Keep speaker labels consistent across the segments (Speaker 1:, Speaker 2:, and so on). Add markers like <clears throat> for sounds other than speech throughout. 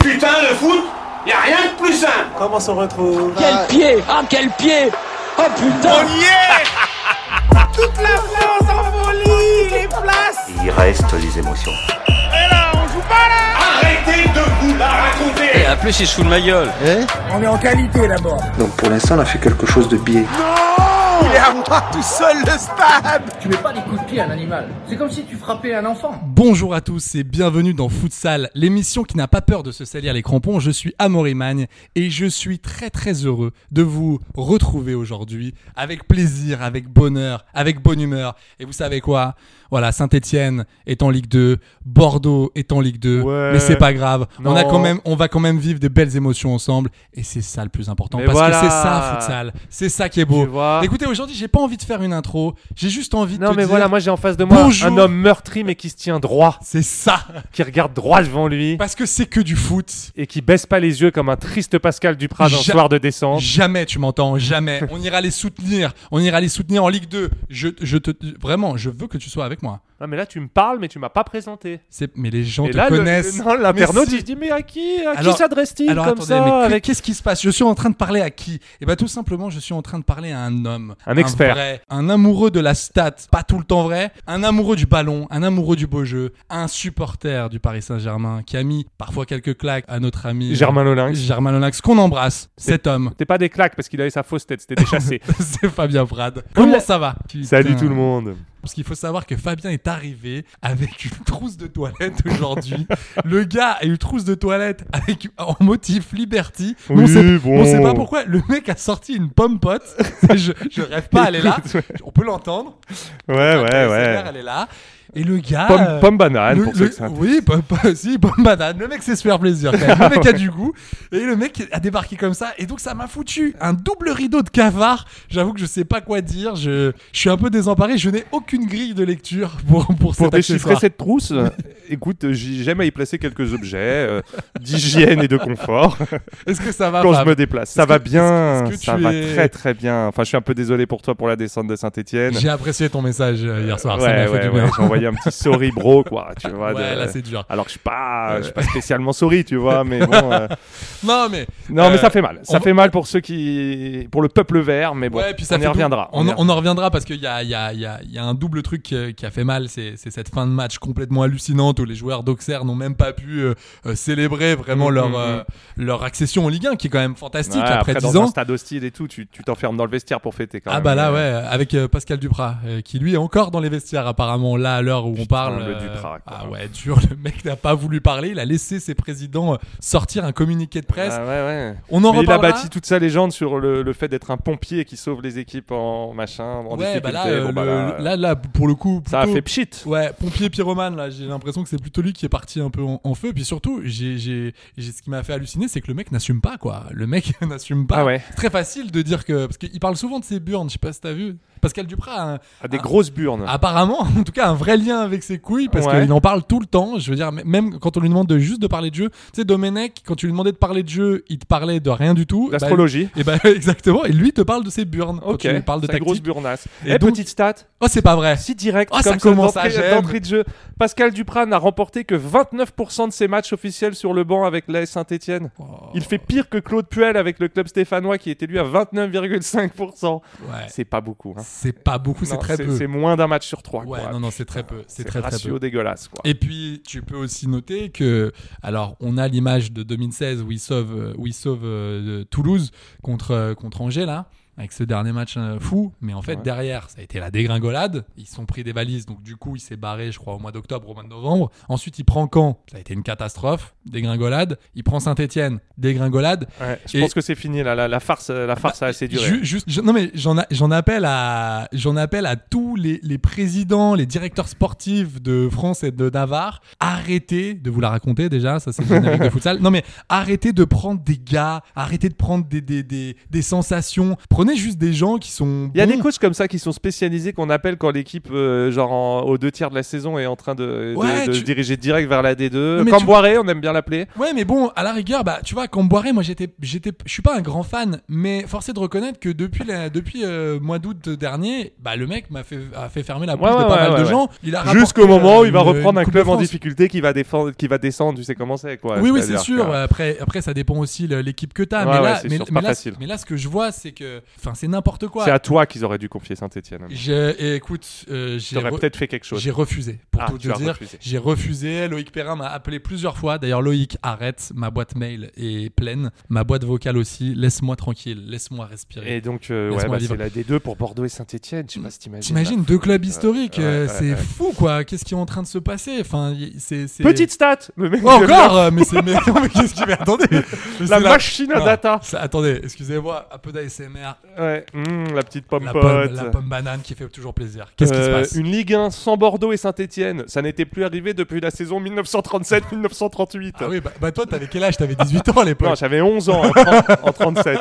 Speaker 1: Putain, le foot, y a rien de plus simple.
Speaker 2: Comme on se retrouve
Speaker 3: Quel pied Ah, quel pied Oh putain
Speaker 4: On y est Toute la France en folie Les places
Speaker 5: Il reste les émotions.
Speaker 4: Et là, on joue pas là
Speaker 1: Arrêtez de vous la raconter.
Speaker 6: Et en plus, il se fout de ma gueule.
Speaker 4: On est en qualité d'abord
Speaker 7: Donc pour l'instant, on a fait quelque chose de biais.
Speaker 4: Il est à moi tout seul le stade
Speaker 8: Tu mets pas des coups de pied à un animal. C'est comme si tu frappais un enfant.
Speaker 9: Bonjour à tous et bienvenue dans Futsal, l'émission qui n'a pas peur de se salir les crampons. Je suis Amaury Magne et je suis très très heureux de vous retrouver aujourd'hui avec plaisir, avec bonheur, avec bonne humeur. Et vous savez quoi Voilà, Saint-Etienne est en Ligue 2, Bordeaux est en Ligue 2,
Speaker 2: Ouais.
Speaker 9: mais c'est pas grave. On, a
Speaker 2: Non.
Speaker 9: quand même, on va quand même vivre des belles émotions ensemble et c'est ça le plus important
Speaker 2: Mais
Speaker 9: parce
Speaker 2: voilà.
Speaker 9: que c'est ça Futsal, c'est ça qui est beau.
Speaker 2: Tu vois.
Speaker 9: Écoutez, aujourd'hui j'ai pas envie de faire une intro, j'ai juste envie de
Speaker 2: Non
Speaker 9: te
Speaker 2: mais
Speaker 9: dire...
Speaker 2: voilà, moi j'ai en face de moi
Speaker 9: Bonjour.
Speaker 2: un homme meurtri mais qui se tient droit, <laughs>
Speaker 9: C'est ça
Speaker 2: qui regarde droit devant lui
Speaker 9: Parce que c'est que du foot.
Speaker 2: et qui baisse pas les yeux comme un triste Pascal Duprat un
Speaker 9: Ja-
Speaker 2: soir de décembre.
Speaker 9: Jamais, tu m'entends,
Speaker 2: <laughs>
Speaker 9: jamais. On ira les soutenir. On ira les soutenir en Ligue 2. Je, je te, vraiment, je veux que tu sois avec moi.
Speaker 2: Ah mais là tu me parles mais tu m'as pas présenté.
Speaker 9: C'est, mais les gens
Speaker 2: et
Speaker 9: te
Speaker 2: là le-
Speaker 9: connaissent.
Speaker 2: le- non, l'internaute
Speaker 9: Mais si-
Speaker 2: il se dit mais à qui à
Speaker 9: Alors-
Speaker 2: qui s'adresse-t-il
Speaker 9: Alors
Speaker 2: comme
Speaker 9: attendez,
Speaker 2: ça
Speaker 9: mais que-
Speaker 2: avec
Speaker 9: qu'est-ce qui se passe Je suis en train de parler à qui Eh ben tout simplement, je suis en train de parler à un homme,
Speaker 2: Un expert.
Speaker 9: vrai, un amoureux de la stat, pas tout le temps vrai, un amoureux du ballon, un amoureux du beau jeu, un supporter du Paris Saint-Germain qui a mis parfois quelques claques à notre ami
Speaker 2: Germain Lolling
Speaker 9: Germain Lenox qu'on embrasse. Cet homme, <laughs>
Speaker 2: C'était pas des claques parce qu'il avait sa fausse tête, c'était déchassé.
Speaker 9: c'est Fabien Prade. Comment ça va
Speaker 2: Salut
Speaker 9: Putain.
Speaker 2: tout le monde.
Speaker 9: Parce qu'il faut savoir que Fabien est arrivé avec une <laughs> trousse de toilette aujourd'hui. le gars a une trousse de toilette avec en motif Liberty. Mais on,
Speaker 2: Oui,
Speaker 9: sait,
Speaker 2: bon.
Speaker 9: on sait pas pourquoi. Le mec a sorti une pomme pote. <laughs> je, je rêve pas, elle
Speaker 2: <laughs>
Speaker 9: est là. On peut l'entendre.
Speaker 2: Ouais
Speaker 9: La
Speaker 2: ouais
Speaker 9: SMR,
Speaker 2: ouais.
Speaker 9: Ah, Elle est là. Et le gars.
Speaker 2: Pomme,
Speaker 9: euh,
Speaker 2: pomme banane
Speaker 9: le-
Speaker 2: pour
Speaker 9: le-
Speaker 2: ceux que ça
Speaker 9: oui, pomme, pomme- si, pomme banane. Le mec sait se faire plaisir. quand même. Le mec a du goût. Et le mec a débarqué comme ça. Et donc, ça m'a foutu un double rideau de cavard. J'avoue que je sais pas quoi dire. Je, je suis un peu désemparé. Je n'ai aucune grille de lecture pour, pour,
Speaker 2: Pour
Speaker 9: cet
Speaker 2: déchiffrer
Speaker 9: accessoire.
Speaker 2: cette trousse, euh, écoute, euh, j'y- j'aime à y placer quelques objets euh, d'hygiène et de confort
Speaker 9: Est-ce que ça va
Speaker 2: quand je
Speaker 9: Fab
Speaker 2: me déplace. Ah, bah, Ça
Speaker 9: Est-ce
Speaker 2: va
Speaker 9: que-
Speaker 2: bien,
Speaker 9: est-ce que- est-ce que
Speaker 2: ça
Speaker 9: tu
Speaker 2: va
Speaker 9: es-
Speaker 2: très très bien. Enfin, je suis un peu désolé pour toi pour la descente de Saint-Etienne.
Speaker 9: J'ai apprécié ton message euh, hier soir. ça m'a
Speaker 2: ouais,
Speaker 9: fait
Speaker 2: ouais,
Speaker 9: du bien.
Speaker 2: ouais, j'ai envoyé un petit sorry bro, quoi, tu vois. de-
Speaker 9: Ouais, là, c'est dur.
Speaker 2: Alors que je suis pas, je suis pas spécialement sorry, tu vois, mais bon.
Speaker 9: <laughs>
Speaker 2: euh,
Speaker 9: Non, mais.
Speaker 2: Non,
Speaker 9: Euh,
Speaker 2: mais ça fait mal. Ça
Speaker 9: on-
Speaker 2: fait mal pour ceux qui, pour le peuple vert, mais bon,
Speaker 9: ouais, puis ça
Speaker 2: on
Speaker 9: fait
Speaker 2: y
Speaker 9: tout-
Speaker 2: reviendra.
Speaker 9: On,
Speaker 2: y
Speaker 9: on en reviendra parce qu'il y a, il y, a, il y, a, il y a un double truc qui, qui a fait mal, c'est c'est cette fin de match complètement hallucinante où les joueurs d'Auxerre n'ont même pas pu euh, euh, célébrer vraiment
Speaker 2: Mhm,
Speaker 9: leur,
Speaker 2: mhm.
Speaker 9: euh, leur accession en Ligue 1 qui est quand même fantastique
Speaker 2: Ouais,
Speaker 9: après,
Speaker 2: après
Speaker 9: 10
Speaker 2: dans un
Speaker 9: ans.
Speaker 2: stade hostile et tout, tu tu t'enfermes dans le vestiaire pour fêter quand
Speaker 9: Ah
Speaker 2: même.
Speaker 9: bah là ouais, avec euh, Pascal Duprat euh, qui lui est encore dans les vestiaires apparemment là à l'heure où on parle.
Speaker 2: le
Speaker 9: euh,
Speaker 2: Duprat, quoi.
Speaker 9: Ah ouais, dur, le mec n'a pas voulu parler, il a laissé ses présidents euh, sortir un communiqué de presse.
Speaker 2: Ah ouais, ouais.
Speaker 9: on en
Speaker 2: Mais il a
Speaker 9: reparlera.
Speaker 2: bâti toute sa légende sur le, le fait d'être un pompier qui sauve les équipes en machin, en
Speaker 9: ouais,
Speaker 2: difficulté.
Speaker 9: bah là,
Speaker 2: Bon,
Speaker 9: euh,
Speaker 2: bah
Speaker 9: le-
Speaker 2: là,
Speaker 9: là, là, pour le coup,
Speaker 2: ça a
Speaker 9: plutôt-
Speaker 2: fait pchit.
Speaker 9: Ouais, pompier pyromane, là, j'ai l'impression que c'est plutôt lui qui est parti un peu en, en feu. Puis surtout, j'ai, j'ai, j'ai- ce qui m'a fait halluciner, c'est que le mec n'assume pas, quoi. Le mec <laughs> n'assume pas.
Speaker 2: Ah ouais.
Speaker 9: C'est très facile de dire que. Parce qu'il parle souvent de ses burnes, je sais pas si t'as vu. Pascal Duprat a un-
Speaker 2: Ah, des
Speaker 9: Ah.
Speaker 2: grosses burnes.
Speaker 9: apparemment, <laughs> en tout cas, un vrai lien avec ses couilles, parce
Speaker 2: Ouais.
Speaker 9: qu'il en parle tout le temps. Je veux dire, m- même quand on lui demande de juste de parler de jeu. Tu sais, Domenech, quand tu lui demandais de parler de jeu, il te parlait de rien du tout. Bah,
Speaker 2: L'astrologie.
Speaker 9: et ben <laughs> exactement, et lui te parle de ses burnes. Quand
Speaker 2: ok.
Speaker 9: tu lui parles de
Speaker 2: sa grosse
Speaker 9: tactique.
Speaker 2: burnasse.
Speaker 9: Et
Speaker 2: Et,
Speaker 9: donc-
Speaker 2: petite stat,
Speaker 9: Oh, c'est pas vrai.
Speaker 2: si direct,
Speaker 9: Oh, ça
Speaker 2: comme
Speaker 9: commence,
Speaker 2: d'entrée-
Speaker 9: ça, j'aime.
Speaker 2: d'entrée de jeu. Pascal Duprat n'a remporté que 29% de ses matchs officiels sur le banc avec l'AS Saint-Etienne.
Speaker 9: Oh,
Speaker 2: Il fait pire que Claude Puel avec le club stéphanois qui était lui à 29,5%.
Speaker 9: Ouais.
Speaker 2: C'est pas beaucoup. hein.
Speaker 9: C'est pas beaucoup, c'est
Speaker 2: Non,
Speaker 9: très peu.
Speaker 2: C'est moins d'un match sur trois.
Speaker 9: Ouais,
Speaker 2: quoi.
Speaker 9: non, non, c'est très peu. C'est très, très
Speaker 2: ratio
Speaker 9: peu.
Speaker 2: dégueulasse. Quoi.
Speaker 9: Et puis, tu peux aussi noter que, alors, on a l'image de 2016 où il sauve, euh, où il sauve euh, de Toulouse contre, euh, contre Angers, là, avec ce dernier match euh, fou. Mais en fait,
Speaker 2: Ouais.
Speaker 9: derrière, ça a été la dégringolade. Ils se sont pris des valises, donc du coup, il s'est barré, je crois, au mois d'octobre, au mois de novembre. Ensuite, il prend Caen, ça a été une catastrophe, dégringolade. Il prend Saint-Etienne, dégringolade.
Speaker 2: Ouais, je
Speaker 9: Et- Ah bah,
Speaker 2: pense que c'est fini là, la, la farce, euh, la farce a assez duré.
Speaker 9: Ju- juste, je- non mais j'en a- j'en appelle à j'en appelle à tous les, les présidents, les directeurs sportifs de France et de Navarre, arrêtez de vous la raconter déjà, ça c'est le générique
Speaker 2: <laughs>
Speaker 9: de futsal. Non mais arrêtez de prendre des gars, arrêtez de prendre des des, des, des sensations, prenez on est juste des gens qui sont.
Speaker 2: Il y a
Speaker 9: bons.
Speaker 2: des coachs comme ça qui sont spécialisés qu'on appelle quand l'équipe, euh, genre en- aux deux tiers de la saison, est en train de, de-
Speaker 9: Ouais,
Speaker 2: de
Speaker 9: tu-
Speaker 2: se diriger direct vers la
Speaker 9: Non,
Speaker 2: D2.
Speaker 9: mais
Speaker 2: Camboiré, on aime bien l'appeler.
Speaker 9: Ouais, mais bon, à la rigueur, bah, tu vois, Camboiré, moi, j'étais, j'étais, je suis pas un grand fan, mais forcé de reconnaître que depuis, la, depuis euh, mois d'août dernier, bah, le mec m'a fait, a fait fermer la bouche
Speaker 2: Ouais,
Speaker 9: de
Speaker 2: ouais,
Speaker 9: pas
Speaker 2: ouais,
Speaker 9: mal de
Speaker 2: ouais,
Speaker 9: gens. Il a
Speaker 2: Jusqu'au
Speaker 9: rapporté,
Speaker 2: moment où
Speaker 9: euh,
Speaker 2: il va
Speaker 9: une-
Speaker 2: reprendre
Speaker 9: une
Speaker 2: un
Speaker 9: Coupe de
Speaker 2: club en
Speaker 9: France.
Speaker 2: difficulté qui va défendre, qui va descendre. Tu sais comment c'est, quoi.
Speaker 9: Oui, oui, c'est
Speaker 2: C'est-à-dire
Speaker 9: sûr.
Speaker 2: que-
Speaker 9: Après, après, ça dépend aussi le- l'équipe que t'as.
Speaker 2: Ouais,
Speaker 9: mais
Speaker 2: ouais,
Speaker 9: là,
Speaker 2: c'est
Speaker 9: mais,
Speaker 2: sûr, c'est
Speaker 9: mais
Speaker 2: pas
Speaker 9: là,
Speaker 2: facile.
Speaker 9: mais là, ce que je vois, c'est que, enfin, c'est n'importe quoi.
Speaker 2: C'est à toi qu'ils auraient dû confier Saint-Etienne.
Speaker 9: Je- et écoute, euh, j'ai
Speaker 2: T'aurais
Speaker 9: re-
Speaker 2: peut-être fait quelque chose.
Speaker 9: J'ai refusé, pour
Speaker 2: Ah,
Speaker 9: tout
Speaker 2: tu
Speaker 9: te
Speaker 2: as
Speaker 9: dire.
Speaker 2: refusé.
Speaker 9: J'ai refusé. Loïc Perrin m'a appelé plusieurs fois. D'ailleurs, Loïc, arrête. Ma boîte mail est pleine. Ma boîte vocale aussi. Laisse-moi tranquille. Laisse-moi respirer.
Speaker 2: Et donc, euh, ouais,
Speaker 9: Laisse-moi
Speaker 2: bah,
Speaker 9: vivre.
Speaker 2: c'est la D2 pour Bordeaux et Saint-Etienne. Je sais pas si t'imagines.
Speaker 9: T'imagines deux clubs historiques.
Speaker 2: ouais,
Speaker 9: euh,
Speaker 2: ouais,
Speaker 9: c'est
Speaker 2: ouais.
Speaker 9: fou, quoi. Qu'est-ce qui est en train de se passer Enfin, y- c'est. c'est-
Speaker 2: Petite stat le mec,
Speaker 9: Oh, encore euh, Mais c'est. Mais, <laughs> non, mais qu'est-ce qui. Mais attendez mais
Speaker 2: La
Speaker 9: c'est
Speaker 2: machine à
Speaker 9: Non,
Speaker 2: data.
Speaker 9: ça- Attendez, excusez-moi. Un peu d'ASMR.
Speaker 2: Ouais. Mmh, la petite pomme
Speaker 9: La
Speaker 2: pote.
Speaker 9: pomme, la pomme banane qui fait toujours plaisir. Qu'est-ce qui se
Speaker 2: Euh,
Speaker 9: passe
Speaker 2: Une Ligue 1 sans Bordeaux et Saint-Etienne. Ça n'était plus arrivé depuis la saison 1937-1938.
Speaker 9: Ah oui, bah, bah, toi, t'avais quel âge T'avais 18 ans à l'époque.
Speaker 2: Non, j'avais 11 ans en, 30 en 37.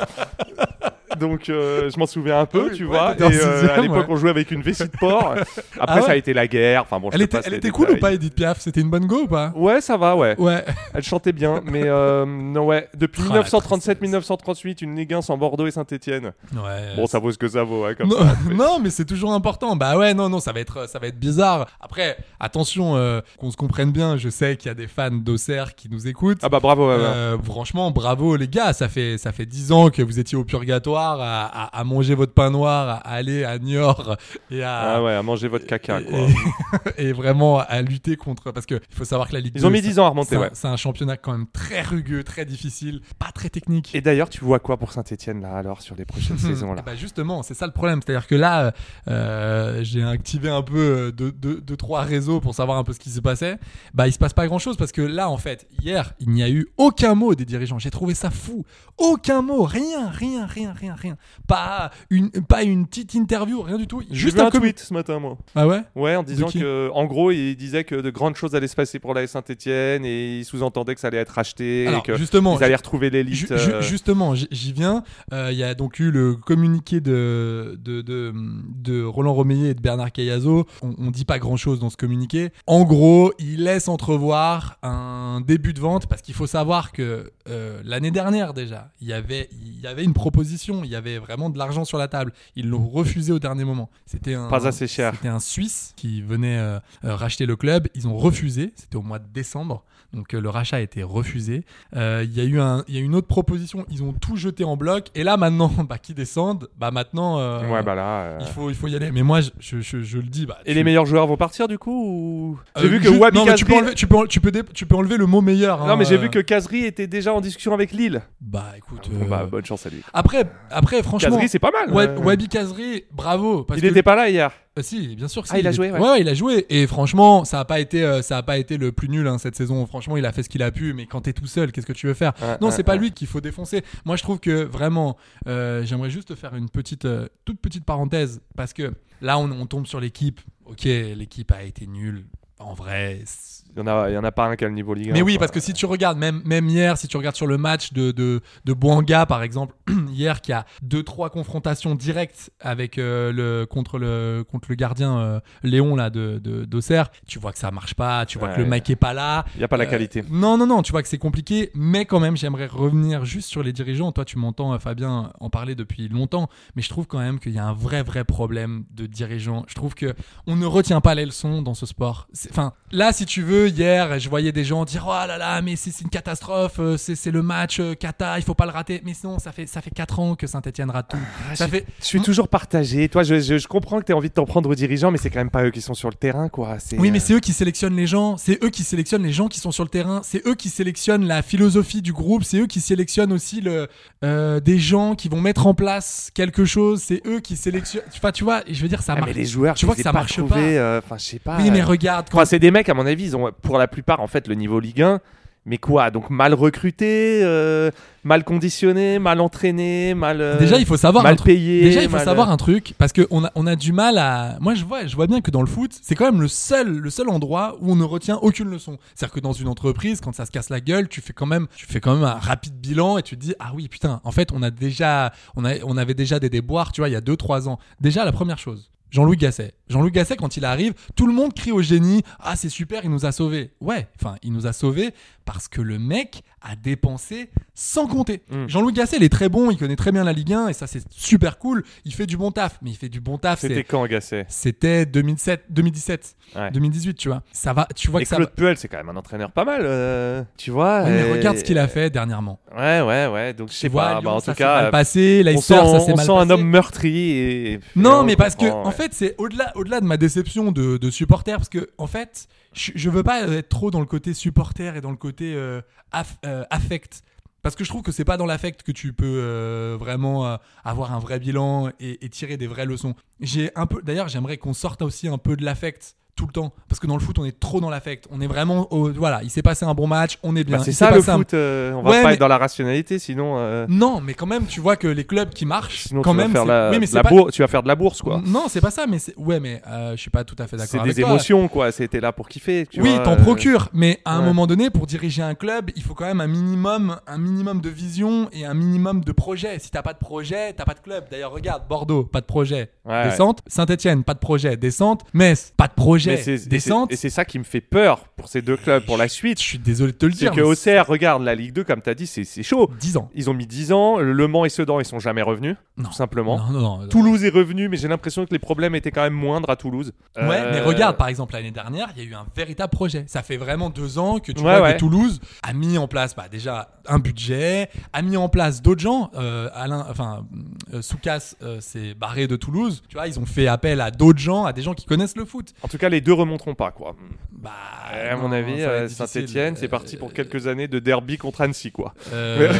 Speaker 2: Donc euh, je m'en souviens un peu,
Speaker 9: Ah oui,
Speaker 2: tu
Speaker 9: ouais,
Speaker 2: vois. Et
Speaker 9: t'étais en
Speaker 2: euh,
Speaker 9: sixième,
Speaker 2: à l'époque,
Speaker 9: ouais.
Speaker 2: on jouait avec une vessie de
Speaker 9: <laughs>
Speaker 2: porc. Après,
Speaker 9: Ah ouais
Speaker 2: ça a été la guerre. Enfin bon, je
Speaker 9: Elle
Speaker 2: te
Speaker 9: était,
Speaker 2: passe
Speaker 9: elle
Speaker 2: les
Speaker 9: était cool ou
Speaker 2: détails.
Speaker 9: pas, Edith Piaf C'était une bonne go ou pas
Speaker 2: Ouais, ça va, ouais.
Speaker 9: Ouais.
Speaker 2: Elle chantait bien, mais euh, non, ouais. Depuis
Speaker 9: Oh, la
Speaker 2: 1937-1938, une Ligue 1 sans Bordeaux et Saint-Etienne.
Speaker 9: Ouais.
Speaker 2: Bon, ça vaut ce que ça vaut, hein, comme
Speaker 9: non,
Speaker 2: ça.
Speaker 9: non, mais c'est toujours important. Bah ouais, non, non, ça va être, ça va être bizarre. Après, attention, euh, qu'on se comprenne bien. Je sais qu'il y a des fans d'Auxerre qui nous écoutent.
Speaker 2: Ah bah bravo, ouais, ouais.
Speaker 9: Euh, franchement, bravo les gars, ça fait ça fait dix ans que vous étiez au purgatoire à, à- à manger votre pain noir, à aller à Niort et à
Speaker 2: Ah ouais, à manger votre caca,
Speaker 9: et-
Speaker 2: quoi.
Speaker 9: <laughs> et, vraiment à lutter contre parce que il faut savoir que la Ligue
Speaker 2: Ils ont
Speaker 9: 2,
Speaker 2: mis
Speaker 9: c'est-
Speaker 2: 10 ans à remonter,
Speaker 9: c'est un-
Speaker 2: ouais.
Speaker 9: C'est un championnat quand même très rugueux, très difficile, pas très technique.
Speaker 2: Et d'ailleurs, tu vois quoi pour Saint-Etienne, là, alors, sur les
Speaker 9: <laughs>
Speaker 2: prochaines saisons, là
Speaker 9: Eh ben justement, c'est ça le problème. C'est-à-dire que là, euh, j'ai activé un peu euh, deux, deux- deux, trois réseaux pour savoir un peu ce qui se passait. Bah, il se passe pas grand-chose parce que là, en fait, hier, il n'y a eu aucun mot des dirigeants. J'ai trouvé ça fou. Aucun mot, rien, rien, rien, rien, rien. Pas une, pas une petite interview, rien du tout.
Speaker 2: J'ai
Speaker 9: Juste
Speaker 2: vu
Speaker 9: un,
Speaker 2: un
Speaker 9: commu-
Speaker 2: tweet ce matin, moi.
Speaker 9: Ah ouais.
Speaker 2: Ouais, en disant
Speaker 9: qui
Speaker 2: que, en gros, il disait que de grandes choses allaient se passer pour la Saint-Etienne et il sous-entendait que ça allait être racheté
Speaker 9: Alors,
Speaker 2: et que
Speaker 9: justement,
Speaker 2: ils allaient retrouver l'élite.
Speaker 9: Ju- ju-
Speaker 2: euh,
Speaker 9: justement, j- j'y viens. Euh, Il y a donc eu le communiqué de, de, de, de Roland Romeillet et de Bernard Cayazo. On, on dit pas grand chose dans ce communiqué. En gros, il laisse entrevoir un début de vente parce qu'il faut savoir que euh, l'année dernière déjà, il y avait il y avait une proposition, il y avait vraiment de l'argent sur la table. Ils l'ont refusé au dernier moment. C'était un
Speaker 2: Pas assez cher.
Speaker 9: C'était un Suisse qui venait euh, euh, racheter le club. Ils ont refusé. C'était au mois de décembre. Donc euh, le rachat a été refusé. Euh, Il y a eu un, il y a eu une autre proposition. Ils ont tout jeté en bloc. Et là maintenant, <laughs> bah qui descendent, bah maintenant, euh,
Speaker 2: Ouais, bah là. euh,
Speaker 9: il faut, il faut y aller. Mais moi, je, je, je- je le dis. Bah,
Speaker 2: Et
Speaker 9: tu-
Speaker 2: les meilleurs joueurs vont partir du coup ou...
Speaker 9: Euh,
Speaker 2: J'ai vu que
Speaker 9: juste-
Speaker 2: Wabi
Speaker 9: non, mais tu peux
Speaker 2: Kazri-
Speaker 9: enlever, tu peux, en- tu peux, dé- tu peux enlever le mot meilleur.
Speaker 2: Non,
Speaker 9: hein,
Speaker 2: mais j'ai
Speaker 9: euh,
Speaker 2: vu que Kazri était déjà en discussion avec Lille.
Speaker 9: Bah écoute.
Speaker 2: Bon,
Speaker 9: euh,
Speaker 2: bah, bonne chance à lui.
Speaker 9: Après, après, franchement.
Speaker 2: Kazri, c'est pas mal.
Speaker 9: Wa-
Speaker 2: euh,
Speaker 9: Wabi Kazri, bravo. Parce
Speaker 2: Il
Speaker 9: que
Speaker 2: n'était pas là hier.
Speaker 9: Euh, si, bien sûr. que
Speaker 2: Ah,
Speaker 9: si,
Speaker 2: il a
Speaker 9: est-
Speaker 2: joué, ouais.
Speaker 9: il a joué. Et franchement, ça a pas été, euh, ça a pas été le plus nul hein, cette saison. Franchement, il a fait ce qu'il a pu. Mais quand t'es tout seul, qu'est-ce que tu veux faire
Speaker 2: Ouais,
Speaker 9: Non,
Speaker 2: ouais,
Speaker 9: c'est pas
Speaker 2: ouais.
Speaker 9: lui qu'il faut défoncer. Moi, je trouve que vraiment, euh, j'aimerais juste faire une petite, euh, toute petite parenthèse parce que là, on, on tombe sur l'équipe. Ok, l'équipe a été nulle. En vrai, c'est-
Speaker 2: Il y en a, il y en a pas un qui a le niveau Ligue 1.
Speaker 9: mais oui,
Speaker 2: quoi.
Speaker 9: parce que si tu regardes, même, même hier, si tu regardes sur le match de, de, de Boanga, par exemple, <clears throat> hier, qui a deux, trois confrontations directes avec, euh, le, contre, le, contre le gardien euh, Léon là, de, de, d'Auxerre, tu vois que ça marche pas, tu vois que le
Speaker 2: Ouais.
Speaker 9: mec est pas là.
Speaker 2: Il y a pas la
Speaker 9: Euh,
Speaker 2: qualité.
Speaker 9: non, non, non, tu vois que c'est compliqué, mais quand même, j'aimerais revenir juste sur les dirigeants. Toi, tu m'entends, euh, Fabien, en parler depuis longtemps, mais je trouve quand même qu'il y a un vrai, vrai problème de dirigeants. Je trouve que on ne retient pas les leçons dans ce sport. C'est- Enfin, là, si tu veux, hier, je voyais des gens dire Oh là là, mais c'est c'est une catastrophe, euh, c'est c'est le match, euh, Kata, il faut pas le rater. Mais sinon, ça fait, ça fait 4 ans que Saint-Etienne rate tout.
Speaker 2: Ah,
Speaker 9: ça fait.
Speaker 2: Je suis toujours partagé. Toi, je, je- je comprends que tu as envie de t'en prendre aux dirigeants, mais c'est quand même pas eux qui sont sur le terrain, quoi. C'est,
Speaker 9: Oui,
Speaker 2: euh,
Speaker 9: mais c'est eux qui sélectionnent les gens, c'est eux qui sélectionnent les gens qui sont sur le terrain, c'est eux qui sélectionnent la philosophie du groupe, c'est eux qui sélectionnent aussi le, euh, des gens qui vont mettre en place quelque chose, c'est eux qui sélectionnent. Enfin, tu vois, je veux dire, ça
Speaker 2: Ah,
Speaker 9: marche.
Speaker 2: mais les joueurs,
Speaker 9: tu
Speaker 2: je
Speaker 9: vois
Speaker 2: les
Speaker 9: que
Speaker 2: ai
Speaker 9: ça
Speaker 2: pas
Speaker 9: marche
Speaker 2: trouvés, euh, Enfin, je sais pas.
Speaker 9: oui, mais
Speaker 2: euh,
Speaker 9: regarde, quand
Speaker 2: Enfin, c'est des mecs, à mon avis, ils ont pour la plupart, en fait, le niveau Ligue 1. Mais quoi Donc mal recruté, euh, mal conditionné, mal entraîné, mal. euh,
Speaker 9: Déjà, il faut savoir un
Speaker 2: mal
Speaker 9: truc.
Speaker 2: payé.
Speaker 9: Déjà, il faut
Speaker 2: mal, euh,
Speaker 9: savoir un truc parce que on a, on a du mal à. Moi, je vois, je vois bien que dans le foot, c'est quand même le seul, le seul endroit où on ne retient aucune leçon. C'est-à-dire que dans une entreprise, quand ça se casse la gueule, tu fais quand même, tu fais quand même un rapide bilan et tu te dis ah oui putain, en fait, on a déjà, on a, on avait déjà des déboires, tu vois, il y a 2-3 ans. Déjà, la première chose. Jean-Louis Gasset. Jean-Louis Gasset, quand il arrive, tout le monde crie au génie Ah, c'est super, il nous a sauvés. Ouais, enfin, il nous a sauvés parce que le mec a dépensé sans compter.
Speaker 2: Mm.
Speaker 9: Jean-Louis Gasset, il est très bon, il connaît très bien la Ligue 1 et ça, c'est super cool. Il fait du bon taf, mais il fait du bon taf. c'est-
Speaker 2: C'était quand Gasset
Speaker 9: C'était 2007, 2017,
Speaker 2: Ouais.
Speaker 9: 2018, tu vois. Ça va, tu vois
Speaker 2: Et
Speaker 9: que ça.
Speaker 2: Claude
Speaker 9: va-
Speaker 2: Puel, c'est quand même un entraîneur pas mal. euh, tu vois
Speaker 9: Ouais, mais
Speaker 2: et-
Speaker 9: regarde ce qu'il a fait dernièrement.
Speaker 2: Ouais, ouais, ouais. Donc je sais
Speaker 9: Tu vois,
Speaker 2: pas.
Speaker 9: Lyon,
Speaker 2: bah, en
Speaker 9: ça
Speaker 2: tout
Speaker 9: s'est mal
Speaker 2: cas,
Speaker 9: passé,
Speaker 2: on
Speaker 9: Leicester,
Speaker 2: sent,
Speaker 9: ça s'est
Speaker 2: on
Speaker 9: mal
Speaker 2: sent un
Speaker 9: passé.
Speaker 2: homme meurtri et. et-
Speaker 9: Non,
Speaker 2: on
Speaker 9: mais parce que,
Speaker 2: comprend,
Speaker 9: en
Speaker 2: ouais.
Speaker 9: fait, c'est au-delà, au-delà de ma déception de, de supporter, parce que, en fait, je, je veux pas euh, être trop dans le côté supporter et dans le côté euh, aff- euh, affect. Parce que je trouve que c'est pas dans l'affect que tu peux euh, vraiment euh, avoir un vrai bilan et, et tirer des vraies leçons. J'ai un peu, d'ailleurs, j'aimerais qu'on sorte aussi un peu de l'affect tout le temps, parce que dans le foot, on est trop dans l'affect. On est vraiment, au- voilà, il s'est passé un bon match, on est bien.
Speaker 2: Bah, c'est
Speaker 9: Il s'est
Speaker 2: ça le
Speaker 9: passé un-
Speaker 2: foot. euh, on va
Speaker 9: Ouais,
Speaker 2: pas
Speaker 9: mais-
Speaker 2: être dans la rationalité, sinon. euh,
Speaker 9: Non, mais quand même, tu vois que les clubs qui marchent,
Speaker 2: Sinon,
Speaker 9: quand
Speaker 2: tu,
Speaker 9: même,
Speaker 2: vas faire
Speaker 9: c'est-
Speaker 2: la,
Speaker 9: oui, mais c'est
Speaker 2: la
Speaker 9: pas-
Speaker 2: bourse- tu vas faire de la bourse, quoi.
Speaker 9: Non, c'est pas ça, mais c'est... ouais, mais euh, je suis pas tout à fait d'accord.
Speaker 2: C'est
Speaker 9: avec
Speaker 2: des
Speaker 9: toi.
Speaker 2: émotions, quoi. C'était là pour kiffer. tu
Speaker 9: oui,
Speaker 2: vois,
Speaker 9: t'en
Speaker 2: euh,
Speaker 9: procures, mais à un
Speaker 2: ouais.
Speaker 9: moment donné, pour diriger un club, il faut quand même un minimum, un minimum de vision et un minimum de projet. Si t'as pas de projet, t'as pas de club. D'ailleurs, regarde, Bordeaux, pas de projet,
Speaker 2: Ouais,
Speaker 9: descente. Saint-Étienne, pas de projet, descente. Metz, pas de projet,
Speaker 2: Mais c'est- et c'est-
Speaker 9: descente.
Speaker 2: Et c'est ça qui me fait peur pour ces deux clubs, pour la
Speaker 9: Je
Speaker 2: suite.
Speaker 9: suis désolé de te le
Speaker 2: C'est
Speaker 9: dire.
Speaker 2: que
Speaker 9: mais
Speaker 2: OCR, regarde, la Ligue 2, comme t'as dit, c'est c'est chaud.
Speaker 9: c'est 10 ans.
Speaker 2: Ils ont mis 10 ans. Le Mans et Sedan, ils sont jamais revenus,
Speaker 9: Non.
Speaker 2: tout simplement.
Speaker 9: Non, non, non, non.
Speaker 2: Toulouse est revenu, mais j'ai l'impression que les problèmes étaient quand même moindres à Toulouse.
Speaker 9: Ouais,
Speaker 2: Euh,
Speaker 9: mais regarde, par exemple, l'année dernière, il y a eu un véritable projet. Ça fait vraiment deux ans que tu
Speaker 2: Ouais,
Speaker 9: vois
Speaker 2: ouais.
Speaker 9: que Toulouse a mis en place bah, déjà un budget, a mis en place d'autres gens. Euh, Alain, enfin, euh, Soukas euh, s'est barré de Toulouse. Tu vois, ils ont fait appel à d'autres gens, à des gens qui connaissent le foot.
Speaker 2: En tout cas, les deux remonteront pas, quoi.
Speaker 9: Bah,
Speaker 2: à
Speaker 9: non,
Speaker 2: mon avis,
Speaker 9: ça va être
Speaker 2: euh,
Speaker 9: difficile.
Speaker 2: Saint-Etienne, c'est parti
Speaker 9: Euh,
Speaker 2: pour quelques années de derby contre Annecy, quoi. <laughs>
Speaker 9: euh, ouais.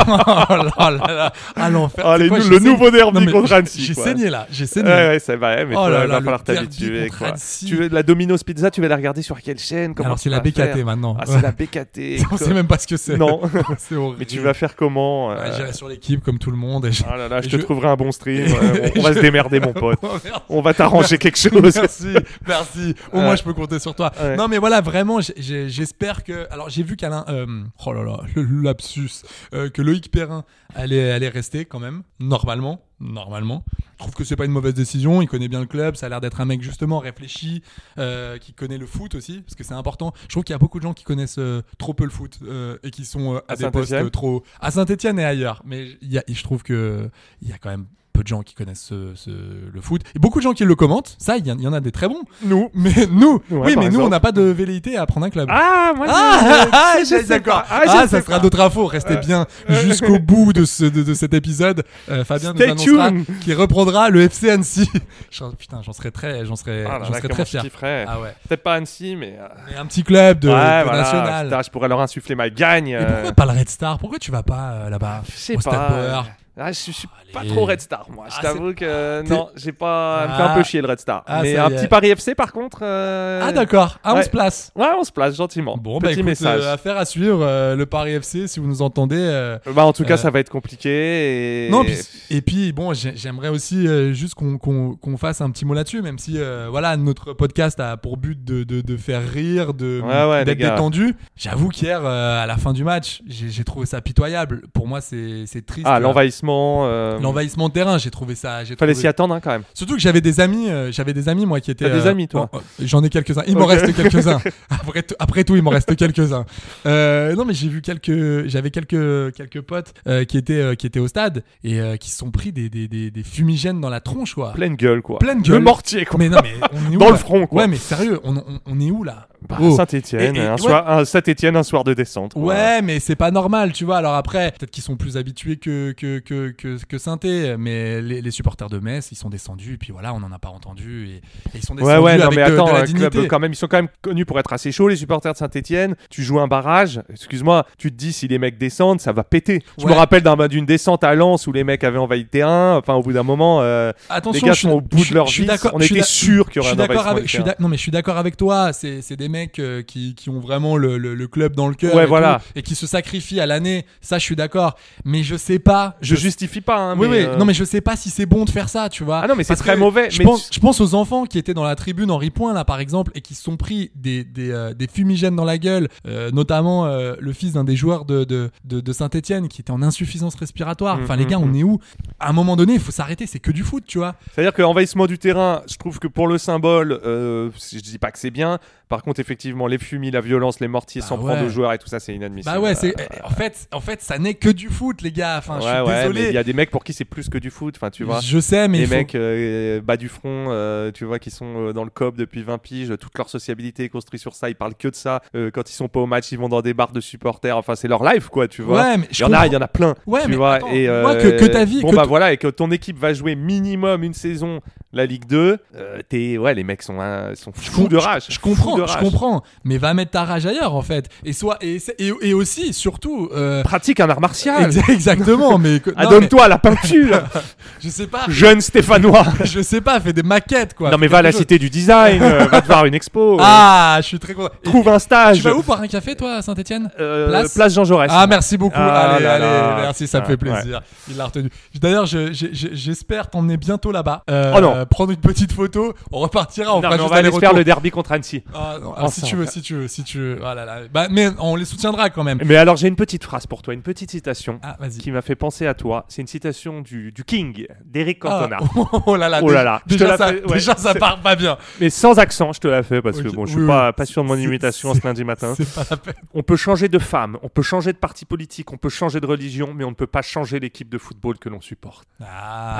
Speaker 9: <laughs> oh là là là. Ah, l'enfer.
Speaker 2: Ah,
Speaker 9: C'est
Speaker 2: les
Speaker 9: quoi,
Speaker 2: nou-
Speaker 9: j'ai
Speaker 2: le
Speaker 9: saigné-
Speaker 2: nouveau derby
Speaker 9: Non, mais
Speaker 2: contre
Speaker 9: j'ai-
Speaker 2: Annecy,
Speaker 9: J'ai
Speaker 2: quoi.
Speaker 9: saigné là, j'ai saigné.
Speaker 2: Ouais, ouais, c'est vrai, mais
Speaker 9: Oh
Speaker 2: toi,
Speaker 9: là
Speaker 2: il
Speaker 9: là,
Speaker 2: va
Speaker 9: le
Speaker 2: falloir
Speaker 9: derby
Speaker 2: t'habituer,
Speaker 9: contre
Speaker 2: quoi.
Speaker 9: Annecy.
Speaker 2: Tu veux de la Domino's Pizza, tu vas la regarder sur quelle chaîne Comment
Speaker 9: Alors,
Speaker 2: tu
Speaker 9: c'est la
Speaker 2: vas faire
Speaker 9: BKT maintenant.
Speaker 2: Ah,
Speaker 9: Ouais.
Speaker 2: c'est la BKT.
Speaker 9: <laughs> On sait même pas ce que
Speaker 2: <laughs>
Speaker 9: c'est.
Speaker 2: Non.
Speaker 9: <laughs> c'est horrible.
Speaker 2: Mais tu vas faire comment euh,
Speaker 9: Ouais, J'irai sur l'équipe comme tout le monde. Et je-
Speaker 2: Ah là là, je
Speaker 9: Et
Speaker 2: te
Speaker 9: je-
Speaker 2: trouverai un bon
Speaker 9: <laughs>
Speaker 2: stream. euh, on va
Speaker 9: je-
Speaker 2: se démerder, mon pote.
Speaker 9: Oh, merde.
Speaker 2: On va t'arranger quelque chose.
Speaker 9: <laughs>
Speaker 2: <laughs>
Speaker 9: Merci, merci. Au moins,
Speaker 2: Ouais.
Speaker 9: je peux compter sur toi.
Speaker 2: Ouais.
Speaker 9: Non, mais voilà, vraiment, j'ai- j'ai- j'espère que. Alors, j'ai vu qu'Alain. euh, oh là là, le lapsus. euh, que Loïc Perrin allait, allait rester quand même, normalement. Normalement. Je trouve que c'est pas une mauvaise décision. Il connaît bien le club. Ça a l'air d'être un mec, justement, réfléchi, euh, qui connaît le foot aussi, parce que c'est important. Je trouve qu'il y a beaucoup de gens qui connaissent euh, trop peu le foot euh, et qui sont euh, à,
Speaker 2: À
Speaker 9: des postes
Speaker 2: Saint-Étienne
Speaker 9: euh, trop. À Saint-Etienne et ailleurs. Mais il y a- je trouve que il y a quand même peu de gens qui connaissent ce- ce- le foot. Et beaucoup de gens qui le commentent. Ça, il y, en- il y en a des très bons. Nous. Mais nous.
Speaker 2: Ouais,
Speaker 9: oui,
Speaker 2: par
Speaker 9: mais nous,
Speaker 2: exemple.
Speaker 9: on n'a pas de velléité à prendre un club.
Speaker 2: Ah, moi,
Speaker 9: <laughs> Ah, ah,
Speaker 2: je
Speaker 9: j'ai-
Speaker 2: sais
Speaker 9: d'accord.
Speaker 2: pas.
Speaker 9: Ah,
Speaker 2: Ah, je sais
Speaker 9: ça sera
Speaker 2: pas.
Speaker 9: d'autres infos. Restez bien
Speaker 2: <laughs>
Speaker 9: jusqu'au bout de, ce, de, de cet épisode. Euh, Fabien
Speaker 2: Stay
Speaker 9: nous annoncera
Speaker 2: tuned.
Speaker 9: qui reprendra le FC Annecy. <laughs> J'en- Putain, j'en serais très, j'en serais,
Speaker 2: Ah là
Speaker 9: j'en
Speaker 2: là,
Speaker 9: serais
Speaker 2: comment
Speaker 9: très
Speaker 2: je
Speaker 9: fier.
Speaker 2: kifferais.
Speaker 9: Ah ouais.
Speaker 2: Peut-être pas Annecy, mais. euh,
Speaker 9: Mais un petit club de,
Speaker 2: ouais,
Speaker 9: de
Speaker 2: voilà,
Speaker 9: national.
Speaker 2: putain, je pourrais leur insuffler ma gagne.
Speaker 9: Et
Speaker 2: euh,
Speaker 9: pourquoi pas le Red Star Pourquoi tu vas pas euh, là-bas
Speaker 2: Je sais
Speaker 9: au Stade
Speaker 2: pas. euh,
Speaker 9: Bauer
Speaker 2: ah, je suis pas
Speaker 9: Allez.
Speaker 2: trop Red Star, moi.
Speaker 9: Ah,
Speaker 2: je t'avoue que euh,
Speaker 9: t'es-
Speaker 2: non, j'ai pas. Ça me fait un
Speaker 9: Ah.
Speaker 2: peu chier le Red Star.
Speaker 9: Ah,
Speaker 2: mais
Speaker 9: ça
Speaker 2: un
Speaker 9: y est.
Speaker 2: petit Paris FC, par contre. euh,
Speaker 9: Ah d'accord. Ah on
Speaker 2: ouais.
Speaker 9: se place.
Speaker 2: Ouais, on se place gentiment.
Speaker 9: Bon, bah
Speaker 2: Petit
Speaker 9: écoute,
Speaker 2: message.
Speaker 9: euh, affaire à suivre, euh, le Paris FC, si vous nous entendez. euh,
Speaker 2: Bah, en tout cas,
Speaker 9: euh,
Speaker 2: ça va être compliqué. Et...
Speaker 9: Non, puis- et puis bon, j'ai- j'aimerais aussi euh, juste qu'on qu'on- qu'on fasse un petit mot là-dessus, même si euh, voilà notre podcast a pour but de, de, de faire rire, de
Speaker 2: Ouais, ouais, les
Speaker 9: d'être
Speaker 2: gars.
Speaker 9: détendu. J'avoue qu'hier, euh, à la fin du match, j'ai j'ai trouvé ça pitoyable. Pour moi, c'est c'est triste.
Speaker 2: Ah,
Speaker 9: Voilà.
Speaker 2: l'envahissement. euh,
Speaker 9: L'envahissement de terrain, j'ai trouvé ça. j'ai
Speaker 2: Fallait
Speaker 9: trouvé-
Speaker 2: s'y attendre hein, quand même.
Speaker 9: Surtout que j'avais des amis, euh, j'avais des amis moi qui étaient.
Speaker 2: T'as des amis, toi
Speaker 9: non, euh, J'en ai quelques uns. Il m'en
Speaker 2: Ok.
Speaker 9: reste
Speaker 2: <laughs>
Speaker 9: quelques uns. Après, tout- après tout, il m'en reste quelques uns. Euh, non, mais j'ai vu quelques, j'avais quelques quelques potes euh, qui étaient euh, qui étaient au stade et euh, qui se sont pris des, des, des, des fumigènes dans la tronche quoi.
Speaker 2: Pleine gueule, quoi.
Speaker 9: Pleine gueule.
Speaker 2: Le mortier, quoi.
Speaker 9: Mais non, mais
Speaker 2: <laughs>
Speaker 9: on est où
Speaker 2: Dans
Speaker 9: là
Speaker 2: le front, quoi.
Speaker 9: Ouais, mais sérieux, on, on, on est où là
Speaker 2: Bah,
Speaker 9: Oh.
Speaker 2: Saint-Etienne,
Speaker 9: Et- et-
Speaker 2: un,
Speaker 9: ouais.
Speaker 2: soir- un Saint-Etienne, un soir de descente. quoi.
Speaker 9: Ouais, mais c'est pas normal, tu vois. Alors après, peut-être qu'ils sont plus habitués que que que que, que Saint-Étienne, mais les, les supporters de Metz, ils sont descendus et puis voilà, on en a pas entendu et, et ils sont
Speaker 2: Ouais,
Speaker 9: descendus
Speaker 2: ouais, non,
Speaker 9: avec
Speaker 2: mais
Speaker 9: de- de
Speaker 2: attends,
Speaker 9: la
Speaker 2: un club,
Speaker 9: dignité.
Speaker 2: quand même, ils sont quand même connus pour être assez chauds, les supporters de Saint-Etienne. Tu joues un barrage, excuse-moi, tu te dis si les mecs descendent, ça va péter. Je
Speaker 9: Ouais.
Speaker 2: me rappelle d'un- d'une descente à Lens où les mecs avaient envahi le terrain. Enfin, au bout d'un moment, euh,
Speaker 9: Attention,
Speaker 2: les gars
Speaker 9: je suis-
Speaker 2: sont au bout
Speaker 9: je-
Speaker 2: de leur
Speaker 9: je suis
Speaker 2: vie.
Speaker 9: d'accord-
Speaker 2: On
Speaker 9: je suis
Speaker 2: était
Speaker 9: d'ac-
Speaker 2: sûr qu'il y
Speaker 9: je
Speaker 2: aurait
Speaker 9: suis
Speaker 2: un
Speaker 9: d'accord
Speaker 2: envahissement.
Speaker 9: avec,
Speaker 2: du
Speaker 9: je suis
Speaker 2: terrain.
Speaker 9: d'ac- non mais je suis d'accord avec toi. C'est c'est des mecs euh, qui, qui ont vraiment le, le- le club dans le cœur
Speaker 2: Ouais,
Speaker 9: et,
Speaker 2: voilà.
Speaker 9: tout, et qui se sacrifient à l'année, ça je suis d'accord. Mais je sais pas.
Speaker 2: Je justifie pas, hein,
Speaker 9: Oui,
Speaker 2: mais,
Speaker 9: oui.
Speaker 2: euh,
Speaker 9: Non, mais je sais pas si c'est bon de faire ça, tu vois.
Speaker 2: Ah non, mais c'est
Speaker 9: Parce
Speaker 2: très
Speaker 9: que
Speaker 2: mauvais,
Speaker 9: Je,
Speaker 2: mais
Speaker 9: pense,
Speaker 2: tu-
Speaker 9: je pense aux enfants qui étaient dans la tribune Henri Point, là, par exemple, et qui se sont pris des, des, euh, des fumigènes dans la gueule, euh, notamment euh, le fils d'un des joueurs de, de, de, Saint-Etienne qui était en insuffisance respiratoire. Enfin,
Speaker 2: Mm,
Speaker 9: les gars, on est où À un moment donné, il faut s'arrêter, c'est que du foot, tu vois.
Speaker 2: C'est-à-dire que l'envahissement du terrain, je trouve que pour le symbole, euh, je dis pas que c'est bien. Par contre, effectivement, les fumis, la violence, les mortiers
Speaker 9: Bah
Speaker 2: s'en
Speaker 9: ouais.
Speaker 2: prendre aux joueurs et tout ça, c'est inadmissible.
Speaker 9: Bah ouais, c'est
Speaker 2: <laughs>
Speaker 9: en fait, en fait, ça n'est que du foot, les gars. Enfin, je
Speaker 2: Ouais,
Speaker 9: suis
Speaker 2: ouais, mais
Speaker 9: désolé.
Speaker 2: il y a des mecs pour qui c'est plus que du foot, enfin, tu vois.
Speaker 9: Je sais, mais
Speaker 2: les
Speaker 9: il faut-
Speaker 2: mecs euh, bas du front, euh, tu vois, qui sont euh, dans le COP depuis 20 piges, euh, toute leur sociabilité est construite sur ça, ils parlent que de ça. Euh, quand ils sont pas au match, ils vont dans des bars de supporters, enfin, c'est leur life, quoi, tu vois.
Speaker 9: Ouais, mais
Speaker 2: il
Speaker 9: je
Speaker 2: y en a,
Speaker 9: comprends.
Speaker 2: il y en a plein.
Speaker 9: Ouais,
Speaker 2: tu
Speaker 9: mais
Speaker 2: vois,
Speaker 9: attends,
Speaker 2: et
Speaker 9: moi, que- que ta vie-
Speaker 2: Bon,
Speaker 9: que
Speaker 2: bah
Speaker 9: ton-
Speaker 2: voilà, et que ton équipe va jouer minimum une saison la Ligue 2, euh, t'es. Ouais, les mecs sont, hein, sont fous
Speaker 9: com-
Speaker 2: de rage.
Speaker 9: Je
Speaker 2: fous de
Speaker 9: comprends, je
Speaker 2: rage.
Speaker 9: comprends, mais va mettre ta rage ailleurs en fait. Et soit et, c'est- et, et aussi surtout euh,
Speaker 2: Pratique un art martial.
Speaker 9: exa- exactement
Speaker 2: <laughs>
Speaker 9: mais que- non,
Speaker 2: Adonne-toi à la peinture,
Speaker 9: mais Je sais pas, <laughs>
Speaker 2: jeune Stéphanois.
Speaker 9: je sais pas, fais des maquettes quoi.
Speaker 2: Non, mais
Speaker 9: Fais
Speaker 2: va à la
Speaker 9: quelque chose.
Speaker 2: cité du design, euh, va te voir une
Speaker 9: <laughs>
Speaker 2: expo.
Speaker 9: Ah, je suis très content. Et
Speaker 2: Trouve un stage.
Speaker 9: tu vas où boire un café toi à Saint-Étienne
Speaker 2: Euh,
Speaker 9: Place
Speaker 2: place, Jean Jaurès.
Speaker 9: Ah merci beaucoup.
Speaker 2: Ah
Speaker 9: allez,
Speaker 2: là
Speaker 9: allez,
Speaker 2: là.
Speaker 9: merci, ça me
Speaker 2: Ah,
Speaker 9: fait plaisir. Il l'a retenu. D'ailleurs, je- je- je- j'espère t'emmener bientôt là-bas. Euh,
Speaker 2: Oh non.
Speaker 9: Prendre une petite photo, on repartira, on
Speaker 2: Non,
Speaker 9: fera
Speaker 2: mais on
Speaker 9: juste
Speaker 2: va aller se faire
Speaker 9: aller-retour.
Speaker 2: le derby contre
Speaker 9: <laughs>
Speaker 2: Annecy.
Speaker 9: Ah, non,
Speaker 2: Ah,
Speaker 9: si
Speaker 2: ça,
Speaker 9: tu
Speaker 2: on
Speaker 9: veux,
Speaker 2: fait-
Speaker 9: si tu veux, si tu veux. Ah là là. Bah, mais on les soutiendra quand même.
Speaker 2: Mais alors j'ai une petite phrase pour toi, une petite citation
Speaker 9: Ah, vas-y.
Speaker 2: qui m'a fait penser à toi. C'est une citation du, du King, d'Eric
Speaker 9: Ah, <laughs>
Speaker 2: Cantona.
Speaker 9: oh, là là,
Speaker 2: Oh
Speaker 9: déjà,
Speaker 2: là là, je te
Speaker 9: déjà,
Speaker 2: la
Speaker 9: ça,
Speaker 2: fais, ouais.
Speaker 9: déjà, ça part pas bien.
Speaker 2: Mais sans accent, je te la fais parce
Speaker 9: Ok,
Speaker 2: que bon, je
Speaker 9: oui,
Speaker 2: suis pas,
Speaker 9: oui.
Speaker 2: pas sûr de mon
Speaker 9: C'est-
Speaker 2: imitation
Speaker 9: c'est-
Speaker 2: ce lundi matin.
Speaker 9: C'est pas la peine.
Speaker 2: On peut changer de femme, on peut changer de parti politique, on peut changer de religion, mais on ne peut pas changer l'équipe de football que l'on supporte.
Speaker 9: Ah,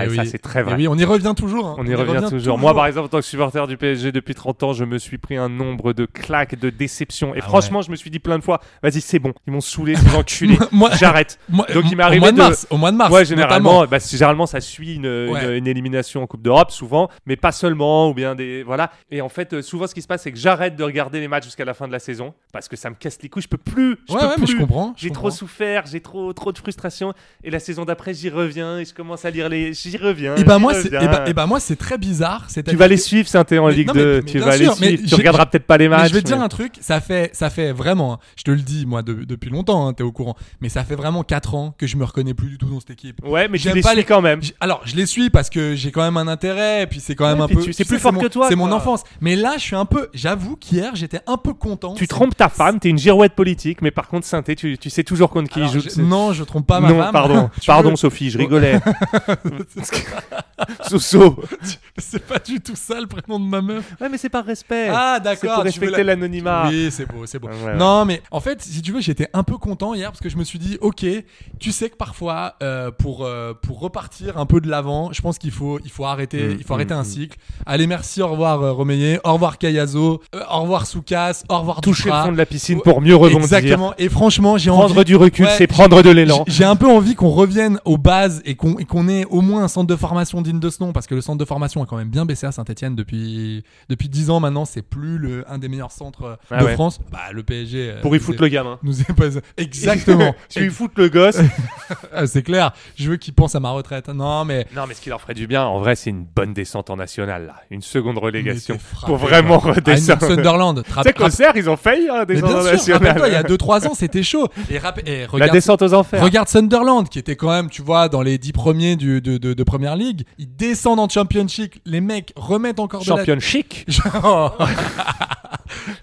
Speaker 2: Ah,
Speaker 9: eh
Speaker 2: et ça, c'est très
Speaker 9: Eh
Speaker 2: vrai.
Speaker 9: oui, on y revient toujours. hein.
Speaker 2: On y revient toujours. Moi, par exemple, en tant que supporter du PSG depuis 30 ans, je me suis pris un nombre de claques, de déceptions. Et
Speaker 9: Ah
Speaker 2: franchement, je me suis dit plein de fois, vas-y, c'est bon, ils m'ont saoulé, ces
Speaker 9: <laughs>
Speaker 2: enculés,
Speaker 9: Moi-
Speaker 2: j'arrête.
Speaker 9: Moi-
Speaker 2: Donc, il m'est
Speaker 9: au
Speaker 2: arrivé
Speaker 9: mois de
Speaker 2: de-
Speaker 9: mars. Au mois de mars.
Speaker 2: Ouais, généralement,
Speaker 9: Ah, notamment.
Speaker 2: bah, c'est- généralement ça suit une,
Speaker 9: Ouais.
Speaker 2: une- une élimination en Coupe d'Europe, souvent, mais pas seulement, ou bien des. Voilà. Et en fait, euh, souvent, ce qui se passe, c'est que j'arrête de regarder les matchs jusqu'à la fin de la saison, parce que ça me casse les couilles, je peux plus. Je
Speaker 9: Ouais,
Speaker 2: peux
Speaker 9: ouais, mais
Speaker 2: plus.
Speaker 9: je comprends. je
Speaker 2: J'ai
Speaker 9: comprends.
Speaker 2: trop souffert, j'ai trop, trop de frustration, et la saison d'après, j'y reviens, et je commence à lire les. J'y reviens.
Speaker 9: Et bah,
Speaker 2: j'y
Speaker 9: moi, c'est,
Speaker 2: reviens.
Speaker 9: eh ben- eh ben, moi, c'est très bizarre. c'est
Speaker 2: Tu vas les suivre, saint en
Speaker 9: Mais-
Speaker 2: Ligue
Speaker 9: non, mais-
Speaker 2: 2.
Speaker 9: mais
Speaker 2: tu
Speaker 9: bien
Speaker 2: vas
Speaker 9: sûr,
Speaker 2: les
Speaker 9: mais
Speaker 2: suivre.
Speaker 9: j'ai-
Speaker 2: Tu regarderas peut-être pas les
Speaker 9: Mais
Speaker 2: matchs.
Speaker 9: je vais te dire
Speaker 2: mais-
Speaker 9: un truc, ça fait, ça fait vraiment, hein, je te le dis moi de- depuis longtemps, hein, t'es au courant, mais ça fait vraiment 4 ans que je me reconnais plus du tout dans cette équipe.
Speaker 2: Ouais, mais tu
Speaker 9: J'aime
Speaker 2: les
Speaker 9: pas
Speaker 2: suis
Speaker 9: les-
Speaker 2: quand même.
Speaker 9: J- Alors, je les suis parce que j'ai quand même un intérêt, et puis c'est quand même
Speaker 2: Ouais,
Speaker 9: un
Speaker 2: puis
Speaker 9: peu.
Speaker 2: tu-
Speaker 9: tu
Speaker 2: c'est
Speaker 9: sais,
Speaker 2: plus fort
Speaker 9: mon-
Speaker 2: que toi,
Speaker 9: C'est mon
Speaker 2: quoi.
Speaker 9: enfance. Mais là, je suis un peu. J'avoue qu'hier, j'étais un peu content.
Speaker 2: Tu trompes ta femme, t'es une girouette politique, mais par contre, saint tu, tu sais toujours contre qui
Speaker 9: Alors,
Speaker 2: il joue.
Speaker 9: je-
Speaker 2: C'est-
Speaker 9: Non, je trompe pas ma
Speaker 2: non,
Speaker 9: femme.
Speaker 2: pardon,
Speaker 9: <laughs> Tu
Speaker 2: pardon
Speaker 9: veux-
Speaker 2: Sophie, je
Speaker 9: <laughs>
Speaker 2: rigolais. Soso.
Speaker 9: C'est pas du tout ça le prénom de ma meuf.
Speaker 2: Ouais, mais c'est par respect.
Speaker 9: Ah,
Speaker 2: C'est
Speaker 9: d'accord.
Speaker 2: pour
Speaker 9: tu veux
Speaker 2: respecter
Speaker 9: la-
Speaker 2: l'anonymat.
Speaker 9: Oui, c'est beau, c'est beau.
Speaker 2: Ah, Ouais, ouais.
Speaker 9: Non, mais en fait, si tu veux, j'étais un peu content hier parce que je me suis dit, ok, tu sais que parfois, euh, pour euh, pour repartir un peu de l'avant, je pense qu'il faut il faut arrêter,
Speaker 2: Mm,
Speaker 9: il faut arrêter un cycle. Allez, merci, au revoir euh, Romeyer, au revoir Kayazo, euh, au revoir Soukas, au revoir
Speaker 2: Toucher le
Speaker 9: Duprat.
Speaker 2: fond de la piscine
Speaker 9: Ouais,
Speaker 2: pour mieux rebondir.
Speaker 9: Exactement. Et franchement, j'ai envie.
Speaker 2: Prendre du recul,
Speaker 9: Ouais,
Speaker 2: c'est prendre de
Speaker 9: j'ai-
Speaker 2: l'élan.
Speaker 9: J'ai un peu envie qu'on revienne aux bases et qu'on et qu'on ait au moins un centre de formation digne de ce nom parce que le centre de formation a quand même bien baissé à Saint-Etienne depuis, depuis 10 ans maintenant. C'est plus le, un des meilleurs centres
Speaker 2: Ah
Speaker 9: de
Speaker 2: ouais.
Speaker 9: France. Bah, le PSG. euh,
Speaker 2: Pour y
Speaker 9: nous
Speaker 2: foutre
Speaker 9: est-
Speaker 2: le gamin.
Speaker 9: <laughs> Nous est pas-
Speaker 2: <laughs>
Speaker 9: Exactement.
Speaker 2: Tu lui foutre le gosse.
Speaker 9: Ah, C'est clair. Je veux qu'il pense à ma retraite. Non, mais.
Speaker 2: Non, mais ce qui leur ferait du bien, en vrai, c'est une bonne descente en nationale, là. Une seconde relégation.
Speaker 9: Mais t'es frappé,
Speaker 2: Pour vraiment
Speaker 9: Ah, une
Speaker 2: redescendre.
Speaker 9: Sunderland.
Speaker 2: <laughs> Tu sais qu'au Serre, ils ont failli, hein,
Speaker 9: Mais
Speaker 2: descendre en
Speaker 9: bien sûr,
Speaker 2: nationale.
Speaker 9: rappelle-toi, il y a 2-3 ans, c'était chaud. Et, rappe- et
Speaker 2: La
Speaker 9: regarde,
Speaker 2: descente aux enfers.
Speaker 9: Regarde Sunderland, qui était quand même, tu vois, dans les 10 premiers du, de, de, de Première Ligue. Ils descendent en Championship. Les mecs remettent encore de la... <laughs>
Speaker 2: Championne chic.
Speaker 9: Oh.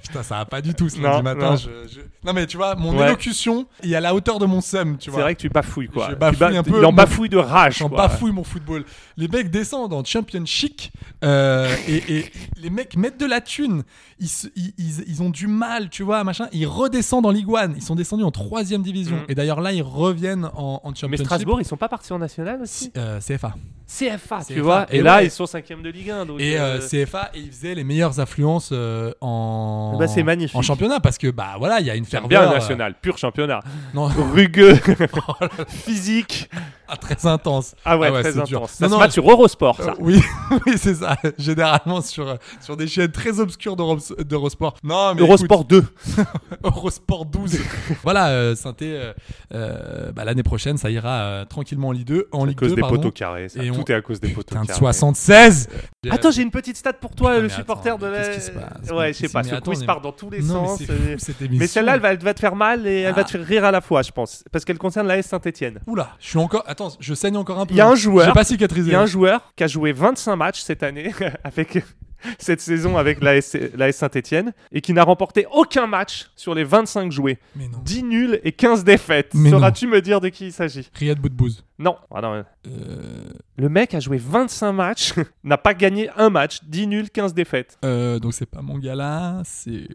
Speaker 9: Putain, ça va pas du tout ce lundi
Speaker 2: Non,
Speaker 9: matin.
Speaker 2: non.
Speaker 9: je- je- non, mais tu vois, mon
Speaker 2: Ouais.
Speaker 9: élocution est à la hauteur de mon seum, tu
Speaker 2: C'est
Speaker 9: vois.
Speaker 2: vrai que tu bafouilles, quoi.
Speaker 9: Je
Speaker 2: Tu
Speaker 9: bafouille
Speaker 2: ba-
Speaker 9: un peu,
Speaker 2: Il en
Speaker 9: mais-
Speaker 2: bafouille de rage.
Speaker 9: J'en
Speaker 2: quoi.
Speaker 9: bafouille mon football. Les mecs descendent en championship euh, et, et les mecs mettent de la thune. Ils, se- ils, ils- ils ont du mal, tu vois, machin. Ils redescendent en Ligue 1. Ils sont descendus en troisième division.
Speaker 2: Mm.
Speaker 9: Et d'ailleurs, là, ils reviennent en, en championship.
Speaker 2: Mais Strasbourg, ils sont pas partis en nationale aussi
Speaker 9: Si- euh, CFA.
Speaker 2: CFA, tu
Speaker 9: CFA,
Speaker 2: vois.
Speaker 9: et
Speaker 2: Et, là,
Speaker 9: ouais.
Speaker 2: ils sont cinquième de Ligue 1. Donc,
Speaker 9: Et euh,
Speaker 2: euh,
Speaker 9: CFA, et ils faisaient les meilleures affluences euh, en,
Speaker 5: Eh ben,
Speaker 2: Bah, c'est magnifique.
Speaker 9: en championnat parce que, bah voilà, il y a une
Speaker 2: J'aime
Speaker 9: ferveur.
Speaker 2: bien le
Speaker 9: euh, <laughs>
Speaker 2: national, pur championnat.
Speaker 9: non.
Speaker 2: Rugueux, <laughs> physique,
Speaker 9: Ah, très intense.
Speaker 2: Ah ouais, très
Speaker 9: c'est dur.
Speaker 2: intense.
Speaker 5: Ça
Speaker 9: Non,
Speaker 5: se
Speaker 9: non,
Speaker 5: passe sur Eurosport, ça.
Speaker 9: euh, oui, <laughs> oui, c'est ça. Généralement sur, euh, sur des chaînes très obscures d'Europe- d'Eurosport. Non, mais écoute,
Speaker 5: Eurosport 2.
Speaker 9: Eurosport 12. <laughs> voilà, euh, Sainté, euh, euh, bah, l'année prochaine, ça ira euh, tranquillement en Ligue 2. En
Speaker 2: À
Speaker 9: Ligue
Speaker 2: cause
Speaker 9: 2,
Speaker 2: des
Speaker 9: pardon.
Speaker 2: poteaux carrés. ça.
Speaker 9: Et on-
Speaker 2: Tout est à cause des poteaux
Speaker 9: Putain, de
Speaker 2: carrés.
Speaker 9: 76
Speaker 5: Attends, j'ai une petite stat pour toi,
Speaker 9: Putain,
Speaker 5: le
Speaker 9: mais
Speaker 5: supporter
Speaker 9: attends,
Speaker 5: de la.
Speaker 9: qu'est-ce qui se passe
Speaker 5: ouais, je sais
Speaker 9: Mais
Speaker 5: pas, ce
Speaker 9: attends,
Speaker 5: quiz
Speaker 9: mais-
Speaker 5: part dans tous les
Speaker 9: Non,
Speaker 5: sens.
Speaker 9: mais c'est
Speaker 5: euh,
Speaker 9: fou, cette
Speaker 5: Mais
Speaker 9: émission.
Speaker 5: celle-là, elle va, elle va te faire mal et elle va
Speaker 9: Ah.
Speaker 5: te faire rire à la fois, je pense. Parce qu'elle concerne la S Saint-Etienne.
Speaker 9: Oula, je suis encore. Attends, je saigne encore un peu.
Speaker 5: Il y a un joueur-
Speaker 9: J'ai pas cicatrisé.
Speaker 2: Il
Speaker 5: Il y a un joueur qui a joué 25 matchs cette année, <laughs> avec cette saison avec la S, la S Saint-Etienne, et qui n'a remporté aucun match sur les 25 joués.
Speaker 9: Mais non.
Speaker 2: 10 nuls et 15 défaites.
Speaker 9: Mais non.
Speaker 2: Sauras-tu me dire de qui il s'agit
Speaker 9: Riyad Boudbouz.
Speaker 2: Non. Ah non.
Speaker 9: Euh,
Speaker 2: Le mec a joué
Speaker 5: <laughs>
Speaker 2: 25 matchs, n'a pas gagné un match, 10 nuls, 15 défaites.
Speaker 9: euh, donc c'est pas mon gars là, c'est.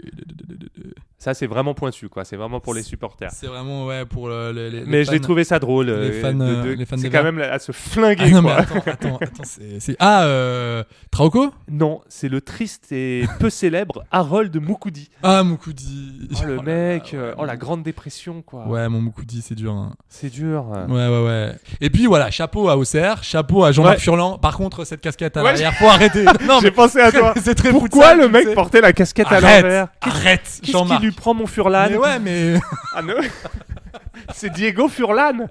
Speaker 2: Ça, c'est vraiment pointu, quoi. C'est vraiment pour les supporters.
Speaker 9: C'est vraiment, ouais, pour le, le- les- les
Speaker 2: Mais je l'ai
Speaker 9: fans.
Speaker 2: trouvé ça drôle.
Speaker 9: les
Speaker 2: euh,
Speaker 9: fans,
Speaker 2: de-
Speaker 9: euh,
Speaker 2: de-
Speaker 9: les fans
Speaker 2: c'est
Speaker 9: des
Speaker 2: quand
Speaker 9: Verts.
Speaker 2: même à se
Speaker 9: Ah
Speaker 2: flinguer,
Speaker 9: non, mais
Speaker 2: quoi.
Speaker 9: attends, attends, attends, c'est. c'est- Ah, euh, Traoko
Speaker 2: <laughs> Non, c'est le triste et peu célèbre Harold
Speaker 9: <laughs>
Speaker 2: Moukoudi.
Speaker 9: Ah, Moukoudi.
Speaker 2: Oh, le
Speaker 9: là
Speaker 2: mec,
Speaker 9: là,
Speaker 2: euh,
Speaker 9: ouais.
Speaker 2: oh la grande dépression, quoi.
Speaker 9: Ouais, mon Moukoudi, c'est dur. hein.
Speaker 2: C'est dur.
Speaker 9: Ouais, ouais, ouais. Et puis voilà, chapeau à OCR, chapeau à Jean-Marc
Speaker 2: Ouais.
Speaker 9: Furlan. Par contre, cette casquette à
Speaker 2: Ouais,
Speaker 9: l'arrière,
Speaker 2: <laughs>
Speaker 9: faut arrêter. Non,
Speaker 2: J'ai pensé à toi.
Speaker 9: <laughs> c'est très
Speaker 2: Pourquoi
Speaker 9: futsal,
Speaker 2: le
Speaker 9: tu
Speaker 2: mec
Speaker 9: sais.
Speaker 2: portait la casquette à l'envers
Speaker 9: Arrête, arrête,
Speaker 2: Qu'est-ce qui
Speaker 9: Jean-Marc.
Speaker 2: lui prend mon Furlan
Speaker 9: Mais ouais, mais
Speaker 2: Ah, non. <laughs> C'est Diego Furlan.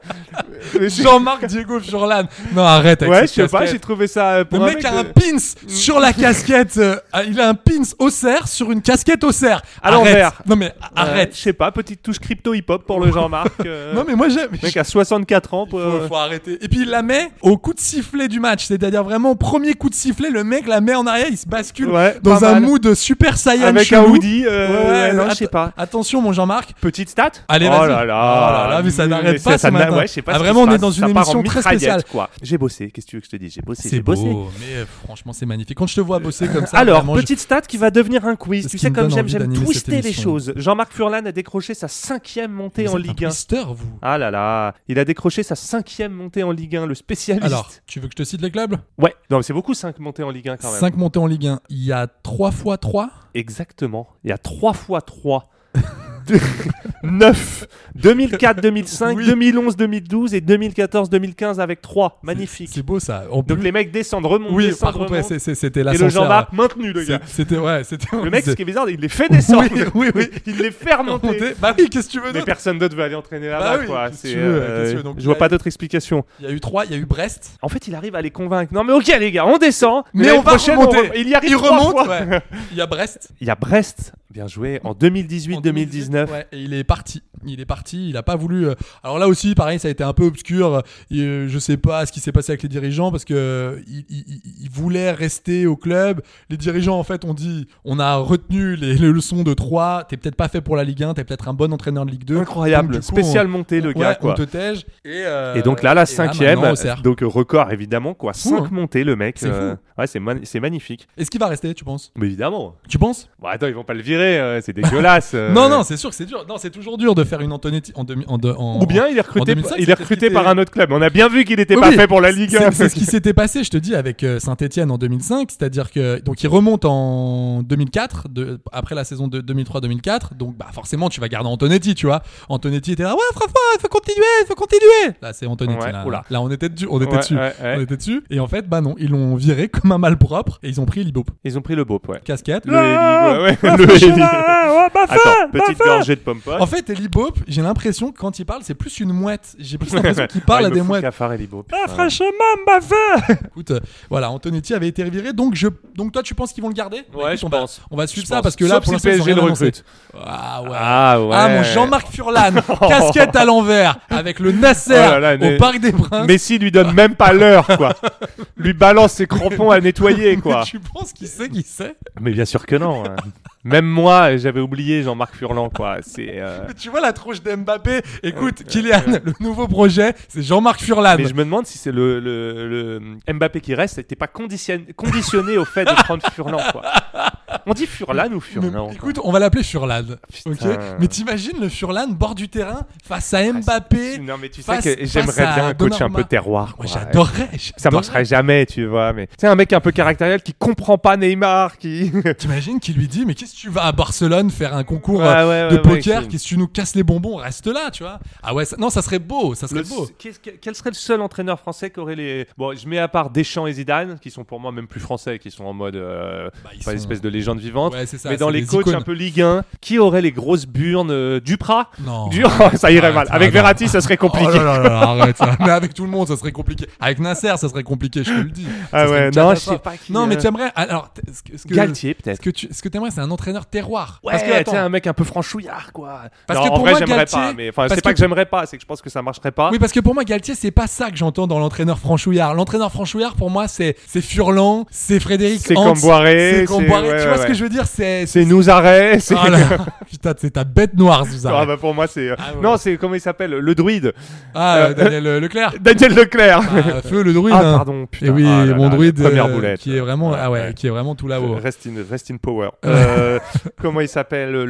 Speaker 9: Jean-Marc Diego Furlan. Non, arrête avec
Speaker 2: Ouais, je
Speaker 9: cette
Speaker 2: sais pas, j'ai
Speaker 9: casquette.
Speaker 2: trouvé ça euh, pour
Speaker 9: Le
Speaker 2: un
Speaker 9: mec, a un pins sur la casquette. euh, ah, il a un pins au cerf sur une casquette au cerf.
Speaker 2: À l'envers.
Speaker 9: Non, mais
Speaker 2: Ouais,
Speaker 9: arrête.
Speaker 2: Je sais pas, petite touche crypto hip hop pour
Speaker 9: <laughs>
Speaker 2: le Jean-Marc. euh,
Speaker 9: Non, mais moi, j'aime.
Speaker 2: Mec à 64 ans. pour- euh,
Speaker 9: Faut, faut arrêter. Et puis il la met au coup de sifflet du match, c'est-à-dire vraiment au premier coup de sifflet, le mec la met en arrière, il se bascule
Speaker 2: Ouais,
Speaker 9: dans
Speaker 2: pas
Speaker 9: un
Speaker 2: mal.
Speaker 9: mood super saiyan
Speaker 2: Avec un
Speaker 9: chelou.
Speaker 2: hoodie. euh, ouais, non, je
Speaker 9: att-
Speaker 2: sais pas.
Speaker 9: Attention mon Jean-Marc.
Speaker 2: Petite stat
Speaker 9: Allez,
Speaker 2: oh
Speaker 9: vas-y.
Speaker 2: là là,
Speaker 9: Oh là là, mais ça n'arrête
Speaker 2: ça-
Speaker 9: pas
Speaker 2: ça
Speaker 9: ce
Speaker 2: n'a-
Speaker 9: matin.
Speaker 2: ouais, je sais pas
Speaker 9: Ah,
Speaker 2: ce qui
Speaker 9: vraiment,
Speaker 2: se
Speaker 9: on est
Speaker 2: passe.
Speaker 9: dans
Speaker 2: Ça
Speaker 9: une
Speaker 2: part en
Speaker 9: émission très
Speaker 2: mitraillette,
Speaker 9: spéciale.
Speaker 2: quoi. J'ai bossé, qu'est-ce que tu veux que je te dise J'ai bossé,
Speaker 9: C'est
Speaker 2: j'ai bossé.
Speaker 9: beau, mais euh, franchement c'est magnifique. Quand je te vois bosser comme ça,
Speaker 2: Euh, Alors,
Speaker 9: vraiment, je-
Speaker 2: petite stat qui va devenir un quiz.
Speaker 9: C'est
Speaker 2: Tu
Speaker 9: ce
Speaker 2: sais,
Speaker 9: qui me
Speaker 2: comme
Speaker 9: donne
Speaker 2: j'aime,
Speaker 9: envie
Speaker 2: j'aime
Speaker 9: d'animer cette
Speaker 2: twister les
Speaker 9: émission.
Speaker 2: choses. Jean-Marc Furlan a décroché sa cinquième montée
Speaker 9: Vous
Speaker 2: en
Speaker 9: êtes un
Speaker 2: Ligue 1.
Speaker 9: twister, vous.
Speaker 2: Ah là là, il a décroché sa cinquième montée en Ligue 1, le spécialiste.
Speaker 9: Alors, tu veux que je te cite les clubs
Speaker 2: Ouais, non, mais c'est beaucoup 5 montées en Ligue 1 quand même.
Speaker 9: 5 montées en Ligue 1. Il y a 3 fois 3.
Speaker 2: Exactement. Il y a 3 fois <laughs> 3. 9, 2004, 2005,
Speaker 9: Oui.
Speaker 2: 2011, 2012 et 2014, 2015 avec 3. Magnifique.
Speaker 9: C'est beau ça. En
Speaker 2: Donc
Speaker 9: plus-
Speaker 2: les mecs descendent, remontent,
Speaker 9: oui,
Speaker 2: descendent,
Speaker 9: par contre, ouais,
Speaker 2: remontent.
Speaker 9: c'est- c'est- c'était
Speaker 2: et le
Speaker 9: l'ascenseur. là.
Speaker 2: Jean-Marc maintenu, le gars.
Speaker 9: C'est- C'était ouais, c'était
Speaker 2: Le mec, ce
Speaker 9: <laughs> c'est-
Speaker 2: qui est bizarre, il les fait descendre.
Speaker 9: Oui, oui, oui.
Speaker 2: Il les fait remonter.
Speaker 9: Remonter. <laughs> Bah oui, qu'est-ce que tu veux
Speaker 2: Mais
Speaker 9: d'autre
Speaker 2: personne d'autre veut aller entraîner là-bas,
Speaker 9: Bah oui,
Speaker 2: quoi.
Speaker 9: qu'est-ce
Speaker 2: C'est,
Speaker 9: que tu veux,
Speaker 2: euh,
Speaker 9: qu'est-ce que tu veux, donc
Speaker 2: je
Speaker 9: il
Speaker 2: vois
Speaker 9: a-
Speaker 2: pas d'autre explication.
Speaker 9: Il y a eu 3, il y a eu Brest.
Speaker 2: En fait, il arrive à les convaincre. Non, mais ok, les gars, on descend.
Speaker 9: Mais
Speaker 2: l'année
Speaker 9: on va
Speaker 2: prochaine,
Speaker 9: remonter.
Speaker 2: rem- Il y arrive
Speaker 9: il
Speaker 2: trois
Speaker 9: remonte.
Speaker 2: fois.
Speaker 9: ouais. Il y a Brest.
Speaker 2: Il y a Brest, bien joué, en
Speaker 9: en
Speaker 2: 2018-2019.
Speaker 9: ouais, et il est parti. Il est parti. Il a pas voulu. euh, Alors là aussi, pareil, ça a été un peu obscur. euh, Je je sais pas ce qui s'est passé avec les dirigeants parce que euh, il, il- il- il voulait rester au club. Les dirigeants, en fait, ont dit on a retenu les, les leçons de 3. T'es peut-être pas fait pour la Ligue 1. T'es peut-être un bon entraîneur de Ligue 2.
Speaker 2: Incroyable,
Speaker 9: Donc, du coup,
Speaker 2: spécial
Speaker 9: on-
Speaker 2: monté le
Speaker 9: ouais,
Speaker 2: gars quoi.
Speaker 9: On te tège. Et, euh,
Speaker 2: Et donc là, la
Speaker 9: et
Speaker 2: cinquième,
Speaker 9: maintenant, on serre.
Speaker 2: donc record évidemment quoi,
Speaker 9: Fou,
Speaker 2: 5
Speaker 9: hein.
Speaker 2: montées le mec. euh,
Speaker 9: C'est fou.
Speaker 2: Ouais, c'est man- c'est magnifique.
Speaker 9: Est-ce qu'il va rester, tu penses
Speaker 2: Mais évidemment.
Speaker 9: Tu penses
Speaker 2: Bon, attends, ils vont pas le virer, euh, c'est
Speaker 9: <laughs>
Speaker 2: dégueulasse. euh.
Speaker 9: Non, non, c'est sûr que c'est dur. Non, c'est toujours dur de faire une Antonetti en demi. En, de- en-
Speaker 2: Ou bien il est
Speaker 9: en
Speaker 2: recruté,
Speaker 9: 2005,
Speaker 2: il est
Speaker 9: c'était
Speaker 2: recruté
Speaker 9: quitté-
Speaker 2: par un autre club. On a bien vu qu'il était
Speaker 9: Oui,
Speaker 2: pas fait pour la Ligue 1.
Speaker 9: C'est c'est ce qui s'était passé, je te dis, avec Saint-Etienne en 2005. C'est-à-dire que donc il remonte en 2004, de, après la saison de 2003-2004. Donc bah forcément, tu vas garder Antonetti, tu vois. Antonetti était là, ouais, frappe fort, il faut continuer, il faut continuer. Là, c'est Antonetti.
Speaker 2: Ouais,
Speaker 9: là,
Speaker 2: oula.
Speaker 9: là, on était dessus, on était
Speaker 2: Ouais,
Speaker 9: dessus.
Speaker 2: ouais, ouais.
Speaker 9: On était dessus. Et en fait, bah non, ils l'ont viré comme un malpropre et ils ont pris Libop.
Speaker 2: Ils ont pris le Bop, ouais.
Speaker 9: Casquette.
Speaker 2: Le Eli, ouais, ouais, <laughs> le Eli.
Speaker 9: Ah, bah
Speaker 2: Attends, petite gorgée de pompon.
Speaker 9: En fait, Eli Bop, j'ai l'impression que quand il parle, c'est plus une mouette. J'ai plus
Speaker 2: <laughs>
Speaker 9: l'impression qu'il parle
Speaker 2: Ah,
Speaker 9: à
Speaker 2: il me
Speaker 9: des Ah,
Speaker 2: fout le
Speaker 9: mouettes.
Speaker 2: cafard, Eli Bop, putain.
Speaker 9: franchement, ma feu Écoute, euh, voilà, Antonetti avait été viré, donc je, donc toi, tu penses qu'ils vont le garder
Speaker 2: Ouais,
Speaker 9: Écoute,
Speaker 2: je
Speaker 9: on va-
Speaker 2: pense.
Speaker 9: On va suivre
Speaker 2: Je
Speaker 9: bah, ça
Speaker 2: pense.
Speaker 9: parce que là,
Speaker 2: Sauf
Speaker 9: pour
Speaker 2: si
Speaker 9: l'instant,
Speaker 2: le
Speaker 9: ils ont
Speaker 2: PSG le
Speaker 9: rien annoncé.
Speaker 2: recrute.
Speaker 9: Ah ouais.
Speaker 2: Ah ouais.
Speaker 9: Ah, mon Jean-Marc
Speaker 2: <laughs>
Speaker 9: Furlan, casquette à l'envers, avec le Nasser
Speaker 2: Oh là là, mais-
Speaker 9: au Parc des Princes.
Speaker 2: Messi lui donne même pas l'heure, <laughs> quoi. lui balance ses crampons à nettoyer, <laughs> quoi.
Speaker 9: tu penses qu'il sait qui c'est
Speaker 2: Mais bien sûr que non. hein. <laughs> Même moi, j'avais oublié Jean-Marc Furlan, quoi. C'est. euh,
Speaker 9: Tu vois la tronche d'Mbappé Écoute, Kylian, le nouveau projet, c'est Jean-Marc Furlan.
Speaker 2: Mais je me demande si c'est le, le, le Mbappé qui reste n'était pas conditionné, conditionné au fait de prendre Furlan, quoi. On dit Furlan ou Furlan encore
Speaker 9: Écoute, on va l'appeler Furlan.
Speaker 2: Putain. Ah,
Speaker 9: Ok. Mais t'imagines le Furlan bord du terrain face à Mbappé.
Speaker 2: Non, mais tu
Speaker 9: face-
Speaker 2: sais que j'aimerais
Speaker 9: face à
Speaker 2: bien un coach un
Speaker 9: Donnarumma.
Speaker 2: peu terroir. quoi.
Speaker 9: Moi, j'adorerais.
Speaker 2: Ça
Speaker 9: j'adorerais.
Speaker 2: marcherait jamais, tu vois, mais c'est un mec un peu caractériel qui comprend pas Neymar, qui.
Speaker 9: T'imagines qu'il lui dit mais qu'est-ce que tu vas à Barcelone faire un
Speaker 2: <laughs>
Speaker 9: concours
Speaker 2: Ouais,
Speaker 9: euh,
Speaker 2: ouais,
Speaker 9: de
Speaker 2: ouais, ouais,
Speaker 9: poker
Speaker 2: c'est-
Speaker 9: Qu'est-ce que tu nous casses les bonbons Reste là, tu vois. Ah ouais, ça- non, ça serait beau, ça serait
Speaker 2: Le-
Speaker 9: beau.
Speaker 2: qu'est-ce que- quel serait le seul entraîneur français qui aurait les. Bon, je mets à part Deschamps et Zidane, qui sont pour moi même plus français, qui sont en mode. euh,
Speaker 9: Bah, ils
Speaker 2: pas
Speaker 9: sont-
Speaker 2: l'espèce de légende vivante.
Speaker 9: Ouais, c'est ça,
Speaker 2: oh, mais dans
Speaker 9: c'est
Speaker 2: les
Speaker 9: des
Speaker 2: coachs
Speaker 9: icônes.
Speaker 2: un peu Ligue 1, qui aurait les grosses burnes euh, Duprat
Speaker 9: Non.
Speaker 2: Du- oh, Ça irait
Speaker 9: Arrête,
Speaker 2: mal. Avec
Speaker 9: arrête.
Speaker 2: Verratti, ça serait
Speaker 9: Ah, Oh
Speaker 2: compliqué.
Speaker 9: là là là, arrête. ça. Mais avec tout le monde, ça serait compliqué. Avec Nasser, ça serait compliqué, je te le dis. Ça
Speaker 2: Ah
Speaker 9: serait
Speaker 2: ouais,
Speaker 9: une
Speaker 2: non,
Speaker 9: catastrophe.
Speaker 2: je sais pas qui,
Speaker 9: Non, mais
Speaker 2: euh,
Speaker 9: tu aimerais. Alors, t- ce que, ce que-
Speaker 2: Galtier,
Speaker 9: Ce
Speaker 2: peut-être.
Speaker 9: que tu, ce que t'aimerais, c'est un entraîneur terroir.
Speaker 2: Ouais,
Speaker 9: Parce que
Speaker 2: t'es
Speaker 9: attends.
Speaker 2: un mec un peu franchouillard, quoi.
Speaker 9: Parce
Speaker 2: non,
Speaker 9: que
Speaker 2: en
Speaker 9: pour
Speaker 2: vrai,
Speaker 9: moi,
Speaker 2: j'aimerais
Speaker 9: Galtier-
Speaker 2: pas. Mais enfin,
Speaker 9: parce
Speaker 2: c'est pas
Speaker 9: que-
Speaker 2: que j'aimerais pas, c'est que je pense que ça marcherait pas.
Speaker 9: Oui, parce que pour moi, Galtier, c'est pas ça que j'entends dans l'entraîneur franchouillard. L'entraîneur franchouillard, pour moi, c'est c'est Furlan, c'est Frédéric
Speaker 2: C'est
Speaker 9: Hans,
Speaker 2: Camboiré,
Speaker 9: c'est Camboiré.
Speaker 2: c'est- ouais,
Speaker 9: tu vois
Speaker 2: ouais,
Speaker 9: ce que
Speaker 2: ouais.
Speaker 9: je veux dire C'est
Speaker 2: C'est nous arrêt, c'est. <laughs>
Speaker 9: Oh là, <laughs> putain, c'est ta bête noire, Zouza.
Speaker 2: Ah bah pour moi c'est euh,
Speaker 9: Ah ouais.
Speaker 2: non c'est comment il s'appelle le druide
Speaker 9: Ah,
Speaker 2: Euh,
Speaker 9: euh, Daniel
Speaker 2: <laughs>
Speaker 9: euh, Leclerc.
Speaker 2: Daniel Leclerc
Speaker 9: Ah, feu le druide.
Speaker 2: ah
Speaker 9: hein.
Speaker 2: pardon putain
Speaker 9: Et oui,
Speaker 2: Ah là
Speaker 9: mon
Speaker 2: là, la
Speaker 9: druide
Speaker 2: première
Speaker 9: euh,
Speaker 2: boulette
Speaker 9: qui est vraiment ah ouais,
Speaker 2: Ouais.
Speaker 9: qui est vraiment tout là-haut.
Speaker 2: rest in rest in
Speaker 9: <laughs>
Speaker 2: power Euh, comment il s'appelle le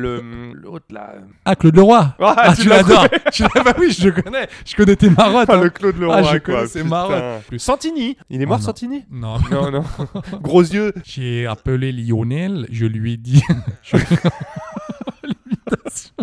Speaker 2: l'autre là
Speaker 9: Ah Claude Leroy.
Speaker 2: Ah, tu
Speaker 9: tu
Speaker 2: l'as
Speaker 9: l'adores. Tu l'as- bah oui, je connais. Je connais tes marottes.
Speaker 2: Enfin, <laughs>
Speaker 9: hein.
Speaker 2: le Claude Leroy
Speaker 9: Ah, je
Speaker 2: quoi,
Speaker 9: connais ses
Speaker 2: putain.
Speaker 9: marottes.
Speaker 2: Santini il est mort
Speaker 9: non. <laughs> Oh,
Speaker 2: Santini
Speaker 9: Non.
Speaker 2: non non gros yeux
Speaker 9: J'ai appelé Lionel, je lui ai dit je... L'imitation.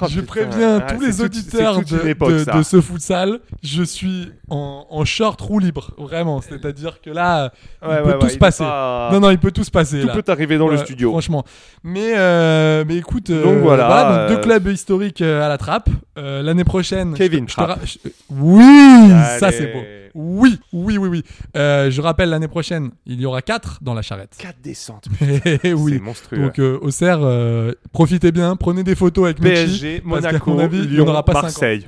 Speaker 2: Oh,
Speaker 9: Je
Speaker 2: putain.
Speaker 9: préviens
Speaker 2: Ah,
Speaker 9: tous
Speaker 2: c'est
Speaker 9: les
Speaker 2: tout-
Speaker 9: auditeurs
Speaker 2: c'est toute une
Speaker 9: de,
Speaker 2: époque,
Speaker 9: de-
Speaker 2: ça.
Speaker 9: de ce futsal. Je suis en, en short roue libre, vraiment. C'est-à-dire que là,
Speaker 2: Ouais,
Speaker 9: il peut
Speaker 2: ouais,
Speaker 9: tout
Speaker 2: ouais,
Speaker 9: se
Speaker 2: est
Speaker 9: passer.
Speaker 2: pas-
Speaker 9: Non, non, il peut tout se passer.
Speaker 2: tout
Speaker 9: là.
Speaker 2: peut arriver dans le
Speaker 9: Ouais,
Speaker 2: studio
Speaker 9: Euh, Franchement. Mais, euh, mais écoute, euh,
Speaker 2: Donc voilà,
Speaker 9: donc deux
Speaker 2: euh,
Speaker 9: clubs historiques euh, à la trappe. Euh, L'année prochaine.
Speaker 2: Kevin
Speaker 9: je te- je te
Speaker 2: Trapp.
Speaker 9: ra- je- euh, Oui, <laughs> ça
Speaker 2: Allez.
Speaker 9: c'est beau. Oui, oui, oui, oui. Euh, je rappelle, l'année prochaine, il y aura quatre dans la charrette.
Speaker 2: 4 descentes
Speaker 9: Eh
Speaker 2: <laughs> c'est hein.
Speaker 9: oui.
Speaker 2: monstrueux
Speaker 9: Donc euh, Auxerre, euh, profitez bien, prenez des photos avec Michi,
Speaker 2: PSG
Speaker 9: parce qu'à
Speaker 2: Monaco
Speaker 9: mon avis, il y en
Speaker 2: Lyon
Speaker 9: aura pas 50.
Speaker 2: Marseille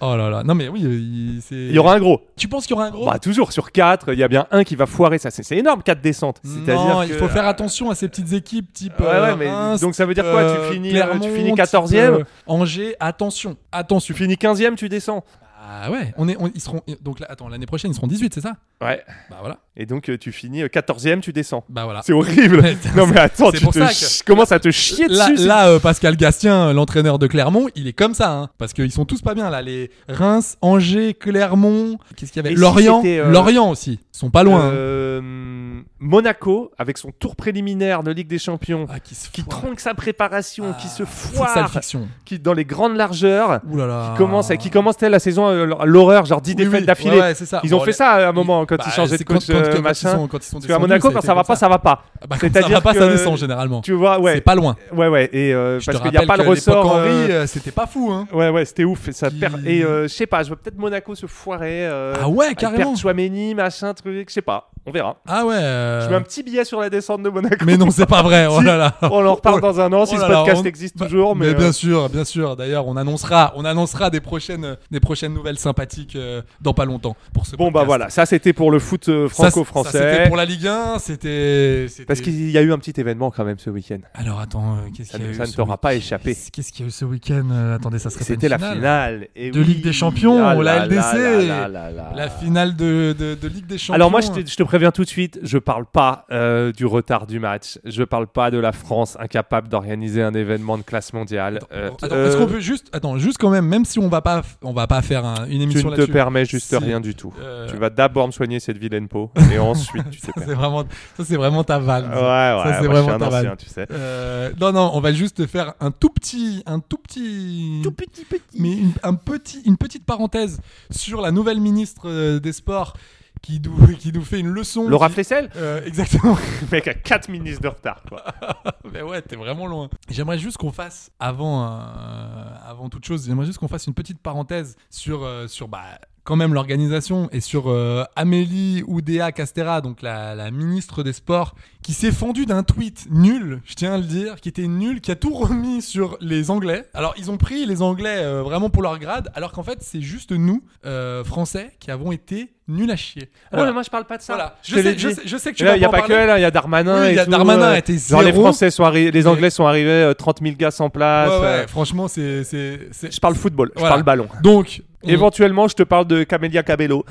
Speaker 9: Oh là là, non mais oui, il, c'est-
Speaker 2: il y aura un gros
Speaker 9: Tu penses qu'il y aura un gros
Speaker 2: Bah toujours sur 4, il y a bien un qui va foirer ça. C'est c'est énorme 4 descentes.
Speaker 9: Non,
Speaker 2: C'est-à-dire
Speaker 9: il
Speaker 2: que-
Speaker 9: faut faire attention à ces petites équipes type.
Speaker 2: Ouais,
Speaker 9: euh,
Speaker 2: ouais, mais
Speaker 9: Reims,
Speaker 2: donc ça veut dire quoi Tu
Speaker 9: euh,
Speaker 2: finis,
Speaker 9: Clermont,
Speaker 2: tu finis
Speaker 9: type,
Speaker 2: 14e
Speaker 9: euh, Angers, attention, attention.
Speaker 2: Tu finis 15e, tu descends.
Speaker 9: Ah ouais, on est, on- ils seront. Donc là, attends, l'année prochaine ils seront 18, c'est ça
Speaker 2: Ouais.
Speaker 9: Bah voilà,
Speaker 2: Et donc euh, tu finis euh, 14e, tu descends.
Speaker 9: bah voilà.
Speaker 2: C'est horrible. <laughs>
Speaker 9: <laughs>
Speaker 2: non mais attends,
Speaker 9: c'est
Speaker 2: tu
Speaker 9: pour
Speaker 2: te
Speaker 9: ça que-
Speaker 2: chi- commences à te chier
Speaker 9: Là,
Speaker 2: dessus. c'est-
Speaker 9: là euh, Pascal Gastien, l'entraîneur de Clermont, il est comme ça, hein, parce qu'ils sont tous pas bien là. Les Reims, Angers, Clermont, qu'est-ce qu'il y avait
Speaker 2: Et si
Speaker 9: Lorient,
Speaker 2: c'était, euh,
Speaker 9: Lorient aussi, ils sont pas loin. hein.
Speaker 2: Euh, Monaco avec son tour préliminaire de Ligue des Champions.
Speaker 9: Ah, qui se
Speaker 2: Qui
Speaker 9: foire.
Speaker 2: tronque sa préparation, qui se
Speaker 9: Ah, futsal
Speaker 2: foire,
Speaker 9: fiction.
Speaker 2: qui dans les grandes largeurs,
Speaker 9: Ouh là là.
Speaker 2: qui commence, à- qui commence telle la saison euh, à l'horreur, genre 10
Speaker 9: Ah. Oui,
Speaker 2: défaites
Speaker 9: oui,
Speaker 2: d'affilée.
Speaker 9: ouais, ouais, c'est ça.
Speaker 2: Ils ont
Speaker 9: Bon,
Speaker 2: fait
Speaker 9: les-
Speaker 2: ça euh, à un moment quand
Speaker 9: Bah,
Speaker 2: ils changeaient
Speaker 9: c'est
Speaker 2: de
Speaker 9: quand-
Speaker 2: coach
Speaker 9: quand- quand
Speaker 2: euh,
Speaker 9: ils
Speaker 2: machin.
Speaker 9: sont- quand ils sont
Speaker 2: Parce qu'à
Speaker 9: descendus,
Speaker 2: Monaco,
Speaker 9: ça a
Speaker 2: quand
Speaker 9: été
Speaker 2: ça va
Speaker 9: comme
Speaker 2: pas, ça va pas.
Speaker 9: Ah bah, quand ça
Speaker 2: C'est-à-dire
Speaker 9: va pas, ça
Speaker 2: que-
Speaker 9: descend généralement.
Speaker 2: Tu vois, ouais.
Speaker 9: C'est pas loin.
Speaker 2: Ouais, ouais. Et euh,
Speaker 9: Je
Speaker 2: parce
Speaker 9: te
Speaker 2: qu'il n'y a
Speaker 9: rappelle
Speaker 2: pas le
Speaker 9: que l'époque
Speaker 2: ressort.
Speaker 9: Henry,
Speaker 2: euh,
Speaker 9: euh, c'était pas fou, hein.
Speaker 2: Ouais, ouais, c'était ouf. Ça
Speaker 9: qui-
Speaker 2: perd. Et euh, je sais pas, je vois peut-être Monaco se foirer. euh,
Speaker 9: Ah ouais,
Speaker 2: ils
Speaker 9: carrément.
Speaker 2: perdent Chouameni, machin, truc. Je sais pas. On verra.
Speaker 9: Ah ouais.
Speaker 2: Je
Speaker 9: euh,
Speaker 2: mets un petit billet sur la descente de Monaco. <laughs>
Speaker 9: <laughs> Mais non, c'est pas vrai. Oh
Speaker 2: Si.
Speaker 9: là là.
Speaker 2: On en reparle
Speaker 9: Oh-
Speaker 2: dans un an <laughs> si
Speaker 9: oh
Speaker 2: ce
Speaker 9: là là,
Speaker 2: podcast
Speaker 9: on-
Speaker 2: existe
Speaker 9: bah,
Speaker 2: toujours. Mais,
Speaker 9: bien
Speaker 2: euh,
Speaker 9: sûr, bien sûr. D'ailleurs, on annoncera, on annoncera des prochaines, des prochaines nouvelles sympathiques euh, dans pas longtemps pour ce.
Speaker 2: Bon, bah
Speaker 9: podcast.
Speaker 2: voilà. Ça, c'était pour le foot euh,
Speaker 9: Ça, ça, C'était
Speaker 2: franco-français.
Speaker 9: pour la Ligue 1. C'était. c'était-
Speaker 2: Parce qu'il y a eu un petit événement quand même ce week-end.
Speaker 9: Alors attends, euh, qu'est-ce
Speaker 2: Ça
Speaker 9: qu'il y a
Speaker 2: ne-
Speaker 9: eu
Speaker 2: ça ne
Speaker 9: ce
Speaker 2: t'aura
Speaker 9: week-
Speaker 2: pas échappé.
Speaker 9: Qu'est-ce qu'il y a eu ce week-end Euh, Attendez, ça serait pas
Speaker 2: C'était
Speaker 9: une
Speaker 2: la
Speaker 9: finale.
Speaker 2: finale. Et
Speaker 9: De
Speaker 2: oui.
Speaker 9: Ligue des Champions,
Speaker 2: Ah là
Speaker 9: la LDC.
Speaker 2: là là là là.
Speaker 9: La finale de, de, de Ligue des Champions.
Speaker 2: Alors moi, je te, je te préviens tout de suite, je parle pas euh, du retard du match, je parle pas de la France incapable d'organiser un événement de classe mondiale. Euh,
Speaker 9: Attends,
Speaker 2: euh,
Speaker 9: est-ce qu'on peut juste, attends, juste quand même, même si on va pas, f- on va pas faire un- une
Speaker 2: Tu
Speaker 9: émission
Speaker 2: ne te
Speaker 9: là-dessus.
Speaker 2: permets juste
Speaker 9: C'est-
Speaker 2: rien du tout.
Speaker 9: Euh,
Speaker 2: Tu vas d'abord me soigner cette vilaine
Speaker 9: <laughs>
Speaker 2: peau et ensuite tu te
Speaker 9: C'est
Speaker 2: permets.
Speaker 9: vraiment, ça c'est vraiment ta vanne.
Speaker 2: Ouais, ouais,
Speaker 9: ça. ça c'est
Speaker 2: moi, je suis
Speaker 9: vraiment
Speaker 2: un
Speaker 9: ta vanne.
Speaker 2: ancien, tu sais.
Speaker 9: Euh, non, non, on va juste faire un tout petit, un tout petit, tout petit, petit, mais une, un petit, une petite parenthèse sur la nouvelle ministre euh, des Sports qui nous, <laughs> qui nous fait une leçon.
Speaker 2: Laura
Speaker 9: qui-
Speaker 2: Flessel <laughs>
Speaker 9: Euh, exactement.
Speaker 2: Le mec a 4 minutes de retard. Quoi.
Speaker 9: <laughs> Mais Ben ouais, t'es vraiment loin. J'aimerais juste qu'on fasse, avant, euh, avant toute chose, j'aimerais juste qu'on fasse une petite parenthèse sur, euh, sur bah, quand même l'organisation et sur euh, Amélie Oudéa Castera, donc la, la ministre des Sports, qui s'est fendue d'un tweet nul, je tiens à le dire, qui était nul, qui a tout remis sur les Anglais. Alors, ils ont pris les Anglais euh, vraiment pour leur grade, alors qu'en fait, c'est juste nous, euh, Français, qui avons été nuls à chier. Voilà.
Speaker 2: moi je parle pas de
Speaker 9: Voilà. Je,
Speaker 2: te l'ai
Speaker 9: sais,
Speaker 2: dit.
Speaker 9: je, sais, je sais que tu
Speaker 2: Là,
Speaker 9: vas
Speaker 2: il n'y a
Speaker 9: en
Speaker 2: pas que
Speaker 9: parler.
Speaker 2: elle, hein, il y a Darmanin.
Speaker 9: Oui, il y
Speaker 2: et
Speaker 9: a
Speaker 2: tout,
Speaker 9: Darmanin
Speaker 2: euh,
Speaker 9: était
Speaker 2: Genre les
Speaker 9: zéro.
Speaker 2: Français sont arrivés, les
Speaker 9: Mais-
Speaker 2: Anglais sont arrivés, euh, 30 000 gars sans place.
Speaker 9: Ouais, ouais,
Speaker 2: euh,
Speaker 9: franchement, c'est. c'est- c'est-
Speaker 2: Je parle football, je
Speaker 9: Voilà.
Speaker 2: parle ballon.
Speaker 9: Donc, On-
Speaker 2: Éventuellement, je te parle de Camélia <laughs> Cabello.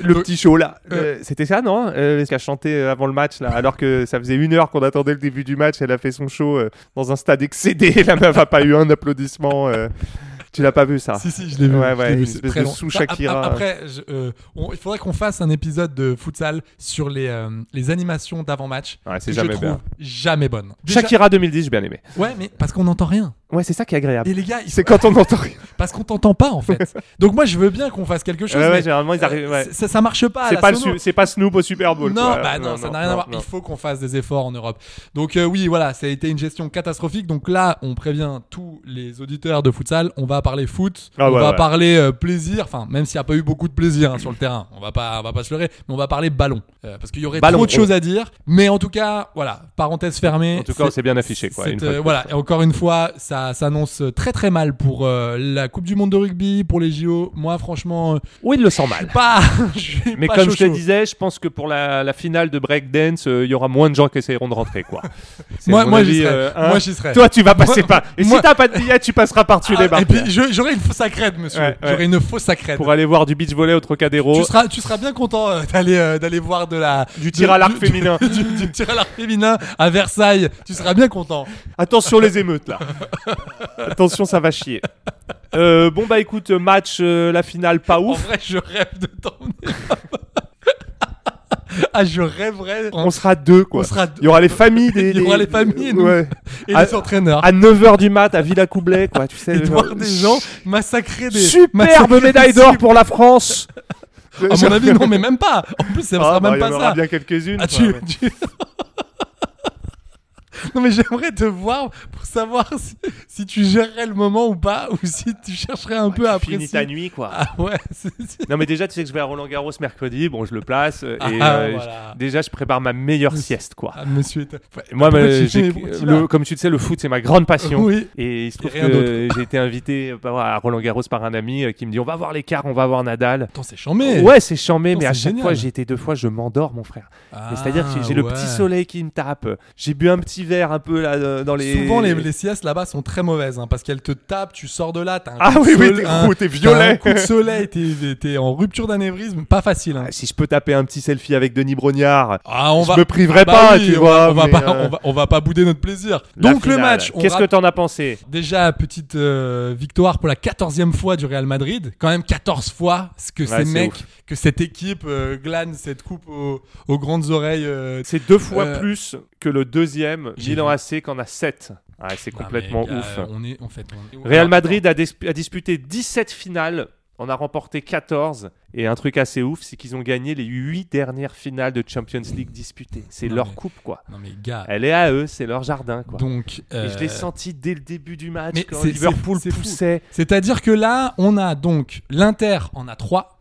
Speaker 2: le
Speaker 9: Euh,
Speaker 2: petit show là.
Speaker 9: euh.
Speaker 2: Euh, C'était ça, non euh, Ce qu'elle chantait euh, avant le match là, alors que ça faisait une heure qu'on attendait le début du match. Elle a fait son show euh, dans un stade excédé. <laughs> La meuf a pas eu un applaudissement. euh. Tu l'as pas vu ça
Speaker 9: Si, si, je l'ai vu.
Speaker 2: Ouais,
Speaker 9: je
Speaker 2: ouais,
Speaker 9: l'ai vu,
Speaker 2: une
Speaker 9: c'est
Speaker 2: espèce
Speaker 9: très
Speaker 2: de
Speaker 9: long.
Speaker 2: sous
Speaker 9: Enfin, ap-
Speaker 2: Shakira.
Speaker 9: ap- Après, je- euh, on- il faudrait qu'on fasse un épisode de futsal sur les, euh, les animations d'avant-match.
Speaker 2: Ouais, c'est
Speaker 9: que
Speaker 2: jamais
Speaker 9: je trouve
Speaker 2: bien.
Speaker 9: jamais bonne.
Speaker 2: Shakira 2010, j'ai bien aimé.
Speaker 9: Ouais, mais parce qu'on n'entend rien.
Speaker 2: Ouais, c'est ça qui est agréable.
Speaker 9: Et les gars, ils-
Speaker 2: Ah, C'est quand on entend rien.
Speaker 9: parce qu'on t'entend pas en
Speaker 2: <laughs>
Speaker 9: fait. Donc moi, je veux bien qu'on fasse quelque chose.
Speaker 2: Ouais, ouais,
Speaker 9: mais,
Speaker 2: généralement, ils arrivent-
Speaker 9: euh,
Speaker 2: ouais.
Speaker 9: c'est- ça, ça marche pas. à
Speaker 2: C'est
Speaker 9: la
Speaker 2: pas,
Speaker 9: sono.
Speaker 2: Snoop- c'est pas Snoop au Super Bowl.
Speaker 9: Non,
Speaker 2: quoi.
Speaker 9: bah non, ça n'a rien à
Speaker 2: non,
Speaker 9: voir.
Speaker 2: non.
Speaker 9: Il faut qu'on fasse des efforts en Europe. Donc euh, oui, voilà, ça a été une gestion catastrophique. Donc là, on prévient tous les auditeurs de futsal. On va parler foot,
Speaker 2: Ah
Speaker 9: on
Speaker 2: ouais,
Speaker 9: va
Speaker 2: ouais.
Speaker 9: parler euh, plaisir. Enfin, même s'il n'y a pas eu beaucoup de plaisir hein, sur le terrain, on va pas, on va pas se leurrer. Mais on va parler ballon Euh, parce qu'il y aurait
Speaker 2: Ballon,
Speaker 9: trop de
Speaker 2: on-
Speaker 9: choses à dire. Mais en tout cas, voilà, parenthèse fermée.
Speaker 2: En tout cas, on s'est bien affiché, quoi,
Speaker 9: c'est,
Speaker 2: une fois
Speaker 9: euh,
Speaker 2: de plus.
Speaker 9: voilà, et encore une fois, ça s'annonce très très mal pour euh, la Coupe du Monde de rugby, pour les JO. Moi, franchement, euh,
Speaker 2: Oui, il le sent
Speaker 9: je
Speaker 2: mal.
Speaker 9: suis pas. je suis
Speaker 2: Mais
Speaker 9: pas
Speaker 2: comme je te
Speaker 9: chaud-chaud.
Speaker 2: disais, je pense que pour la, la finale de breakdance, euh, il y aura moins de gens qui essayeront de rentrer,
Speaker 9: <laughs>
Speaker 2: quoi. C'est
Speaker 9: moi,
Speaker 2: mon
Speaker 9: moi,
Speaker 2: avis,
Speaker 9: j'y serais.
Speaker 2: euh, hein.
Speaker 9: moi, j'y serais.
Speaker 2: Toi, tu vas passer
Speaker 9: Moi-
Speaker 2: pas. Et
Speaker 9: moi-
Speaker 2: si t'as pas de billet, tu passeras par-dessus
Speaker 9: Ah,
Speaker 2: les barres.
Speaker 9: Et puis je- j'aurai une fausse à crête, monsieur.
Speaker 2: Ouais, ouais.
Speaker 9: J'aurai une fausse à crête.
Speaker 2: Pour aller voir du beach volley au Trocadéro,
Speaker 9: Tu seras, tu seras bien content euh, d'aller euh, d'aller voir de la
Speaker 2: du tir à
Speaker 9: de-
Speaker 2: l'arc
Speaker 9: du-
Speaker 2: féminin.
Speaker 9: <laughs> du, du tir à l'arc féminin à Versailles. Tu seras bien content.
Speaker 2: Attention les émeutes
Speaker 9: <laughs>
Speaker 2: là. Attention, ça va chier. Euh, bon bah écoute, match, euh, la finale pas
Speaker 9: En
Speaker 2: ouf.
Speaker 9: vrai, je rêve de t'emmener là-bas. <laughs> ah, je rêverais.
Speaker 2: On sera deux quoi.
Speaker 9: On sera deux.
Speaker 2: Il y aura les familles des.
Speaker 9: <laughs> Il y aura
Speaker 2: des-
Speaker 9: les familles et nous.
Speaker 2: Ouais.
Speaker 9: Et
Speaker 2: à-
Speaker 9: les entraîneurs.
Speaker 2: À 9h du mat à Villa Coublet quoi, tu sais.
Speaker 9: et de
Speaker 2: genre-
Speaker 9: voir des gens massacrer des. massacrer
Speaker 2: Superbe
Speaker 9: des
Speaker 2: médaille d'or pour la France.
Speaker 9: cibles. À mon avis, non, mais même pas. En plus, ça sera
Speaker 2: Ah, bah,
Speaker 9: même
Speaker 2: il y en
Speaker 9: pas
Speaker 2: aura
Speaker 9: ça.
Speaker 2: bien quelques-unes.
Speaker 9: Ah,
Speaker 2: quoi,
Speaker 9: tu-
Speaker 2: mais-
Speaker 9: tu- <laughs> non mais j'aimerais te voir pour savoir si, si tu gérerais le moment ou pas, ou si tu chercherais un peu à
Speaker 2: Ah, Tu finis
Speaker 9: apprécier.
Speaker 2: ta nuit, quoi.
Speaker 9: Ah ouais, <laughs> c'est- c'est-
Speaker 2: Non, mais déjà, tu sais que je vais à Roland Garros mercredi. Bon, je le place. euh,
Speaker 9: Ah,
Speaker 2: et
Speaker 9: ah,
Speaker 2: euh,
Speaker 9: voilà.
Speaker 2: je- déjà, je prépare ma meilleure sieste, quoi.
Speaker 9: Ah, monsieur. t'as- Ouais,
Speaker 2: Moi,
Speaker 9: pourquoi
Speaker 2: mais
Speaker 9: tu-
Speaker 2: j'ai-
Speaker 9: pourquoi tu
Speaker 2: le-
Speaker 9: vas
Speaker 2: comme tu le sais, le foot, c'est ma grande passion.
Speaker 9: Oui.
Speaker 2: Et il se trouve
Speaker 9: rien
Speaker 2: que j'ai été invité euh, à Roland Garros par un ami euh, qui me dit on va voir les quarts, on va voir Nadal. Oh,
Speaker 9: Attends, c'est chambé.
Speaker 2: Ouais, c'est chambé,
Speaker 9: Non,
Speaker 2: mais à
Speaker 9: c'est
Speaker 2: chaque
Speaker 9: génial.
Speaker 2: fois, j'ai été deux fois, je m'endors, mon frère. Mais C'est-à-dire que j'ai- j'ai le
Speaker 9: Ah,
Speaker 2: petit
Speaker 9: ouais.
Speaker 2: soleil qui me tape. J'ai bu un petit verre un peu là euh, dans les.
Speaker 9: Souvent, les, les siestes là-bas sont très mauvaises hein, parce qu'elles te tapent, tu sors de là, t'as un
Speaker 2: Ah
Speaker 9: coup de
Speaker 2: oui, oui,
Speaker 9: sol-
Speaker 2: t'es
Speaker 9: un-
Speaker 2: roux, t'es
Speaker 9: t'as un
Speaker 2: violet.
Speaker 9: coup de soleil, t'es- t'es en rupture d'anévrisme, pas facile. hein.
Speaker 2: Ah, Si je peux taper un petit selfie avec Denis Brognard,
Speaker 9: Ah, on
Speaker 2: Je
Speaker 9: va...
Speaker 2: me priverai
Speaker 9: Ah bah
Speaker 2: pas,
Speaker 9: oui,
Speaker 2: tu
Speaker 9: on va-
Speaker 2: vois,
Speaker 9: On va,
Speaker 2: mais,
Speaker 9: pas,
Speaker 2: euh,
Speaker 9: on, va, on va pas bouder notre plaisir.
Speaker 2: La
Speaker 9: Donc le
Speaker 2: finale.
Speaker 9: match. on
Speaker 2: Qu'est-ce que
Speaker 9: rappe-
Speaker 2: t'en as pensé
Speaker 9: Déjà, petite euh, victoire pour la 14e fois du Real Madrid. Quand même 14 fois ce que ces
Speaker 2: c'est
Speaker 9: mecs,
Speaker 2: ouf.
Speaker 9: que cette équipe euh, glane cette coupe aux, aux grandes oreilles. euh,
Speaker 2: C'est deux fois
Speaker 9: Euh,
Speaker 2: plus que le deuxième
Speaker 9: j'ai
Speaker 2: Milan
Speaker 9: vu.
Speaker 2: AC qu'en a sept. Ouais, c'est complètement
Speaker 9: Ah, mais,
Speaker 2: ouf.
Speaker 9: euh, on est, en fait, on est-
Speaker 2: Real
Speaker 9: Alors,
Speaker 2: Madrid a, dis- a disputé 17 finales, en a remporté 14. Et un truc assez ouf, c'est qu'ils ont gagné les 8 dernières finales de Champions League disputées. C'est
Speaker 9: Non,
Speaker 2: leur
Speaker 9: mais-
Speaker 2: coupe, quoi.
Speaker 9: Non mais gars,
Speaker 2: Elle est à eux, c'est leur jardin, quoi.
Speaker 9: donc.
Speaker 2: Eh, et je l'ai
Speaker 9: euh,
Speaker 2: senti dès le début du match,
Speaker 9: mais
Speaker 2: quand
Speaker 9: c'est-
Speaker 2: Liverpool
Speaker 9: c'est- c'est fou.
Speaker 2: poussait.
Speaker 9: C'est-à-dire que là, on a donc l'Inter en a 3.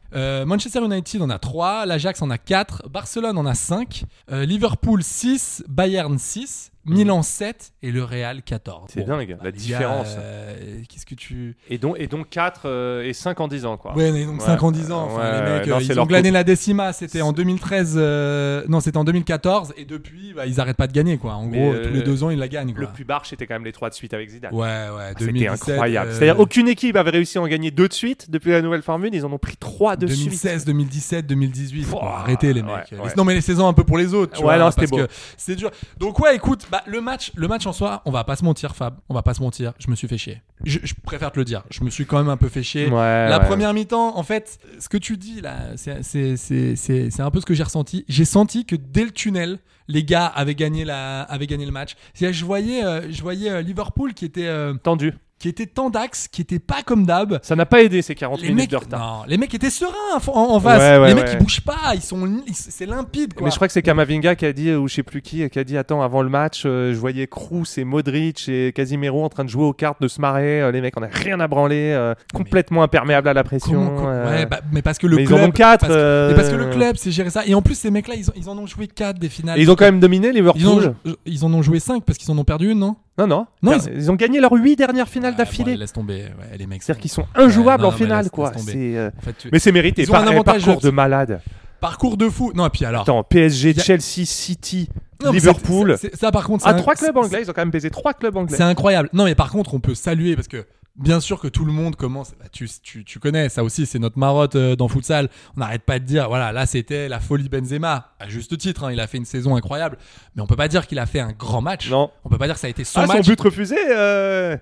Speaker 9: Manchester United en a 3, l'Ajax en a 4, Barcelone en a 5, Liverpool 6, Bayern 6, Milan 7 et le Real 14.
Speaker 2: Mhm. C'est dingue, la
Speaker 9: les gars,
Speaker 2: différence. hein.
Speaker 9: euh, Qu'est-ce que tu...
Speaker 2: Et donc, et donc 4 et 5 en 10 ans, quoi.
Speaker 9: Ouais, mais donc
Speaker 2: Ouais,
Speaker 9: 5 en 10 ans.
Speaker 2: euh,
Speaker 9: Enfin,
Speaker 2: ouais,
Speaker 9: les mecs,
Speaker 2: ouais, non,
Speaker 9: euh,
Speaker 2: c'est
Speaker 9: ils ont
Speaker 2: leur
Speaker 9: glané
Speaker 2: coupe.
Speaker 9: la décima. C'était en 2013. euh, Non, c'était en 2014. Et depuis, bah, ils arrêtent pas de gagner. quoi. En
Speaker 2: Mais,
Speaker 9: gros,
Speaker 2: euh,
Speaker 9: tous les deux ans, ils la gagnent. Quoi.
Speaker 2: Le plus barge, c'était quand même les 3 de suite avec Zidane.
Speaker 9: Ouais, ouais.
Speaker 2: Ah, C'était
Speaker 9: 2017,
Speaker 2: incroyable.
Speaker 9: euh,
Speaker 2: C'est-à-dire aucune équipe avait réussi à en gagner deux de suite depuis la nouvelle formule. Ils en ont pris trois de suite.
Speaker 9: 2016, 2017, 2018.
Speaker 2: Pouah,
Speaker 9: Bon, arrêtez les
Speaker 2: ouais,
Speaker 9: mecs.
Speaker 2: ouais.
Speaker 9: Non mais les saisons un peu pour les autres. Tu
Speaker 2: Ouais,
Speaker 9: vois,
Speaker 2: non, c'était
Speaker 9: parce
Speaker 2: beau.
Speaker 9: que c'est dur. Donc ouais, écoute, bah, le match, le match en soi, on va pas se mentir, Fab. On va pas se mentir. Je me suis fait chier. Je, je préfère te le dire. Je me suis quand même un peu fait chier.
Speaker 2: Ouais,
Speaker 9: La
Speaker 2: ouais.
Speaker 9: première mi-temps, en fait, ce que tu dis là, c'est- c'est c'est- c'est- c'est un peu ce que j'ai ressenti. J'ai senti que dès le tunnel, les gars avaient gagné, la, avaient gagné le match. C'est-à-dire, Je voyais, euh, je voyais euh, Liverpool qui était, euh,
Speaker 2: Tendu.
Speaker 9: qui était tant d'axes, qui était pas comme d'hab.
Speaker 2: Ça n'a pas aidé ces 40
Speaker 9: Les
Speaker 2: minutes
Speaker 9: mecs,
Speaker 2: de retard.
Speaker 9: non, les mecs étaient sereins en, en face.
Speaker 2: Ouais, ouais,
Speaker 9: les
Speaker 2: ouais.
Speaker 9: mecs ils bougent pas, ils sont, ils- c'est limpide. Quoi.
Speaker 2: Mais je crois que c'est Kamavinga qui a dit, ou je sais plus qui, qui a dit Attends, avant le match, euh, je voyais Kroos et Modric et Casimiro en train de jouer aux cartes, de se marrer. Euh, les mecs, on a rien à branler. euh, complètement imperméable à la pression.
Speaker 9: Comment- comment-
Speaker 2: euh,
Speaker 9: ouais, bah, mais parce que le
Speaker 2: mais ils en
Speaker 9: club,
Speaker 2: ont quatre,
Speaker 9: parce que,
Speaker 2: euh.
Speaker 9: mais parce que le club c'est gérer ça. Et en plus ces mecs là ils, ont- ils en ont joué 4 des finales.
Speaker 2: et ils ont quand même dominé
Speaker 9: ils, en
Speaker 2: Liverpool.
Speaker 9: ont, ils en ont joué 5 parce qu'ils en ont perdu une, non
Speaker 2: Non, non.
Speaker 9: Non,
Speaker 2: ils... ont gagné leurs 8 dernières finales
Speaker 9: Ouais,
Speaker 2: d'affilée.
Speaker 9: bon, laisse tomber, ouais, les mecs.
Speaker 2: C'est-à-dire qu'ils sont
Speaker 9: Ouais,
Speaker 2: injouables
Speaker 9: non,
Speaker 2: en
Speaker 9: non, mais
Speaker 2: finale,
Speaker 9: laisse-
Speaker 2: quoi.
Speaker 9: laisse tomber.
Speaker 2: C'est, euh,
Speaker 9: En fait, tu-
Speaker 2: Mais c'est mérité.
Speaker 9: Ils ont un
Speaker 2: Par- eh,
Speaker 9: avantage-
Speaker 2: Parcours de malade.
Speaker 9: Parcours de fou. Non, et puis alors.
Speaker 2: Attends, PSG,
Speaker 9: Y a-
Speaker 2: Chelsea, City,
Speaker 9: Non, mais c'est-
Speaker 2: Liverpool.
Speaker 9: c'est- c'est- Ça, par contre, c'est
Speaker 2: Ah,
Speaker 9: un-
Speaker 2: trois clubs
Speaker 9: c'est-
Speaker 2: anglais, ils ont quand même baisé trois clubs anglais.
Speaker 9: C'est incroyable. Non, mais par contre, on peut saluer parce que Bien sûr que tout le monde commence. bah, tu, tu, tu connais ça aussi, c'est notre marotte euh, dans futsal. On n'arrête pas de dire, voilà, là c'était la folie Benzema. À juste titre, hein, il a fait une saison incroyable. Mais on peut pas dire qu'il a fait un grand match.
Speaker 2: Non.
Speaker 9: On peut pas dire que ça a été son
Speaker 2: Ah,
Speaker 9: match.
Speaker 2: son but refusé, euh,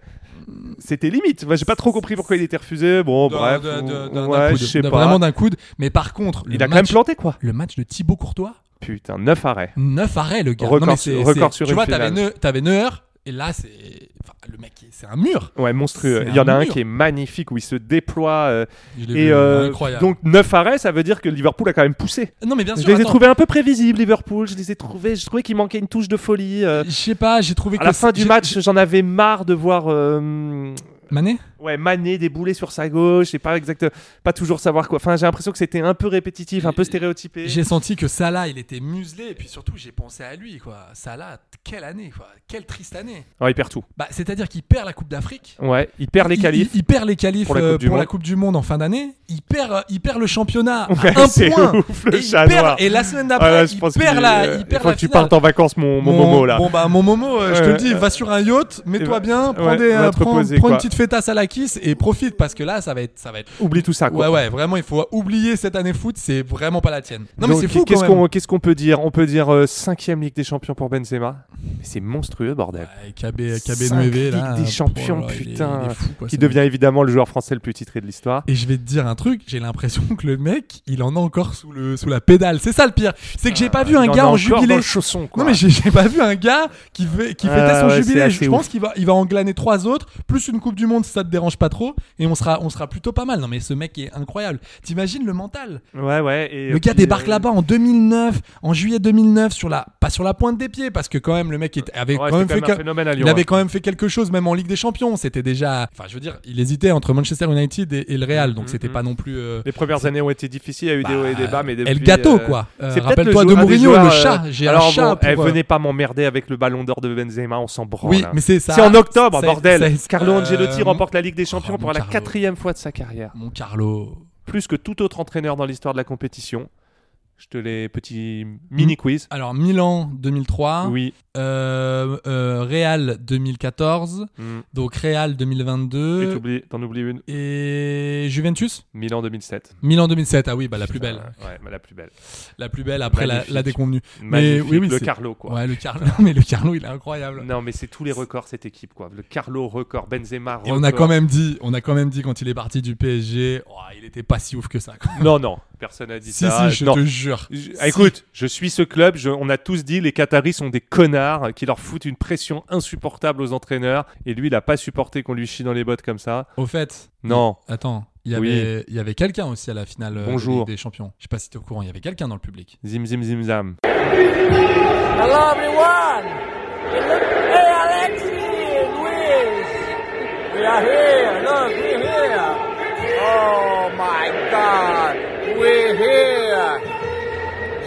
Speaker 2: c'était limite. Moi, J'ai pas trop compris pourquoi il était refusé. Bon,
Speaker 9: d'un-
Speaker 2: bref,
Speaker 9: d'un- d'un- d'un
Speaker 2: ouais,
Speaker 9: coude.
Speaker 2: je sais
Speaker 9: D'un-
Speaker 2: pas.
Speaker 9: Vraiment d'un coude. Mais par contre,
Speaker 2: il
Speaker 9: le,
Speaker 2: a quand même
Speaker 9: match,
Speaker 2: planté quoi.
Speaker 9: le match de Thibaut Courtois,
Speaker 2: Putain, 9 arrêts.
Speaker 9: 9 arrêts, le gars.
Speaker 2: Record
Speaker 9: non, mais
Speaker 2: sur-
Speaker 9: c'est-
Speaker 2: record
Speaker 9: c'est-
Speaker 2: sur
Speaker 9: Tu
Speaker 2: une
Speaker 9: vois, t'avais
Speaker 2: finale.
Speaker 9: Neu- t'avais Neuer, et là, c'est. enfin, le mec, c'est un mur.
Speaker 2: Ouais, monstrueux.
Speaker 9: C'est
Speaker 2: Il y en a
Speaker 9: un
Speaker 2: un
Speaker 9: mur.
Speaker 2: qui est magnifique où il se déploie. euh,
Speaker 9: Je l'ai
Speaker 2: et
Speaker 9: vu,
Speaker 2: euh,
Speaker 9: incroyable.
Speaker 2: donc 9 arrêts, ça veut dire que Liverpool a quand même poussé.
Speaker 9: non, mais bien
Speaker 2: Je
Speaker 9: sûr.
Speaker 2: les ai
Speaker 9: attends.
Speaker 2: trouvés un peu prévisibles, Liverpool. Je les ai trouvés. Je trouvais qu'il manquait une touche de folie. euh.
Speaker 9: Je sais pas, j'ai trouvé
Speaker 2: à
Speaker 9: que
Speaker 2: la fin du
Speaker 9: j'ai-
Speaker 2: match, j'en avais marre de voir. euh,
Speaker 9: Mané
Speaker 2: Ouais, Mané débouler sur sa gauche et pas exact, pas toujours savoir quoi. Enfin, j'ai l'impression que c'était un peu répétitif, un peu stéréotypé.
Speaker 9: J'ai senti que Salah, il était muselé, et puis surtout, j'ai pensé à lui, quoi. Salah, quelle année, quoi. Quelle triste année.
Speaker 2: Ouais, il perd tout.
Speaker 9: Bah, c'est-à-dire qu'il perd la Coupe d'Afrique.
Speaker 2: Ouais, il perd les
Speaker 9: Il-
Speaker 2: qualifs.
Speaker 9: Il, il perd les qualifs euh,
Speaker 2: Pour
Speaker 9: pour,
Speaker 2: la
Speaker 9: la,
Speaker 2: Coupe
Speaker 9: coupe
Speaker 2: du Monde.
Speaker 9: du Monde en fin d'année. Il perd, euh, il perd le championnat.
Speaker 2: Ouais,
Speaker 9: à un
Speaker 2: c'est
Speaker 9: point.
Speaker 2: ouf, le
Speaker 9: et, il
Speaker 2: chat
Speaker 9: perd-
Speaker 2: noir.
Speaker 9: et la semaine
Speaker 2: Ah,
Speaker 9: d'après,
Speaker 2: là,
Speaker 9: il, perd
Speaker 2: que,
Speaker 9: la,
Speaker 2: euh,
Speaker 9: il
Speaker 2: il
Speaker 9: perd
Speaker 2: faut
Speaker 9: la
Speaker 2: que tu
Speaker 9: finale.
Speaker 2: partes en vamomo mon, mon Momo, là.
Speaker 9: Bon bah mon Momo, euh, je te
Speaker 2: Ouais.
Speaker 9: le dis, va sur un yacht, mets-toi
Speaker 2: Ouais.
Speaker 9: bien, prends,
Speaker 2: Ouais,
Speaker 9: des,
Speaker 2: va
Speaker 9: euh,
Speaker 2: te
Speaker 9: prends-
Speaker 2: reposer,
Speaker 9: prends une
Speaker 2: quoi.
Speaker 9: petite fêtasse à la kiss et profite parce que là ça va être ça va être.
Speaker 2: Oublie tout ça. Quoi.
Speaker 9: Ouais ouais, vraiment il faut oublier cette année foot, c'est vraiment pas la tienne. Non
Speaker 2: Donc,
Speaker 9: mais c'est fou
Speaker 2: Qu'est-ce
Speaker 9: quand même.
Speaker 2: qu'on qu'est-ce qu'on peut dire On peut dire euh, cinquième Ligue des Champions pour Benzema. Mais c'est monstrueux, bordel.
Speaker 9: Ouais, KB, KB
Speaker 2: Cinq
Speaker 9: Nueve,
Speaker 2: Ligues
Speaker 9: là,
Speaker 2: des
Speaker 9: pour-
Speaker 2: Champions,
Speaker 9: il est- il est
Speaker 2: putain.
Speaker 9: fou, quoi,
Speaker 2: Qui
Speaker 9: ce
Speaker 2: devient
Speaker 9: mec.
Speaker 2: évidemment le joueur français le plus titré de l'histoire.
Speaker 9: Et je vais te dire un truc, j'ai l'impression que le mec, il en a encore sous le sous la pédale. C'est ça le pire, c'est que j'ai pas vu un
Speaker 2: Ah, Il
Speaker 9: gars
Speaker 2: a
Speaker 9: en
Speaker 2: encore dans
Speaker 9: jubilé.
Speaker 2: le chausson, quoi.
Speaker 9: Non mais j'ai- j'ai pas vu un gars qui fait qui
Speaker 2: Ah
Speaker 9: fêtait son
Speaker 2: ouais, c'est
Speaker 9: jubilé.
Speaker 2: assez
Speaker 9: Je pense qu'il va il va en glaner trois autres plus une coupe du monde si ça te dérange pas trop et on sera on sera plutôt pas mal. Non mais ce mec est incroyable. T'imagines le mental.
Speaker 2: Ouais, ouais. et
Speaker 9: le
Speaker 2: puis,
Speaker 9: gars débarque
Speaker 2: euh,
Speaker 9: là-bas en 2009, en juillet 2009 sur la pas sur la pointe des pieds parce que quand même le mec était- avait
Speaker 2: ouais,
Speaker 9: quand même
Speaker 2: c'était
Speaker 9: fait
Speaker 2: un
Speaker 9: que-
Speaker 2: phénomène à Lyon.
Speaker 9: il avait
Speaker 2: hein.
Speaker 9: quand même fait quelque chose, même en Ligue des Champions. C'était déjà. Enfin, je veux dire, il hésitait entre Manchester United et, et le Real, donc
Speaker 2: Mhm.
Speaker 9: c'était pas non plus. euh, bah,
Speaker 2: Les premières années ont été difficiles, il y a eu des hauts et des bas, mais
Speaker 9: El
Speaker 2: depuis,
Speaker 9: Gatto,
Speaker 2: euh,
Speaker 9: quoi. Euh,
Speaker 2: c'est peut-être
Speaker 9: Rappelle-toi
Speaker 2: le
Speaker 9: de
Speaker 2: joueur- un des
Speaker 9: Mourinho,
Speaker 2: joueurs,
Speaker 9: le
Speaker 2: euh,
Speaker 9: chat. J'ai
Speaker 2: Alors
Speaker 9: un chat.
Speaker 2: bon,
Speaker 9: pour,
Speaker 2: eh,
Speaker 9: euh,
Speaker 2: venez pas m'emmerder avec le ballon d'or de Benzema, on s'en branle.
Speaker 9: Oui,
Speaker 2: hein.
Speaker 9: mais c'est ça.
Speaker 2: C'est en octobre,
Speaker 9: c'est-
Speaker 2: bordel.
Speaker 9: c'est-
Speaker 2: Carlo
Speaker 9: euh,
Speaker 2: Angelotti
Speaker 9: mon-
Speaker 2: remporte la Ligue des Champions
Speaker 9: Oh,
Speaker 2: pour la
Speaker 9: Carlo.
Speaker 2: quatrième fois de sa carrière.
Speaker 9: Mon Carlo.
Speaker 2: Plus que tout autre entraîneur dans l'histoire de la compétition. Je te les petits mini-quiz.
Speaker 9: Alors, Milan 2003.
Speaker 2: Oui.
Speaker 9: Euh, euh, Real 2014.
Speaker 2: Mm.
Speaker 9: Donc, Real
Speaker 2: Et
Speaker 9: 2022.
Speaker 2: t'oublies- t'en oublies une.
Speaker 9: Et Juventus
Speaker 2: Milan 2007.
Speaker 9: Milan 2007. Ah oui, bah la plus belle.
Speaker 2: Putain, Ouais, mais la plus belle.
Speaker 9: La plus belle après la,
Speaker 2: Magnifique.
Speaker 9: la déconvenue.
Speaker 2: Magnifique,
Speaker 9: oui, oui,
Speaker 2: le
Speaker 9: c'est-
Speaker 2: Carlo, quoi.
Speaker 9: Ouais, le <laughs> Carlo. Mais le Carlo, il est incroyable.
Speaker 2: Non, mais c'est tous les records, cette équipe, quoi. Le Carlo record, Benzema
Speaker 9: Et
Speaker 2: record.
Speaker 9: on a quand même dit, on a quand même dit quand il est parti du PSG, oh, il était pas si ouf que ça. quoi.
Speaker 2: Non, non, personne n'a dit
Speaker 9: si
Speaker 2: ça. euh,
Speaker 9: si, je
Speaker 2: Non.
Speaker 9: te jure.
Speaker 2: Je- ah, Écoute, je suis ce club, je- on a tous dit les Qataris sont des connards euh, qui leur foutent une pression insupportable aux entraîneurs et lui il a pas supporté qu'on lui chie dans les bottes comme ça.
Speaker 9: Au fait,
Speaker 2: Non.
Speaker 9: attends, il y
Speaker 2: Oui.
Speaker 9: avait, il y avait quelqu'un aussi à la finale euh, de
Speaker 2: Bonjour.
Speaker 9: Ligue des Champions. Je sais pas si t'es au courant, il y avait quelqu'un dans le public.
Speaker 2: Zim zim zim zam. <laughs>
Speaker 3: Hello everyone! Hey Alexi, Luis! We are here, look, we're here! Oh my god, we're here!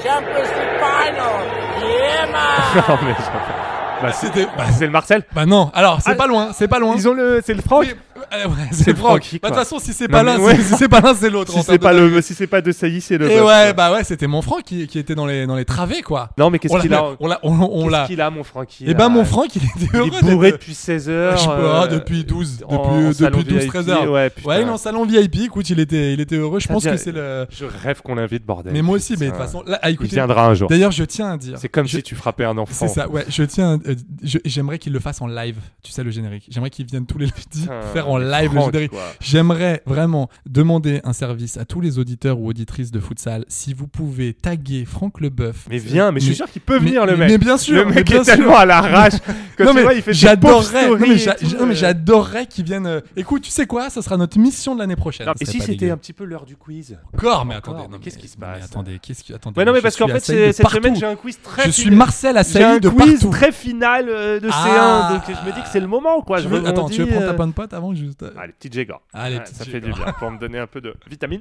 Speaker 3: Champions League final! Yeah
Speaker 2: <laughs>
Speaker 3: man!
Speaker 2: Non, mais j'en- bah, c'est
Speaker 9: C'était,
Speaker 2: bah, c'est le Marcel.
Speaker 9: bah non, alors c'est
Speaker 2: Ah,
Speaker 9: pas loin, c'est pas loin.
Speaker 2: Ils ont le c'est le Franck.
Speaker 9: Oui, euh, ouais, c'est
Speaker 2: le
Speaker 9: Franck.
Speaker 2: Francky,
Speaker 9: Bah, De
Speaker 2: quoi.
Speaker 9: toute façon, si c'est
Speaker 2: Non,
Speaker 9: pas
Speaker 2: mais
Speaker 9: l'un,
Speaker 2: ouais.
Speaker 9: c'est- si c'est pas l'un, c'est l'autre. en
Speaker 2: Si
Speaker 9: termes
Speaker 2: c'est
Speaker 9: de
Speaker 2: pas
Speaker 9: dingue.
Speaker 2: le si c'est pas de Sailly, c'est le
Speaker 9: Et
Speaker 2: boss,
Speaker 9: ouais,
Speaker 2: quoi.
Speaker 9: bah ouais, c'était mon Franck qui, qui était dans les dans les travées quoi.
Speaker 2: Non, mais qu'est-ce
Speaker 9: On l'a-
Speaker 2: qu'il a
Speaker 9: On l'a, on, on
Speaker 2: Qu'est-ce
Speaker 9: l'a.
Speaker 2: qu'il a mon Francky
Speaker 9: Et
Speaker 2: là
Speaker 9: ben mon Franck, il était heureux.
Speaker 2: il est bourré
Speaker 9: d'être-
Speaker 2: depuis 16 heures.
Speaker 9: Je sais pas,
Speaker 2: euh,
Speaker 9: depuis 12,
Speaker 2: en-
Speaker 9: depuis,
Speaker 2: en
Speaker 9: euh,
Speaker 2: salon
Speaker 9: depuis 12, 13 heures.
Speaker 2: Ouais, putain.
Speaker 9: euh,
Speaker 2: Ah,
Speaker 9: Ouais, il est en salon VIP, écoute, il était, il était heureux. Je
Speaker 2: Ça
Speaker 9: pense
Speaker 2: vient-
Speaker 9: que c'est le.
Speaker 2: Je rêve qu'on l'invite bordel.
Speaker 9: Mais moi aussi, mais de toute
Speaker 2: putain.
Speaker 9: façon, là, à
Speaker 2: il
Speaker 9: écouter.
Speaker 2: viendra un jour.
Speaker 9: D'ailleurs, je tiens à dire.
Speaker 2: C'est comme
Speaker 9: je-
Speaker 2: si tu frappais un enfant.
Speaker 9: C'est ça, ouais, je tiens. à- euh, je- J'aimerais qu'il le fasse en live, tu sais, le générique. J'aimerais qu'il vienne tous les <laughs> lundis
Speaker 2: Putain,
Speaker 9: faire en
Speaker 2: Ah, mais
Speaker 9: live le
Speaker 2: Franck,
Speaker 9: générique.
Speaker 2: quoi.
Speaker 9: J'aimerais vraiment demander un service à tous les auditeurs ou auditrices de futsal. Si vous pouvez taguer Franck Leboeuf.
Speaker 2: Mais viens, mais je suis sûr qu'il peut
Speaker 9: mais-
Speaker 2: venir le
Speaker 9: mais-
Speaker 2: mec.
Speaker 9: Mais bien sûr,
Speaker 2: le
Speaker 9: mais
Speaker 2: mec
Speaker 9: bien
Speaker 2: est
Speaker 9: sûr.
Speaker 2: tellement à l'arrache. Quand
Speaker 9: <laughs> non,
Speaker 2: tu
Speaker 9: mais
Speaker 2: vois, il fait des
Speaker 9: j'adorerais.
Speaker 2: pauvres
Speaker 9: Non,
Speaker 2: stories
Speaker 9: mais j'a-
Speaker 2: et tout,
Speaker 9: non, mais
Speaker 2: euh.
Speaker 9: j'adorerais qu'ils viennent. euh, Écoute, tu sais quoi Ça sera notre mission de l'année prochaine.
Speaker 2: Non,
Speaker 9: Ce
Speaker 2: et
Speaker 9: serait
Speaker 2: si
Speaker 9: pas
Speaker 2: c'était
Speaker 9: dégueu.
Speaker 2: un petit peu l'heure du quiz
Speaker 9: Encore, mais
Speaker 2: Encore,
Speaker 9: attendez.
Speaker 2: mais
Speaker 9: non,
Speaker 2: qu'est-ce qui se
Speaker 9: non, mais
Speaker 2: passe hein
Speaker 9: Attendez, qu'est-ce qui. Attendez.
Speaker 2: Ouais, non, mais
Speaker 9: je
Speaker 2: parce
Speaker 9: suis
Speaker 2: qu'en fait,
Speaker 9: assailli de
Speaker 2: c'est- cette semaine,
Speaker 9: partout.
Speaker 2: j'ai un quiz très.
Speaker 9: Je suis
Speaker 2: fina-
Speaker 9: Marcel
Speaker 2: J'ai un
Speaker 9: Assailly de
Speaker 2: quiz
Speaker 9: partout.
Speaker 2: très final euh, de
Speaker 9: Ah.
Speaker 2: C1, donc je me dis que c'est le moment, quoi.
Speaker 9: Tu
Speaker 2: Je
Speaker 9: veux- attends,
Speaker 2: rebondis,
Speaker 9: tu veux prendre ta
Speaker 2: euh,
Speaker 9: bonne pote avant juste euh,
Speaker 2: Allez, petit Jégor.
Speaker 9: Allez,
Speaker 2: Ouais,
Speaker 9: petit
Speaker 2: ça fait du
Speaker 9: Jégor.
Speaker 2: bien pour me donner un peu de vitamine.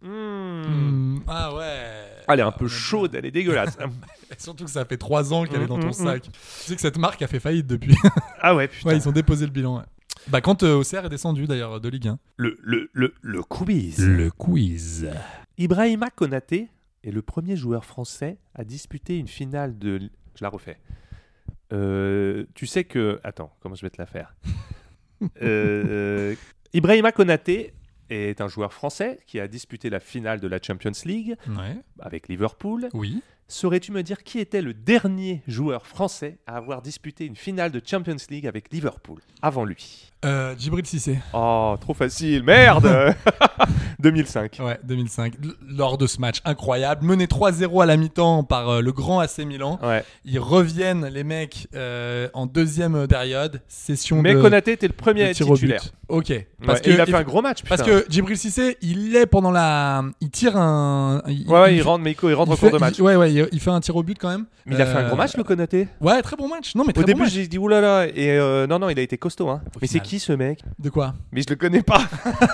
Speaker 2: Mmh.
Speaker 9: hmm, Ah ouais.
Speaker 2: Elle est un
Speaker 9: Ah,
Speaker 2: peu
Speaker 9: ouais.
Speaker 2: chaude, elle est dégueulasse.
Speaker 9: <laughs> Surtout que ça fait 3 ans qu'elle est dans
Speaker 2: Mm,
Speaker 9: ton
Speaker 2: mm,
Speaker 9: sac. Tu sais que cette marque a fait faillite depuis.
Speaker 2: <laughs> Ah ouais, <laughs> putain.
Speaker 9: ouais, ils ont déposé le bilan. ouais. Bah quand euh, OCR est descendu d'ailleurs de Ligue 1.
Speaker 2: le, le, le, le quiz.
Speaker 9: Le quiz.
Speaker 2: Ibrahima Konaté est le premier joueur français à disputer une finale de.
Speaker 9: <laughs>
Speaker 2: Je la refais. Euh, tu sais que. Attends, comment je vais te la faire Euh, euh, Ibrahima Konaté est un joueur français qui a disputé la finale de la Champions League
Speaker 9: Ouais.
Speaker 2: avec Liverpool.
Speaker 9: Oui.
Speaker 2: Saurais-tu me dire qui était le dernier joueur français à avoir disputé une finale de Champions League avec Liverpool avant lui
Speaker 9: Euh, Djibril Cissé.
Speaker 2: Oh, trop facile, <laughs> merde 2005.
Speaker 9: Ouais, 2005. L- lors de ce match incroyable, mené 3-0 à la mi-temps par euh, le grand AC Milan,
Speaker 2: Ouais.
Speaker 9: ils reviennent les mecs euh, en deuxième période, session
Speaker 2: Mais
Speaker 9: de,
Speaker 2: Konaté était le premier à
Speaker 9: de
Speaker 2: être
Speaker 9: euh, tir au but.
Speaker 2: titulaire.
Speaker 9: Ok.
Speaker 2: Parce
Speaker 9: que
Speaker 2: il a
Speaker 9: il-
Speaker 2: fait un gros hein. match.
Speaker 9: parce
Speaker 2: putain.
Speaker 9: que Djibril Cissé, il est pendant la, il tire un. il-
Speaker 2: ouais, ouais, il
Speaker 9: fait-
Speaker 2: rentre, mais il co- il rentre
Speaker 9: il
Speaker 2: en cours
Speaker 9: fait-
Speaker 2: de match.
Speaker 9: il- ouais, ouais, il, il fait un tir au but quand même.
Speaker 2: Mais il a fait un
Speaker 9: Euh,
Speaker 2: gros match, le Konaté.
Speaker 9: Ouais, très bon match. Non, mais très
Speaker 2: Au
Speaker 9: bon
Speaker 2: début,
Speaker 9: match.
Speaker 2: j'ai dit oulala, et euh, non, non, il a été costaud. Hein.
Speaker 9: Au
Speaker 2: Mais c'est
Speaker 9: final.
Speaker 2: qui ce mec
Speaker 9: De quoi
Speaker 2: Mais je le connais pas. <laughs>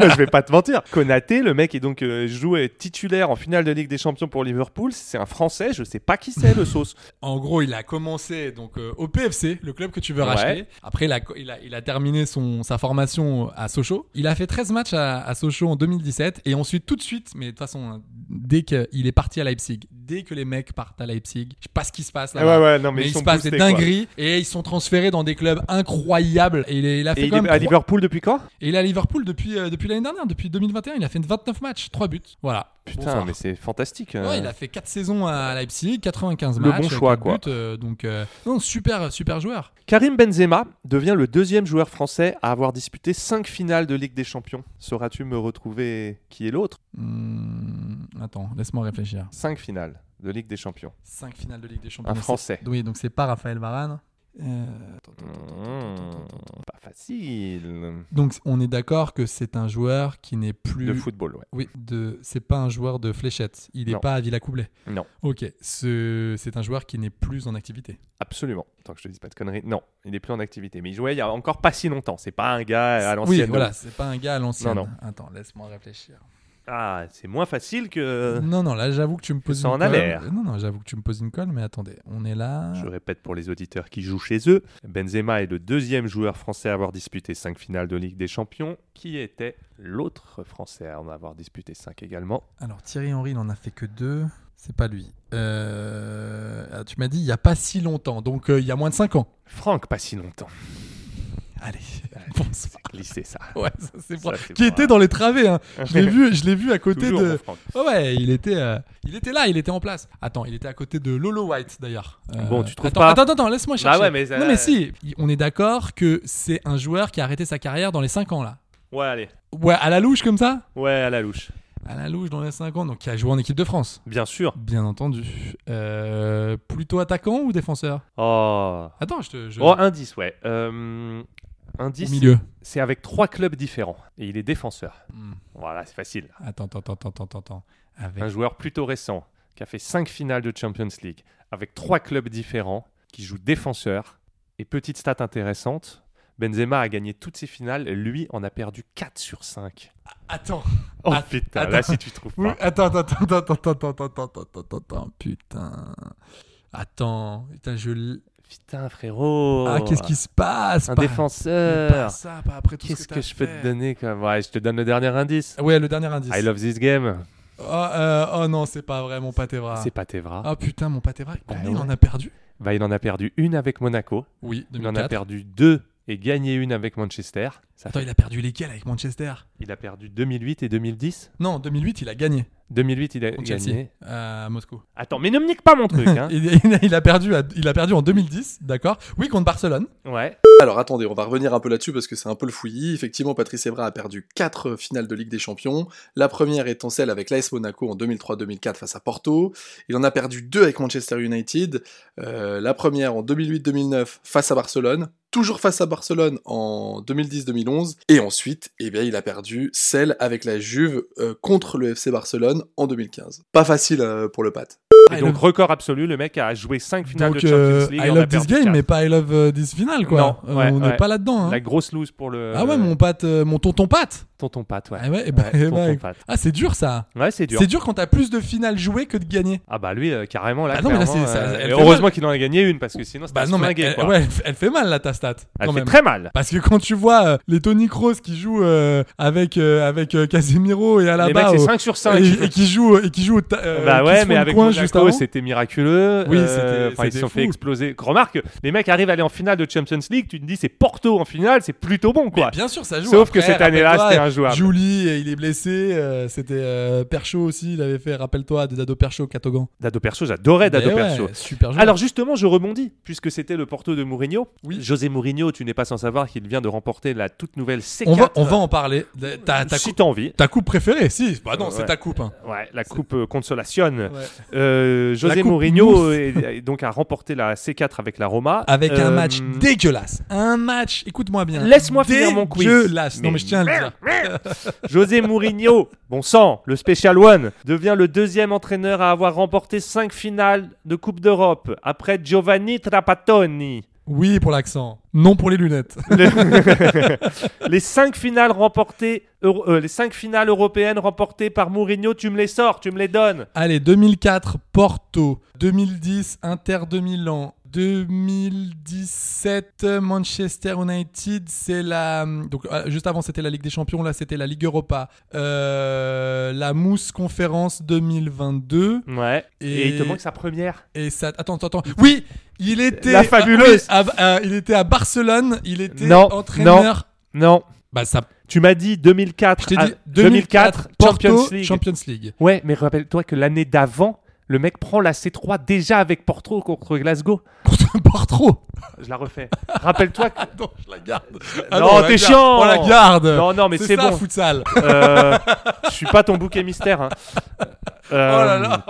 Speaker 2: je vais pas te mentir. Konaté, le mec est donc euh, joué titulaire en finale de Ligue des Champions pour Liverpool. C'est un Français. Je sais pas qui c'est le sauce.
Speaker 9: En gros, il a commencé donc euh, au PFC, le club que tu veux racheter. Après, il a, co- il a, il a terminé son, sa formation à Sochaux. Il a fait 13 matchs à, à Sochaux en 2017. Et ensuite, tout de suite, mais de toute façon, hein, dès qu'il est parti à Leipzig, dès que les mecs partent à Leipzig, je sais pas ce qui se passe là.
Speaker 2: Ah ouais, ouais, non, mais,
Speaker 9: mais,
Speaker 2: ils
Speaker 9: il
Speaker 2: sont
Speaker 9: se passe
Speaker 2: boostés,
Speaker 9: des
Speaker 2: quoi.
Speaker 9: dingueries et ils sont transférés dans des clubs incroyables. Et il, est- il a fait
Speaker 2: Et il
Speaker 9: quand
Speaker 2: est
Speaker 9: même
Speaker 2: à
Speaker 9: trois-
Speaker 2: Liverpool depuis quand
Speaker 9: et il est à Liverpool depuis, euh, depuis l'année dernière, depuis 2021. Il a fait 29 matchs, 3 buts. Voilà.
Speaker 2: Putain,
Speaker 9: Bonsoir.
Speaker 2: mais c'est fantastique. euh.
Speaker 9: Ouais, il a fait 4 saisons à Leipzig, 95
Speaker 2: Le
Speaker 9: matchs.
Speaker 2: bon choix,
Speaker 9: quatre
Speaker 2: quoi.
Speaker 9: buts, euh, donc, euh, non, super, super joueur.
Speaker 2: Karim Benzema devient le deuxième joueur français à avoir disputé 5 finales de Ligue des Champions. Sauras-tu me retrouver qui est l'autre
Speaker 9: Hmm, attends, laisse-moi réfléchir.
Speaker 2: 5 finales de Ligue des Champions.
Speaker 9: 5 finales de Ligue des Champions.
Speaker 2: Un Français.
Speaker 9: C'est- Oui, donc c'est pas Raphaël Varane. Euh,
Speaker 2: Mmh, pas facile.
Speaker 9: Donc on est d'accord que c'est un joueur qui n'est plus.
Speaker 2: De football, ouais.
Speaker 9: Oui, de... c'est pas un joueur de fléchette. Il n'est
Speaker 2: Non.
Speaker 9: pas à Villa Coublet.
Speaker 2: Non.
Speaker 9: Ok, ce- c'est un joueur qui n'est plus en activité.
Speaker 2: Absolument. Tant que je te dise pas de conneries. Non, il est plus en activité. Mais il jouait il y a encore pas si longtemps. C'est pas un gars à l'ancienne.
Speaker 9: oui, voilà, c'est pas un gars à l'ancienne.
Speaker 2: Non, non.
Speaker 9: Attends, laisse-moi réfléchir.
Speaker 2: Ah, c'est moins facile que.
Speaker 9: Non, non, là j'avoue que tu me poses
Speaker 2: ça
Speaker 9: une
Speaker 2: Euh. en a
Speaker 9: colle.
Speaker 2: l'air.
Speaker 9: Non, non, j'avoue que tu me poses une colle, mais attendez, on est là.
Speaker 2: Je répète pour les auditeurs qui jouent chez eux. Benzema est le deuxième joueur français à avoir disputé 5 finales de Ligue des Champions. Qui était l'autre français à en avoir disputé 5 également
Speaker 9: Alors Thierry Henry, il en a fait que deux. C'est pas lui. Euh, ah, tu m'as dit il y a pas si longtemps, donc euh, il y a moins de 5 ans.
Speaker 2: Franck, pas si longtemps.
Speaker 9: Allez, <laughs> bonsoir.
Speaker 2: Glissez ça.
Speaker 9: Ouais, ça, c'est
Speaker 2: Ça,
Speaker 9: vrai.
Speaker 2: c'est
Speaker 9: Qui
Speaker 2: vrai.
Speaker 9: était dans les travées. hein.
Speaker 2: <laughs>
Speaker 9: Je l'ai vu, je l'ai vu à côté
Speaker 2: Toujours, mon
Speaker 9: de.
Speaker 2: Franck.
Speaker 9: Oh ouais, il était, euh, il était là, il était en place. Attends, il était à côté de Lolo White d'ailleurs. Euh,
Speaker 2: Bon, tu trouves
Speaker 9: attends,
Speaker 2: pas Bah
Speaker 9: Attends, attends, laisse-moi chercher.
Speaker 2: ouais, mais ça-
Speaker 9: Non mais si, il- on est d'accord que c'est un joueur qui a arrêté sa carrière dans les 5 ans là.
Speaker 2: Ouais, allez.
Speaker 9: Ouais, à la louche comme ça
Speaker 2: Ouais, à la louche.
Speaker 9: À la louche dans les 5 ans, donc qui a joué en équipe de France.
Speaker 2: Bien sûr.
Speaker 9: Bien entendu. Euh, plutôt attaquant ou défenseur
Speaker 2: Oh.
Speaker 9: Attends, je te. je-
Speaker 2: Oh, indice, ouais. Euh,
Speaker 9: Au
Speaker 2: indice,
Speaker 9: milieu.
Speaker 2: c'est avec trois clubs différents. Et il est défenseur.
Speaker 9: Hmm.
Speaker 2: Voilà, c'est facile.
Speaker 9: Attends, attends, attends, attends, attends, attends. Avec
Speaker 2: Un joueur plutôt récent qui a fait cinq finales de Champions League avec trois clubs différents qui joue défenseur. Et petite stat intéressante, Benzema a gagné toutes ses finales, lui en a perdu 4 sur 5.
Speaker 9: Attends.
Speaker 2: Oh
Speaker 9: Ah,
Speaker 2: putain,
Speaker 9: attends.
Speaker 2: là si tu trouves
Speaker 9: Oui,
Speaker 2: pas.
Speaker 9: attends, attends, attends, attends, attends, attends, attends, attends, attends, attends, putain. Attends, putain, je. l-
Speaker 2: Putain frérot.
Speaker 9: Ah, qu'est-ce qui se passe
Speaker 2: Oh, Un
Speaker 9: pas- pas
Speaker 2: défenseur.
Speaker 9: ça, pas après tout ce
Speaker 2: Qu'est-ce que,
Speaker 9: t'as
Speaker 2: je peux
Speaker 9: fait.
Speaker 2: te donner comme Ouais, je te donne le dernier indice.
Speaker 9: Ouais, le dernier indice.
Speaker 2: I love this game.
Speaker 9: Oh, euh, oh non, c'est pas vrai, mon Patevra.
Speaker 2: C'est pas Tevra.
Speaker 9: Ah putain, mon Patevra, combien
Speaker 2: ouais.
Speaker 9: il en a perdu
Speaker 2: Bah, il en a perdu une avec Monaco.
Speaker 9: Oui,
Speaker 2: Il en a
Speaker 9: 2004.
Speaker 2: perdu deux et gagné une avec Manchester. Ça
Speaker 9: Attends,
Speaker 2: fait-
Speaker 9: il a perdu lesquels avec Manchester
Speaker 2: il a perdu 2008 et 2010.
Speaker 9: Non, en 2008, il a gagné
Speaker 2: 2008, il a
Speaker 9: contre
Speaker 2: gagné.
Speaker 9: Chelsea euh, à Moscou.
Speaker 2: Attends, mais ne me nique pas mon
Speaker 9: <laughs>
Speaker 2: truc. Hein.
Speaker 9: Il, il a perdu, à- il a perdu en 2010, d'accord Oui, contre Barcelone.
Speaker 2: ouais.
Speaker 6: Alors attendez, on va revenir un peu là-dessus parce que c'est un peu le fouillis. Effectivement, Patrice Evra a perdu 4 finales de Ligue des Champions. La première étant celle avec l'AS Monaco en 2003-2004 face à Porto. Il en a perdu 2 avec Manchester United. Euh, la première en 2008-2009 face à Barcelone. Toujours face à Barcelone en 2010-2011. Et ensuite, eh bien, il a perdu celle avec la Juve euh, contre le FC Barcelone en 2015. Pas facile euh, pour le Pat.
Speaker 9: Ah,
Speaker 2: Et
Speaker 9: et
Speaker 2: donc,
Speaker 9: le-
Speaker 2: record absolu, le mec a joué 5 finales
Speaker 9: Donc,
Speaker 2: de Champions
Speaker 9: euh,
Speaker 2: League.
Speaker 9: I
Speaker 2: il en a
Speaker 9: love this
Speaker 2: perdu
Speaker 9: game,
Speaker 2: quatre.
Speaker 9: mais pas I love euh, this final, quoi.
Speaker 2: Non, ouais,
Speaker 9: on n'est
Speaker 2: ouais.
Speaker 9: pas là-dedans. hein.
Speaker 2: La grosse loose pour le.
Speaker 9: Ah ouais, mon, pâte, euh, mon tonton Pat
Speaker 2: Tonton Pat, ouais.
Speaker 9: Ah ouais, eh ben, eh
Speaker 2: tonton
Speaker 9: ben,
Speaker 2: Pat.
Speaker 9: Ah, c'est dur ça.
Speaker 2: Ouais, c'est dur.
Speaker 9: C'est dur quand t'as plus de finales jouées que de gagner.
Speaker 2: Ah bah lui, euh, carrément, là,
Speaker 9: Ah non, mais là,
Speaker 2: clairement,
Speaker 9: c'est- ça-
Speaker 2: euh,
Speaker 9: elle
Speaker 2: et
Speaker 9: fait
Speaker 2: heureusement qu'il en a gagné une, parce que sinon, c'était
Speaker 9: Bah non, mais
Speaker 2: flingué,
Speaker 9: elle,
Speaker 2: quoi.
Speaker 9: ouais, elle fait- elle fait mal là ta stat.
Speaker 2: Elle
Speaker 9: quand
Speaker 2: fait
Speaker 9: même.
Speaker 2: très mal.
Speaker 9: Parce que quand tu vois euh, les Tony Kroos qui jouent euh, avec euh, avec euh, Casemiro et
Speaker 2: Les
Speaker 9: Alaba
Speaker 2: mecs, c'est
Speaker 9: au-
Speaker 2: 5 sur 5.
Speaker 9: oh. et, et qui joue et qui joue au ta- euh,
Speaker 2: bah
Speaker 9: qui se
Speaker 2: ouais,
Speaker 9: font
Speaker 2: mais
Speaker 9: le
Speaker 2: avec
Speaker 9: coin
Speaker 2: Monaco,
Speaker 9: juste avant.
Speaker 2: c'était miraculeux.
Speaker 9: Oui,
Speaker 2: Euh,
Speaker 9: c'était-
Speaker 2: enfin, ils se
Speaker 9: c'était
Speaker 2: sont fait
Speaker 9: fou.
Speaker 2: exploser. Remarque, les mecs arrivent à aller en finale de Champions League. Tu te dis, c'est Porto en finale, c'est plutôt bon,
Speaker 9: Mais
Speaker 2: quoi.
Speaker 9: bien sûr, ça joue.
Speaker 2: Sauf que
Speaker 9: Après,
Speaker 2: cette année-là,
Speaker 9: rappelle-toi,
Speaker 2: c'était injouable.
Speaker 9: Julie, euh, il est blessé. euh, c'était euh, Percho aussi, il avait fait, rappelle-toi, de Dado Percho, Catogan.
Speaker 2: Dado Perso, j'adorais Dado
Speaker 9: Eh ouais,
Speaker 2: Perso.
Speaker 9: Super joueur.
Speaker 2: Alors justement, je rebondis, puisque c'était le Porto de Mourinho.
Speaker 9: Oui.
Speaker 2: José Mourinho, tu n'es pas sans savoir qu'il vient de remporter la toute nouvelle C4.
Speaker 9: on va, on va en parler. Ta, ta,
Speaker 2: euh, si
Speaker 9: coupe,
Speaker 2: t'as envie.
Speaker 9: ta coupe préférée, si. Bah non,
Speaker 2: Ouais.
Speaker 9: c'est ta coupe. hein.
Speaker 2: Ouais, la coupe euh, Consolacion.
Speaker 9: Ouais.
Speaker 2: Euh, José
Speaker 9: La coupe
Speaker 2: Mourinho
Speaker 9: mousse.
Speaker 2: est, est donc a remporté la C4 avec la Roma.
Speaker 9: Avec un
Speaker 2: Euh,
Speaker 9: match dégueulasse. Un match, écoute-moi bien.
Speaker 2: Laisse-moi finir mon quiz.
Speaker 9: Dégueulasse. Non,
Speaker 2: Mais
Speaker 9: mais je tiens à le dire.
Speaker 2: <laughs> José Mourinho, bon sang, le Special One, devient le deuxième entraîneur à avoir remporté 5 finales de Coupe d'Europe, après Giovanni
Speaker 9: <laughs>
Speaker 2: Trapattoni.
Speaker 9: Oui, pour l'accent. Non, pour les lunettes.
Speaker 2: Le- les 5 finales remportées, euro- euh, les cinq finales européennes remportées par Mourinho, tu me les sors, tu me les donnes.
Speaker 9: Allez, 2004, Porto. 2010, Inter de Milan. 2017, Manchester United, c'est la... Donc, euh, juste avant, c'était la Ligue des Champions, là, c'était la Ligue Europa. Euh, la Mousse Conférence 2022.
Speaker 2: Ouais. Et,
Speaker 9: Et-
Speaker 2: il te manque sa première.
Speaker 9: Et ça... Attends, attends, attends. Oui, il était...
Speaker 2: La fabuleuse.
Speaker 9: Ah, oui, à- à- il était à Barcelone, il était
Speaker 2: Non,
Speaker 9: entraîneur...
Speaker 2: Non.
Speaker 9: Bah, ça...
Speaker 2: Tu m'as dit 2004.
Speaker 9: Je t'ai
Speaker 2: ah,
Speaker 9: dit 2004, Porto,
Speaker 2: Champions League.
Speaker 9: Champions League. <laughs>
Speaker 2: Ouais, mais rappelle-toi que l'année d'avant, le mec prend la C3 déjà avec Porto contre Glasgow.
Speaker 9: Porto
Speaker 2: Je la refais. rappelle-toi que.
Speaker 9: Non, je la garde. Ah
Speaker 2: Non,
Speaker 9: on la
Speaker 2: t'es
Speaker 9: garde.
Speaker 2: chiant.
Speaker 9: On la garde.
Speaker 2: Non, non, mais c'est
Speaker 9: ça,
Speaker 2: bon.
Speaker 9: futsal.
Speaker 2: Euh, Je suis pas ton bouquet mystère. hein.
Speaker 9: <laughs> Oh
Speaker 2: Euh,
Speaker 9: là là,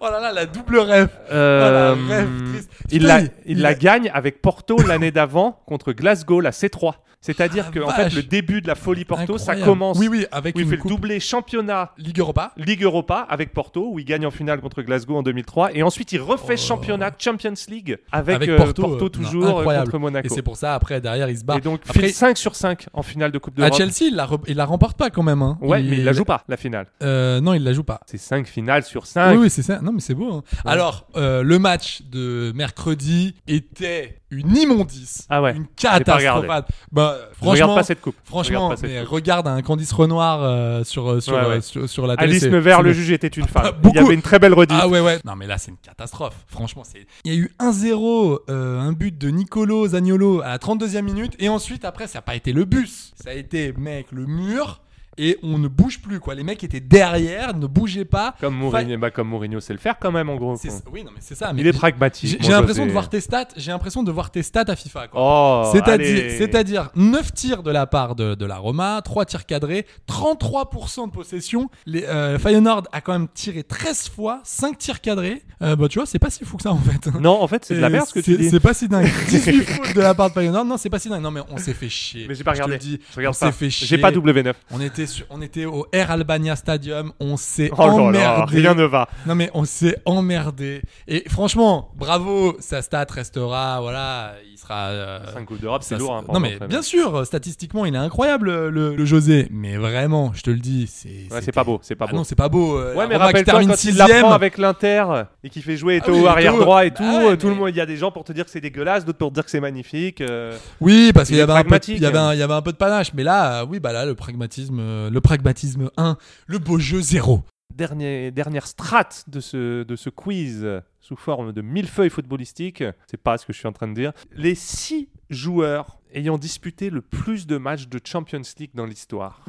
Speaker 9: oh là là, la double rêve.
Speaker 2: euh,
Speaker 9: Oh la rêve triste.
Speaker 2: il,
Speaker 9: Putain,
Speaker 2: la,
Speaker 9: il-
Speaker 2: il
Speaker 9: il
Speaker 2: la
Speaker 9: a-
Speaker 2: gagne avec Porto l'année d'avant contre Glasgow, la C3. C'est-à-dire
Speaker 9: Ah,
Speaker 2: que en fait,
Speaker 9: vache.
Speaker 2: le début de la folie Porto, ça
Speaker 9: Incroyable.
Speaker 2: commence.
Speaker 9: Oui, oui, avec
Speaker 2: où il
Speaker 9: une
Speaker 2: fait
Speaker 9: coupe
Speaker 2: le doublé championnat
Speaker 9: Ligue Europa.
Speaker 2: Ligue Europa avec Porto, où il gagne en finale contre Glasgow en 2003. Et ensuite, il refait championnat Champions League avec, euh, Porto,
Speaker 9: euh,
Speaker 2: toujours
Speaker 9: non,
Speaker 2: euh,
Speaker 9: incroyable.
Speaker 2: contre Monaco.
Speaker 9: Et c'est pour ça, après, derrière, il se bat.
Speaker 2: Et donc,
Speaker 9: après,
Speaker 2: file 5 sur 5 en finale de Coupe
Speaker 9: à
Speaker 2: d'Europe.
Speaker 9: Chelsea, il la, re- il la remporte pas quand même. hein.
Speaker 2: Ouais, mais il la joue pas, la finale.
Speaker 9: Euh, non, il la joue pas.
Speaker 2: C'est 5 finales sur
Speaker 9: Oui,
Speaker 2: 5.
Speaker 9: oui, c'est ça. Non, mais c'est beau. hein. Alors, euh, le match de mercredi était une immondice.
Speaker 2: Ah ouais,
Speaker 9: Une
Speaker 2: j'ai pas regardé.
Speaker 9: catastrophe. Bah,
Speaker 2: Je regarde
Speaker 9: franchement,
Speaker 2: pas cette coupe. Je
Speaker 9: Franchement,
Speaker 2: regarde pas cette
Speaker 9: mais
Speaker 2: coupe.
Speaker 9: regarde un Candice Renoir euh, sur, euh, sur,
Speaker 2: Ouais, ouais.
Speaker 9: euh, sur, sur la télé.
Speaker 2: Alice
Speaker 9: c'est-
Speaker 2: Nevers,
Speaker 9: c'est
Speaker 2: le
Speaker 9: le- Ah, bah,
Speaker 2: juge, était une femme. Il y
Speaker 9: beaucoup.
Speaker 2: avait une très belle rediff.
Speaker 9: Ah ouais, ouais. Non, mais là, c'est une catastrophe. Franchement, c'est. Il y a eu 1-0, euh, un but de Nicolo Zagnolo à la 32e minute. Et ensuite, après, ça n'a pas été le bus. Ça a été, mec, le mur. Et on ne bouge plus, quoi. Les mecs étaient derrière, ne bougeaient pas.
Speaker 2: Comme Mourinho, bah, comme Mourinho sait le faire quand même en gros.
Speaker 9: C'est-
Speaker 2: quoi.
Speaker 9: Oui, non, mais c'est ça. mais
Speaker 2: Il est
Speaker 9: j'ai-
Speaker 2: pragmatique.
Speaker 9: J'ai
Speaker 2: mon
Speaker 9: j'ai l'impression
Speaker 2: José.
Speaker 9: de voir tes stats. J'ai l'impression de voir tes stats à FIFA, quoi.
Speaker 2: Oh,
Speaker 9: C'est-à-dire,
Speaker 2: allez.
Speaker 9: c'est-à-dire 9 tirs de la part de, de la Roma, 3 tirs cadrés, 33% de possession. Les, euh, Feyenoord a quand même tiré 13 fois, 5 tirs cadrés. Euh, bah, tu vois, c'est pas si fou que ça en fait.
Speaker 2: Non, en fait, c'est de la
Speaker 9: Et
Speaker 2: merde ce que tu
Speaker 9: c'est-
Speaker 2: dis.
Speaker 9: C'est pas
Speaker 2: <laughs>
Speaker 9: si dingue. 18 fautes de la part de Feyenoord, non, c'est pas si dingue. Non, mais on s'est fait chier.
Speaker 2: Mais j'ai pas
Speaker 9: Je te
Speaker 2: regardé.
Speaker 9: le dis,
Speaker 2: Je regarde
Speaker 9: on
Speaker 2: pas.
Speaker 9: s'est fait chier.
Speaker 2: J'ai pas W9.
Speaker 9: On était, sur- on était au Air Albania Stadium, on s'est
Speaker 2: Oh là
Speaker 9: emmerdé.
Speaker 2: là, rien ne va.
Speaker 9: Non mais on s'est emmerdé. Et franchement, bravo, sa stat restera, voilà, il sera... euh,
Speaker 2: 5 Coupes d'Europe, c'est
Speaker 9: ça,
Speaker 2: lourd. hein,
Speaker 9: c'est-
Speaker 2: par
Speaker 9: non
Speaker 2: contre,
Speaker 9: mais
Speaker 2: ça,
Speaker 9: bien sûr, statistiquement, il est incroyable le, le José. Mais vraiment, je te le dis, c'est...
Speaker 2: Ouais, c'est
Speaker 9: c'était-
Speaker 2: pas beau, c'est pas
Speaker 9: Ah
Speaker 2: beau.
Speaker 9: non, c'est pas beau. euh,
Speaker 2: Ouais,
Speaker 9: la
Speaker 2: mais
Speaker 9: Roma qui
Speaker 2: rappelle-toi
Speaker 9: termine
Speaker 2: quand il
Speaker 9: sixième.
Speaker 2: l'apprend avec l'Inter et qu'il fait jouer
Speaker 9: Ah
Speaker 2: Eto'o
Speaker 9: oui, Eto'o,
Speaker 2: arrière droit et tout,
Speaker 9: bah ouais,
Speaker 2: euh, tout le
Speaker 9: mais-
Speaker 2: monde, il y a des gens pour te dire que c'est dégueulasse, d'autres pour te dire que c'est magnifique. euh.
Speaker 9: Oui, parce
Speaker 2: Il
Speaker 9: qu'il y
Speaker 2: est
Speaker 9: avait un peu,
Speaker 2: pragmatique,
Speaker 9: il y avait
Speaker 2: hein.
Speaker 9: un, il y avait un peu de panache. Mais là, euh, oui, bah là, le pragmatisme, euh, le pragmatisme 1, le beau jeu 0.
Speaker 2: Dernier, dernière strate de ce, de ce quiz euh, sous forme de millefeuille footballistique, c'est pas ce que je suis en train de dire. Les six joueurs ayant disputé le plus de matchs de Champions League dans l'histoire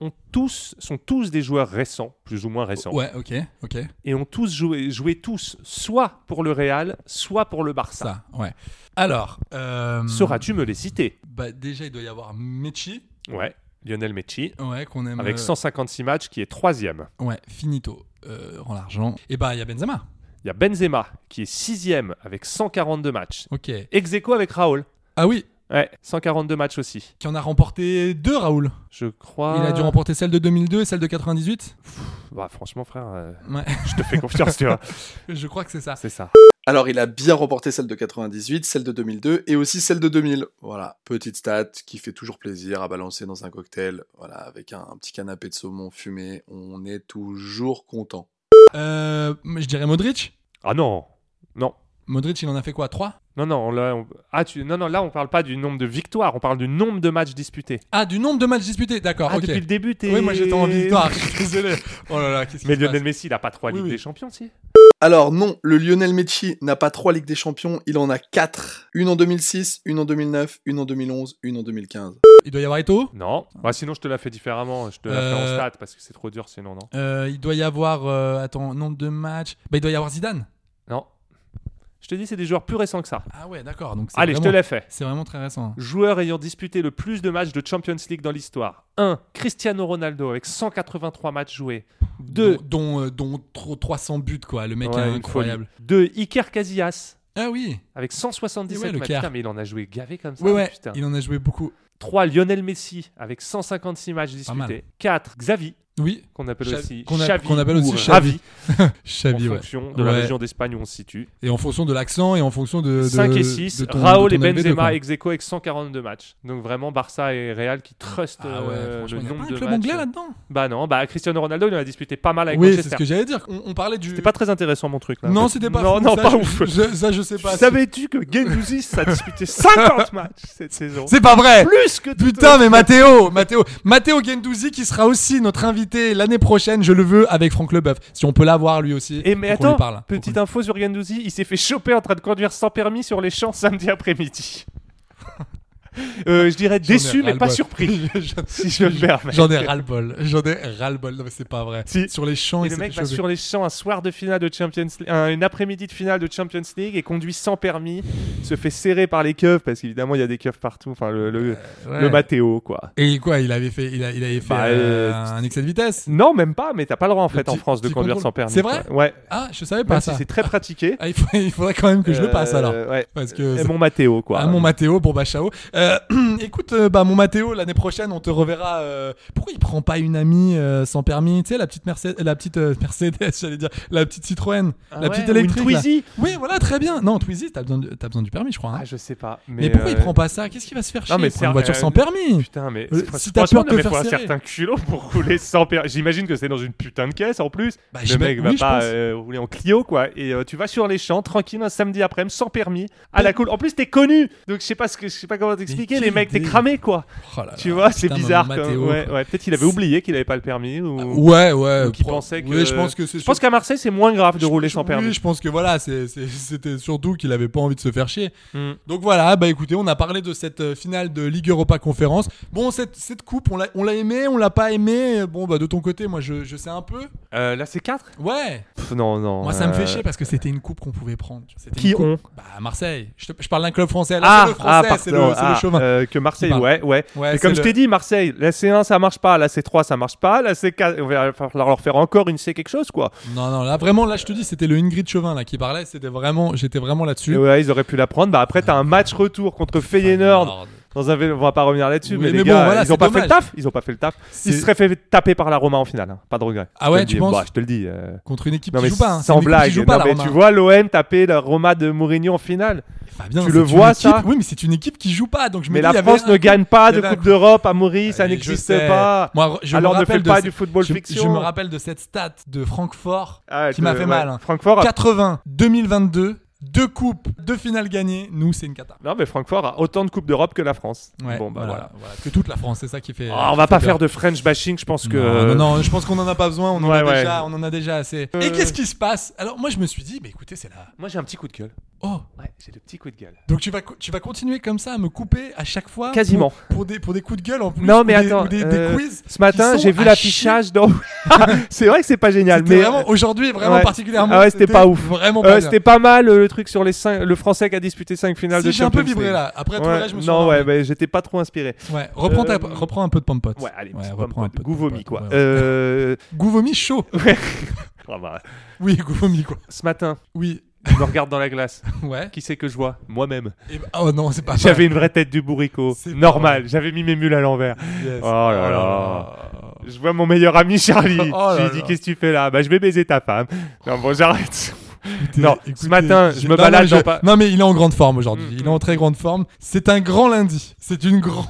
Speaker 2: ont tous, sont tous des joueurs récents, plus ou moins récents.
Speaker 9: Ouais, ok, ok.
Speaker 2: et ont tous joué, joué tous, soit pour le Real, soit pour le Barça.
Speaker 9: Ça, ouais. Alors, euh,
Speaker 2: Sauras-tu me les citer
Speaker 9: bah, déjà, il doit y avoir Mechi,
Speaker 2: Ouais, Lionel Messi,
Speaker 9: ouais, qu'on aime.
Speaker 2: avec
Speaker 9: euh,
Speaker 2: 156 matchs, qui est troisième.
Speaker 9: Ouais, finito. Euh, rend l'argent. Et bah, il y a Benzema.
Speaker 2: Il y a Benzema, qui est sixième, avec 142 matchs.
Speaker 9: Ok.
Speaker 2: Ex aequo avec Raoul.
Speaker 9: Ah oui,
Speaker 2: Ouais, 142 matchs aussi.
Speaker 9: qui en a remporté deux, Raoul.
Speaker 2: Je crois...
Speaker 9: Il a
Speaker 6: Ah.
Speaker 9: dû remporter celle de 2002 et celle de 98.
Speaker 2: Bah franchement, frère, euh, <laughs>
Speaker 9: Ouais, <laughs>
Speaker 2: je te fais confiance, tu vois.
Speaker 9: je crois que <laughs> c'est ça.
Speaker 2: C'est ça.
Speaker 6: Alors, il a bien remporté celle de 98, celle de 2002 et aussi celle de 2000. Voilà, petite stat qui fait toujours plaisir à balancer dans un cocktail. Voilà, avec un, un petit canapé de saumon fumé, on est toujours content.
Speaker 9: Euh, mais je dirais Modric.
Speaker 2: Ah non, non.
Speaker 9: Modric, il en a fait quoi 3
Speaker 2: Non, non, là, on... Ah, tu... non, non, là, on parle pas du nombre de victoires, on parle du nombre de matchs disputés.
Speaker 9: Ah, du nombre de matchs disputés, d'accord.
Speaker 2: Ah,
Speaker 9: ok.
Speaker 2: depuis le début, t'es.
Speaker 9: Oui, moi j'étais
Speaker 2: <laughs>
Speaker 9: en victoire, je suis désolé. Oh là là, qu'est-ce qui
Speaker 2: Mais
Speaker 9: se passe
Speaker 2: Lionel Messi, il a pas trois
Speaker 9: Oui,
Speaker 2: Ligues
Speaker 9: oui.
Speaker 2: des Champions, si
Speaker 6: Alors non, le Lionel Messi n'a pas trois Ligues des Champions, il en a quatre. Une en 2006, une en 2009, une en 2011, une en 2015.
Speaker 9: Il doit y avoir Eto
Speaker 2: Non. Bah, sinon, je te la fais différemment. Je te la fais en
Speaker 9: Euh.
Speaker 2: stats parce que c'est trop dur, sinon, non.
Speaker 9: Euh, il doit y avoir. euh, attends, nombre de matchs. Bah, il doit y avoir Zidane.
Speaker 2: Non. Je te dis, c'est des joueurs plus récents que ça.
Speaker 9: Ah ouais, d'accord. Donc c'est
Speaker 2: Allez, je te
Speaker 9: vraiment-
Speaker 2: la fais.
Speaker 9: C'est vraiment très récent. hein.
Speaker 2: Joueur ayant disputé le plus de matchs de Champions League dans l'histoire. 1. Cristiano Ronaldo avec 183 matchs joués. 2.
Speaker 9: Dont, dont, euh, dont tro- 300 buts, quoi. Le mec est incroyable.
Speaker 2: 2. Iker Casillas
Speaker 9: Ah oui.
Speaker 2: avec
Speaker 9: Et
Speaker 2: 177
Speaker 9: ouais, le
Speaker 2: matchs.
Speaker 9: quart.
Speaker 2: Putain, mais il en a joué gavé comme ça.
Speaker 9: ouais, ouais.
Speaker 2: putain.
Speaker 9: Il en a joué beaucoup.
Speaker 2: 3. Lionel Messi avec 156 matchs
Speaker 9: mal.
Speaker 2: disputés. 4. Xavi,
Speaker 9: Oui.
Speaker 2: qu'on appelle
Speaker 9: Xavi-
Speaker 2: aussi
Speaker 9: qu'on a-
Speaker 2: Xavi
Speaker 9: qu'on appelle
Speaker 2: ou
Speaker 9: aussi Xavi.
Speaker 2: Ravi,
Speaker 9: Xavi,
Speaker 2: en
Speaker 9: ouais.
Speaker 2: fonction de la
Speaker 9: Ouais.
Speaker 2: région d'Espagne où on se situe.
Speaker 9: Et en fonction de l'accent et en fonction de. de-
Speaker 2: 5 et 6,
Speaker 9: de ton-
Speaker 2: Raoul
Speaker 9: de
Speaker 2: et
Speaker 9: ton LB2,
Speaker 2: Benzema
Speaker 9: quoi.
Speaker 2: ex aequo avec 142 matchs. Donc vraiment Barça et Real qui trustent
Speaker 9: Ah ouais,
Speaker 2: euh,
Speaker 9: franchement,
Speaker 2: le
Speaker 9: il y a pas
Speaker 2: nombre
Speaker 9: un
Speaker 2: de
Speaker 9: club
Speaker 2: matchs.
Speaker 9: anglais là-dedans.
Speaker 2: Bah non, bah Cristiano Ronaldo il en a disputé pas mal avec
Speaker 9: Oui, c'est
Speaker 2: Manchester.
Speaker 9: ce que j'allais dire. On, on parlait du.
Speaker 2: C'était pas très intéressant mon truc là.
Speaker 9: Non, c'était pas.
Speaker 2: Non,
Speaker 9: fou.
Speaker 2: non,
Speaker 9: Ça,
Speaker 2: pas
Speaker 9: je-
Speaker 2: ouf.
Speaker 9: je- ça, je sais
Speaker 2: Tu
Speaker 9: pas.
Speaker 2: Savais-tu que Gendouzi a disputé 50 matchs cette saison
Speaker 9: C'est pas vrai.
Speaker 2: Plus que
Speaker 9: Putain, mais Mathéo, Mathéo, Mathéo Gendouzi qui sera aussi notre invité l'année prochaine, je le veux, avec Franck Leboeuf. Si on peut l'avoir lui aussi.
Speaker 2: Et mais
Speaker 9: faut qu'on lui
Speaker 2: attends,
Speaker 9: parle. Faut
Speaker 2: petite info sur Gendouzi, il s'est fait choper en train de conduire sans permis sur les champs samedi
Speaker 9: <laughs>
Speaker 2: après-midi. Euh, je dirais
Speaker 9: J'en ai
Speaker 2: déçu mais pas
Speaker 9: ras-le-bol. <laughs>
Speaker 2: surpris,
Speaker 9: J'en-
Speaker 2: si je me <laughs> permets.
Speaker 9: J'en ai ras-le-bol. J'en ai ras-le-bol. Non, mais c'est pas vrai.
Speaker 2: Si.
Speaker 9: Sur les champs,
Speaker 2: Et
Speaker 9: il
Speaker 2: le
Speaker 9: s'est
Speaker 2: mec
Speaker 9: fait
Speaker 2: va
Speaker 9: choper.
Speaker 2: sur les champs un soir de finale de Champions League, un, une après-midi de finale de Champions League et conduit sans permis, se fait serrer par les keufs parce qu'évidemment il y a des keufs partout, enfin le, le,
Speaker 9: Euh, Ouais.
Speaker 2: le Mathéo quoi.
Speaker 9: Et quoi, il avait fait, il, a- il avait fait
Speaker 2: Bah,
Speaker 9: euh,
Speaker 2: euh,
Speaker 9: un excès de vitesse
Speaker 2: Non, même pas, mais t'as pas le droit en fait en
Speaker 9: petit-
Speaker 2: France de
Speaker 9: petit
Speaker 2: conduire
Speaker 9: contrôle.
Speaker 2: sans permis.
Speaker 9: C'est vrai
Speaker 2: quoi. Ouais,
Speaker 9: Ah, je savais pas
Speaker 2: même Bah, si
Speaker 9: ça.
Speaker 2: c'est très pratiqué.
Speaker 9: Ah, il, faut- il faudrait quand même <laughs> que je le passe
Speaker 2: Euh,
Speaker 9: alors.
Speaker 2: ouais.
Speaker 9: Parce que
Speaker 2: Et mon Mathéo quoi.
Speaker 9: Ah, mon Mathéo, bon bah ciao. Euh, <clears throat> écoute, euh, bah mon Mathéo, l'année prochaine, on te reverra. euh, pourquoi il prend pas une amie euh, sans permis Tu sais, la petite Mercedes, la petite euh, Mercedes, <laughs> j'allais dire, la petite Citroën,
Speaker 2: Ah
Speaker 9: la
Speaker 2: ouais,
Speaker 9: petite
Speaker 2: ou une
Speaker 9: électrique. là.
Speaker 2: Twizy
Speaker 9: Oui, voilà, très bien. Non, Twizy, t'as besoin, de- t'as besoin du permis, je crois. hein.
Speaker 2: Ah, je sais pas. Mais,
Speaker 9: mais, pourquoi il
Speaker 2: euh,
Speaker 9: prend pas ça Qu'est-ce qu'il va se faire chier
Speaker 2: mais
Speaker 9: il prend une
Speaker 2: c'est-
Speaker 9: voiture
Speaker 2: euh,
Speaker 9: sans permis
Speaker 2: Putain, mais
Speaker 9: Euh,
Speaker 2: c'est-
Speaker 9: si t'as peur
Speaker 2: franchement,
Speaker 9: de
Speaker 2: non, mais
Speaker 9: faire
Speaker 2: faut un
Speaker 9: serrer.
Speaker 2: certain culot pour <laughs> rouler sans permis. J'imagine que c'est dans une putain de caisse en plus.
Speaker 9: Bah,
Speaker 2: le
Speaker 9: j'imagine-
Speaker 2: mec va
Speaker 9: oui, je
Speaker 2: pas
Speaker 9: pense.
Speaker 2: euh, rouler en Clio quoi. Et euh, tu vas sur les champs tranquille un samedi après-midi sans permis à la cool. En plus t'es connu, donc je sais pas ce que je sais pas comment t'expliquer. Les
Speaker 9: Mais quelle
Speaker 2: mecs t'es
Speaker 9: idée.
Speaker 2: cramé quoi.
Speaker 9: Oh là là,
Speaker 2: tu vois, c'est
Speaker 9: putain,
Speaker 2: bizarre.
Speaker 9: maman
Speaker 2: quand même.
Speaker 9: Mathéo, Ah,
Speaker 2: ouais,
Speaker 9: quoi.
Speaker 2: ouais. Peut-être qu'il avait oublié qu'il avait pas le permis ou.
Speaker 9: Ouais, ouais.
Speaker 2: Ou qui
Speaker 9: pro-
Speaker 2: pensait que-
Speaker 9: Oui, je pense que c'est.
Speaker 2: Je pense qu'à Marseille c'est moins grave de rouler sans
Speaker 9: Oui,
Speaker 2: permis.
Speaker 9: je pense que voilà, c'est- c'est- c'était surtout qu'il avait pas envie de se faire chier.
Speaker 2: Mm.
Speaker 9: Donc voilà, bah écoutez, on a parlé de cette euh, finale de Ligue Europa Conférence. Bon, cette, cette coupe, on l'a- on l'a aimée, on l'a pas aimée. Bon, bah de ton côté, moi je, je sais un peu.
Speaker 2: Euh, là c'est 4
Speaker 9: Ouais.
Speaker 2: Non non.
Speaker 9: Moi ça me
Speaker 2: euh,
Speaker 9: fait chier parce que c'était une coupe qu'on pouvait prendre. C'était une
Speaker 2: Qui
Speaker 9: coupe-
Speaker 2: ont
Speaker 9: Bah Marseille. Je, te- je parle d'un club français. Là,
Speaker 2: Ah,
Speaker 9: c'est le
Speaker 2: ah,
Speaker 9: français, c'est le,
Speaker 2: pardon,
Speaker 9: c'est le
Speaker 2: ah,
Speaker 9: chauvin.
Speaker 2: euh, que Marseille,
Speaker 9: Qui parle.
Speaker 2: ouais, ouais.
Speaker 9: Ouais,
Speaker 2: Et
Speaker 9: c'est
Speaker 2: comme je
Speaker 9: le-
Speaker 2: t'ai dit, Marseille, la C1 ça marche pas, la C3 ça marche pas, la C4, on va falloir leur faire encore une C quelque chose quoi.
Speaker 9: Non, non, là vraiment, là je te dis, c'était le Ingrid Chauvin là qui parlait. C'était vraiment, j'étais vraiment là-dessus.
Speaker 2: Et ouais, ils auraient pu la prendre. Bah après, t'as un match retour contre Feyenoord.
Speaker 9: Feyenoord.
Speaker 2: Dans un vélo, on va pas revenir là-dessus,
Speaker 9: Ah, Oui,
Speaker 2: mais, les
Speaker 9: mais bon,
Speaker 2: gars,
Speaker 9: voilà,
Speaker 2: ils ont
Speaker 9: c'est
Speaker 2: pas fait
Speaker 9: dommage.
Speaker 2: le taf. Ils ont pas fait le taf. Ils se
Speaker 9: C'est-
Speaker 2: seraient fait taper par la Roma en finale. hein. Pas de regret.
Speaker 9: Ah
Speaker 2: Je te
Speaker 9: ouais,
Speaker 2: le
Speaker 9: tu
Speaker 2: dis.
Speaker 9: penses
Speaker 2: Bah, Je te le dis. euh.
Speaker 9: Contre une équipe
Speaker 2: Non
Speaker 9: qui
Speaker 2: mais
Speaker 9: joue pas. hein. C'est
Speaker 2: sans
Speaker 9: une équipe qui
Speaker 2: blague.
Speaker 9: joue pas,
Speaker 2: Non,
Speaker 9: la
Speaker 2: mais
Speaker 9: Roma.
Speaker 2: tu vois l'OM taper la Roma de Mourinho en finale.
Speaker 9: Fabien,
Speaker 2: Tu
Speaker 9: c'est
Speaker 2: le
Speaker 9: une
Speaker 2: vois,
Speaker 9: équipe-
Speaker 2: ça
Speaker 9: Oui, mais c'est une équipe qui joue pas, donc je me
Speaker 2: Mais
Speaker 9: dis, il
Speaker 2: la
Speaker 9: y avait
Speaker 2: France
Speaker 9: un-
Speaker 2: ne gagne pas
Speaker 9: il y
Speaker 2: de
Speaker 9: avait un
Speaker 2: Coupe
Speaker 9: coup.
Speaker 2: d'Europe à Maurice, ça
Speaker 9: Allez, je
Speaker 2: n'existe
Speaker 9: sais.
Speaker 2: pas.
Speaker 9: Moi, je
Speaker 2: Alors
Speaker 9: me
Speaker 2: ne
Speaker 9: rappelle
Speaker 2: fais pas
Speaker 9: de-
Speaker 2: du football
Speaker 9: je,
Speaker 2: fiction.
Speaker 9: je me rappelle de cette stat de Francfort
Speaker 2: Ah,
Speaker 9: qui
Speaker 2: de-
Speaker 9: m'a fait
Speaker 2: ouais. Oh.
Speaker 9: mal. hein.
Speaker 2: Francfort. a-
Speaker 9: 80, 2022, deux coupes, deux finales gagnées. Nous, c'est une cata.
Speaker 2: Non mais Francfort a autant de coupes d'europe que la France.
Speaker 9: Ouais,
Speaker 2: bon bah voilà.
Speaker 9: voilà. Que toute la France, c'est ça qui fait.
Speaker 2: Ah, on va pas faire de French bashing, je pense que. euh,
Speaker 9: Non, non, non, je pense qu'on en a pas besoin. On en a
Speaker 2: Ouais, ouais.
Speaker 9: déjà, on en a déjà assez.
Speaker 2: Euh.
Speaker 9: Et qu'est-ce qui se passe Alors, moi, je me suis dit, bah écoutez, c'est là.
Speaker 2: Moi j'ai un petit coup de gueule.
Speaker 9: Oh,
Speaker 2: Ouais, j'ai le petit coup de gueule.
Speaker 9: donc tu vas, co- tu vas continuer comme ça à me couper à chaque fois.
Speaker 2: Quasiment.
Speaker 9: Pour, pour des, pour des coups de gueule en plus.
Speaker 2: Non,
Speaker 9: ou
Speaker 2: mais
Speaker 9: des-
Speaker 2: attends.
Speaker 9: Ou des, des
Speaker 2: euh,
Speaker 9: quiz.
Speaker 2: Ce matin,
Speaker 9: qui sont
Speaker 2: j'ai vu
Speaker 9: à
Speaker 2: l'affichage <laughs> dans. c'est vrai que c'est pas génial,
Speaker 9: C'était
Speaker 2: mais. euh,
Speaker 9: vraiment aujourd'hui vraiment
Speaker 2: ouais.
Speaker 9: particulièrement.
Speaker 2: Ah ouais, c'était pas ouf.
Speaker 9: Vraiment
Speaker 2: euh,
Speaker 9: pas bien.
Speaker 2: c'était pas mal euh, le truc sur les cinq- le français qui a disputé 5 finales de
Speaker 9: Si j'ai un peu
Speaker 2: Champions
Speaker 9: vibré
Speaker 2: League.
Speaker 9: là. Après tout le
Speaker 2: Ouais,
Speaker 9: reste, je me suis
Speaker 2: non, ouais,
Speaker 9: endormi.
Speaker 2: bah, j'étais pas trop inspiré.
Speaker 9: Ouais, Reprends, ta-
Speaker 2: Euh,
Speaker 9: reprends un peu de pompote.
Speaker 2: Ouais, allez, petit
Speaker 9: reprends un peu. de
Speaker 2: Gouvomi,
Speaker 9: pompote,
Speaker 2: quoi.
Speaker 9: ouais, ouais.
Speaker 2: Euh, <laughs>
Speaker 9: Gouvomi chaud. <laughs>
Speaker 2: ah bah,
Speaker 9: Oui, Gouvomi quoi.
Speaker 2: Ce matin,
Speaker 9: Oui. <laughs>
Speaker 2: je me regarde dans la glace.
Speaker 9: Ouais.
Speaker 2: Qui c'est que je vois Moi-même.
Speaker 9: Et bah- oh non, c'est pas vrai.
Speaker 2: J'avais une vraie tête du bourricot.
Speaker 9: C'est pas
Speaker 2: Normal, j'avais mis mes mules à l'envers.
Speaker 9: Yes.
Speaker 2: Oh là là. <laughs> Je vois mon meilleur ami Charlie.
Speaker 9: Oh là
Speaker 2: je lui dis
Speaker 9: là.
Speaker 2: qu'est-ce que tu fais là Bah je vais baiser ta femme. Non bon j'arrête.
Speaker 9: Écoutez,
Speaker 2: Non, ce matin, je me
Speaker 9: non,
Speaker 2: balade
Speaker 9: non,
Speaker 2: dans pas-
Speaker 9: Non, mais il est en grande forme aujourd'hui.
Speaker 2: Mm,
Speaker 9: Il est en très grande forme. C'est un grand lundi. C'est une grande.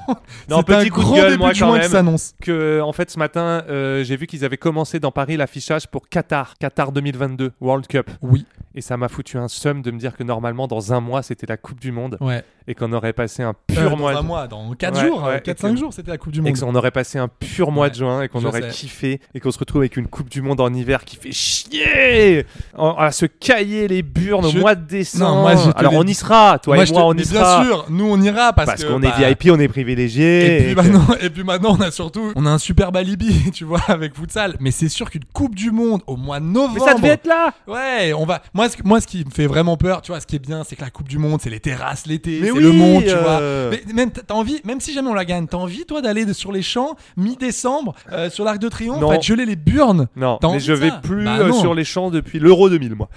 Speaker 2: Non,
Speaker 9: c'est un
Speaker 2: petit coup de
Speaker 9: grand
Speaker 2: gueule,
Speaker 9: début
Speaker 2: moi,
Speaker 9: de
Speaker 2: quand
Speaker 9: juin
Speaker 2: même.
Speaker 9: qui s'annonce.
Speaker 2: que en fait ce matin euh, j'ai vu qu'ils avaient commencé dans Paris l'affichage pour Qatar, Qatar 2022 World Cup
Speaker 9: Oui.
Speaker 2: et ça m'a foutu un seum de me dire que normalement dans un mois c'était la Coupe du Monde
Speaker 9: Ouais.
Speaker 2: et qu'on aurait passé un
Speaker 9: Euh,
Speaker 2: pur
Speaker 9: dans
Speaker 2: mois
Speaker 9: un mois, dans 4
Speaker 2: Ouais,
Speaker 9: jours,
Speaker 2: ouais,
Speaker 9: 4-5
Speaker 2: et que-
Speaker 9: jours, c'était la Coupe du Monde.
Speaker 2: et qu'on aurait passé un pur mois de juin et qu'on
Speaker 9: je
Speaker 2: aurait
Speaker 9: sais.
Speaker 2: kiffé et qu'on se retrouve avec une Coupe du Monde en hiver qui fait chier en- à se cailler les burnes
Speaker 9: Je-
Speaker 2: au mois de décembre.
Speaker 9: Non, moi, je te
Speaker 2: Alors
Speaker 9: l'ai-
Speaker 2: on y sera, toi
Speaker 9: Moi,
Speaker 2: et
Speaker 9: je
Speaker 2: moi
Speaker 9: te-
Speaker 2: on
Speaker 9: mais
Speaker 2: y sera.
Speaker 9: Bien sûr, nous on ira parce,
Speaker 2: Parce
Speaker 9: que,
Speaker 2: qu'on
Speaker 9: bah,
Speaker 2: est VIP, on est privilégié.
Speaker 9: Et puis, bah, maintenant, <laughs> et puis maintenant, on a surtout, on a un super alibi, <laughs> tu vois, avec futsal. Mais c'est sûr qu'une Coupe du Monde au mois de novembre.
Speaker 2: Mais ça devait être là
Speaker 9: Ouais, on va. Moi, ce, que- moi, ce qui me fait vraiment peur, tu vois, ce qui est bien, c'est que la Coupe du Monde, c'est les terrasses l'été,
Speaker 2: Mais
Speaker 9: c'est
Speaker 2: oui,
Speaker 9: le monde, tu
Speaker 2: euh.
Speaker 9: vois. Mais même t'as envie, même si jamais on la gagne, t'as envie, toi, d'aller de- sur les champs mi-décembre, euh, sur l'Arc de Triomphe,
Speaker 2: Non.
Speaker 9: à te geler les burnes.
Speaker 2: Non,
Speaker 9: T'as
Speaker 2: mais
Speaker 9: envie
Speaker 2: je
Speaker 9: de
Speaker 2: vais
Speaker 9: ça
Speaker 2: plus
Speaker 9: Bah
Speaker 2: euh,
Speaker 9: non.
Speaker 2: sur les champs depuis l'Euro 2000 moi.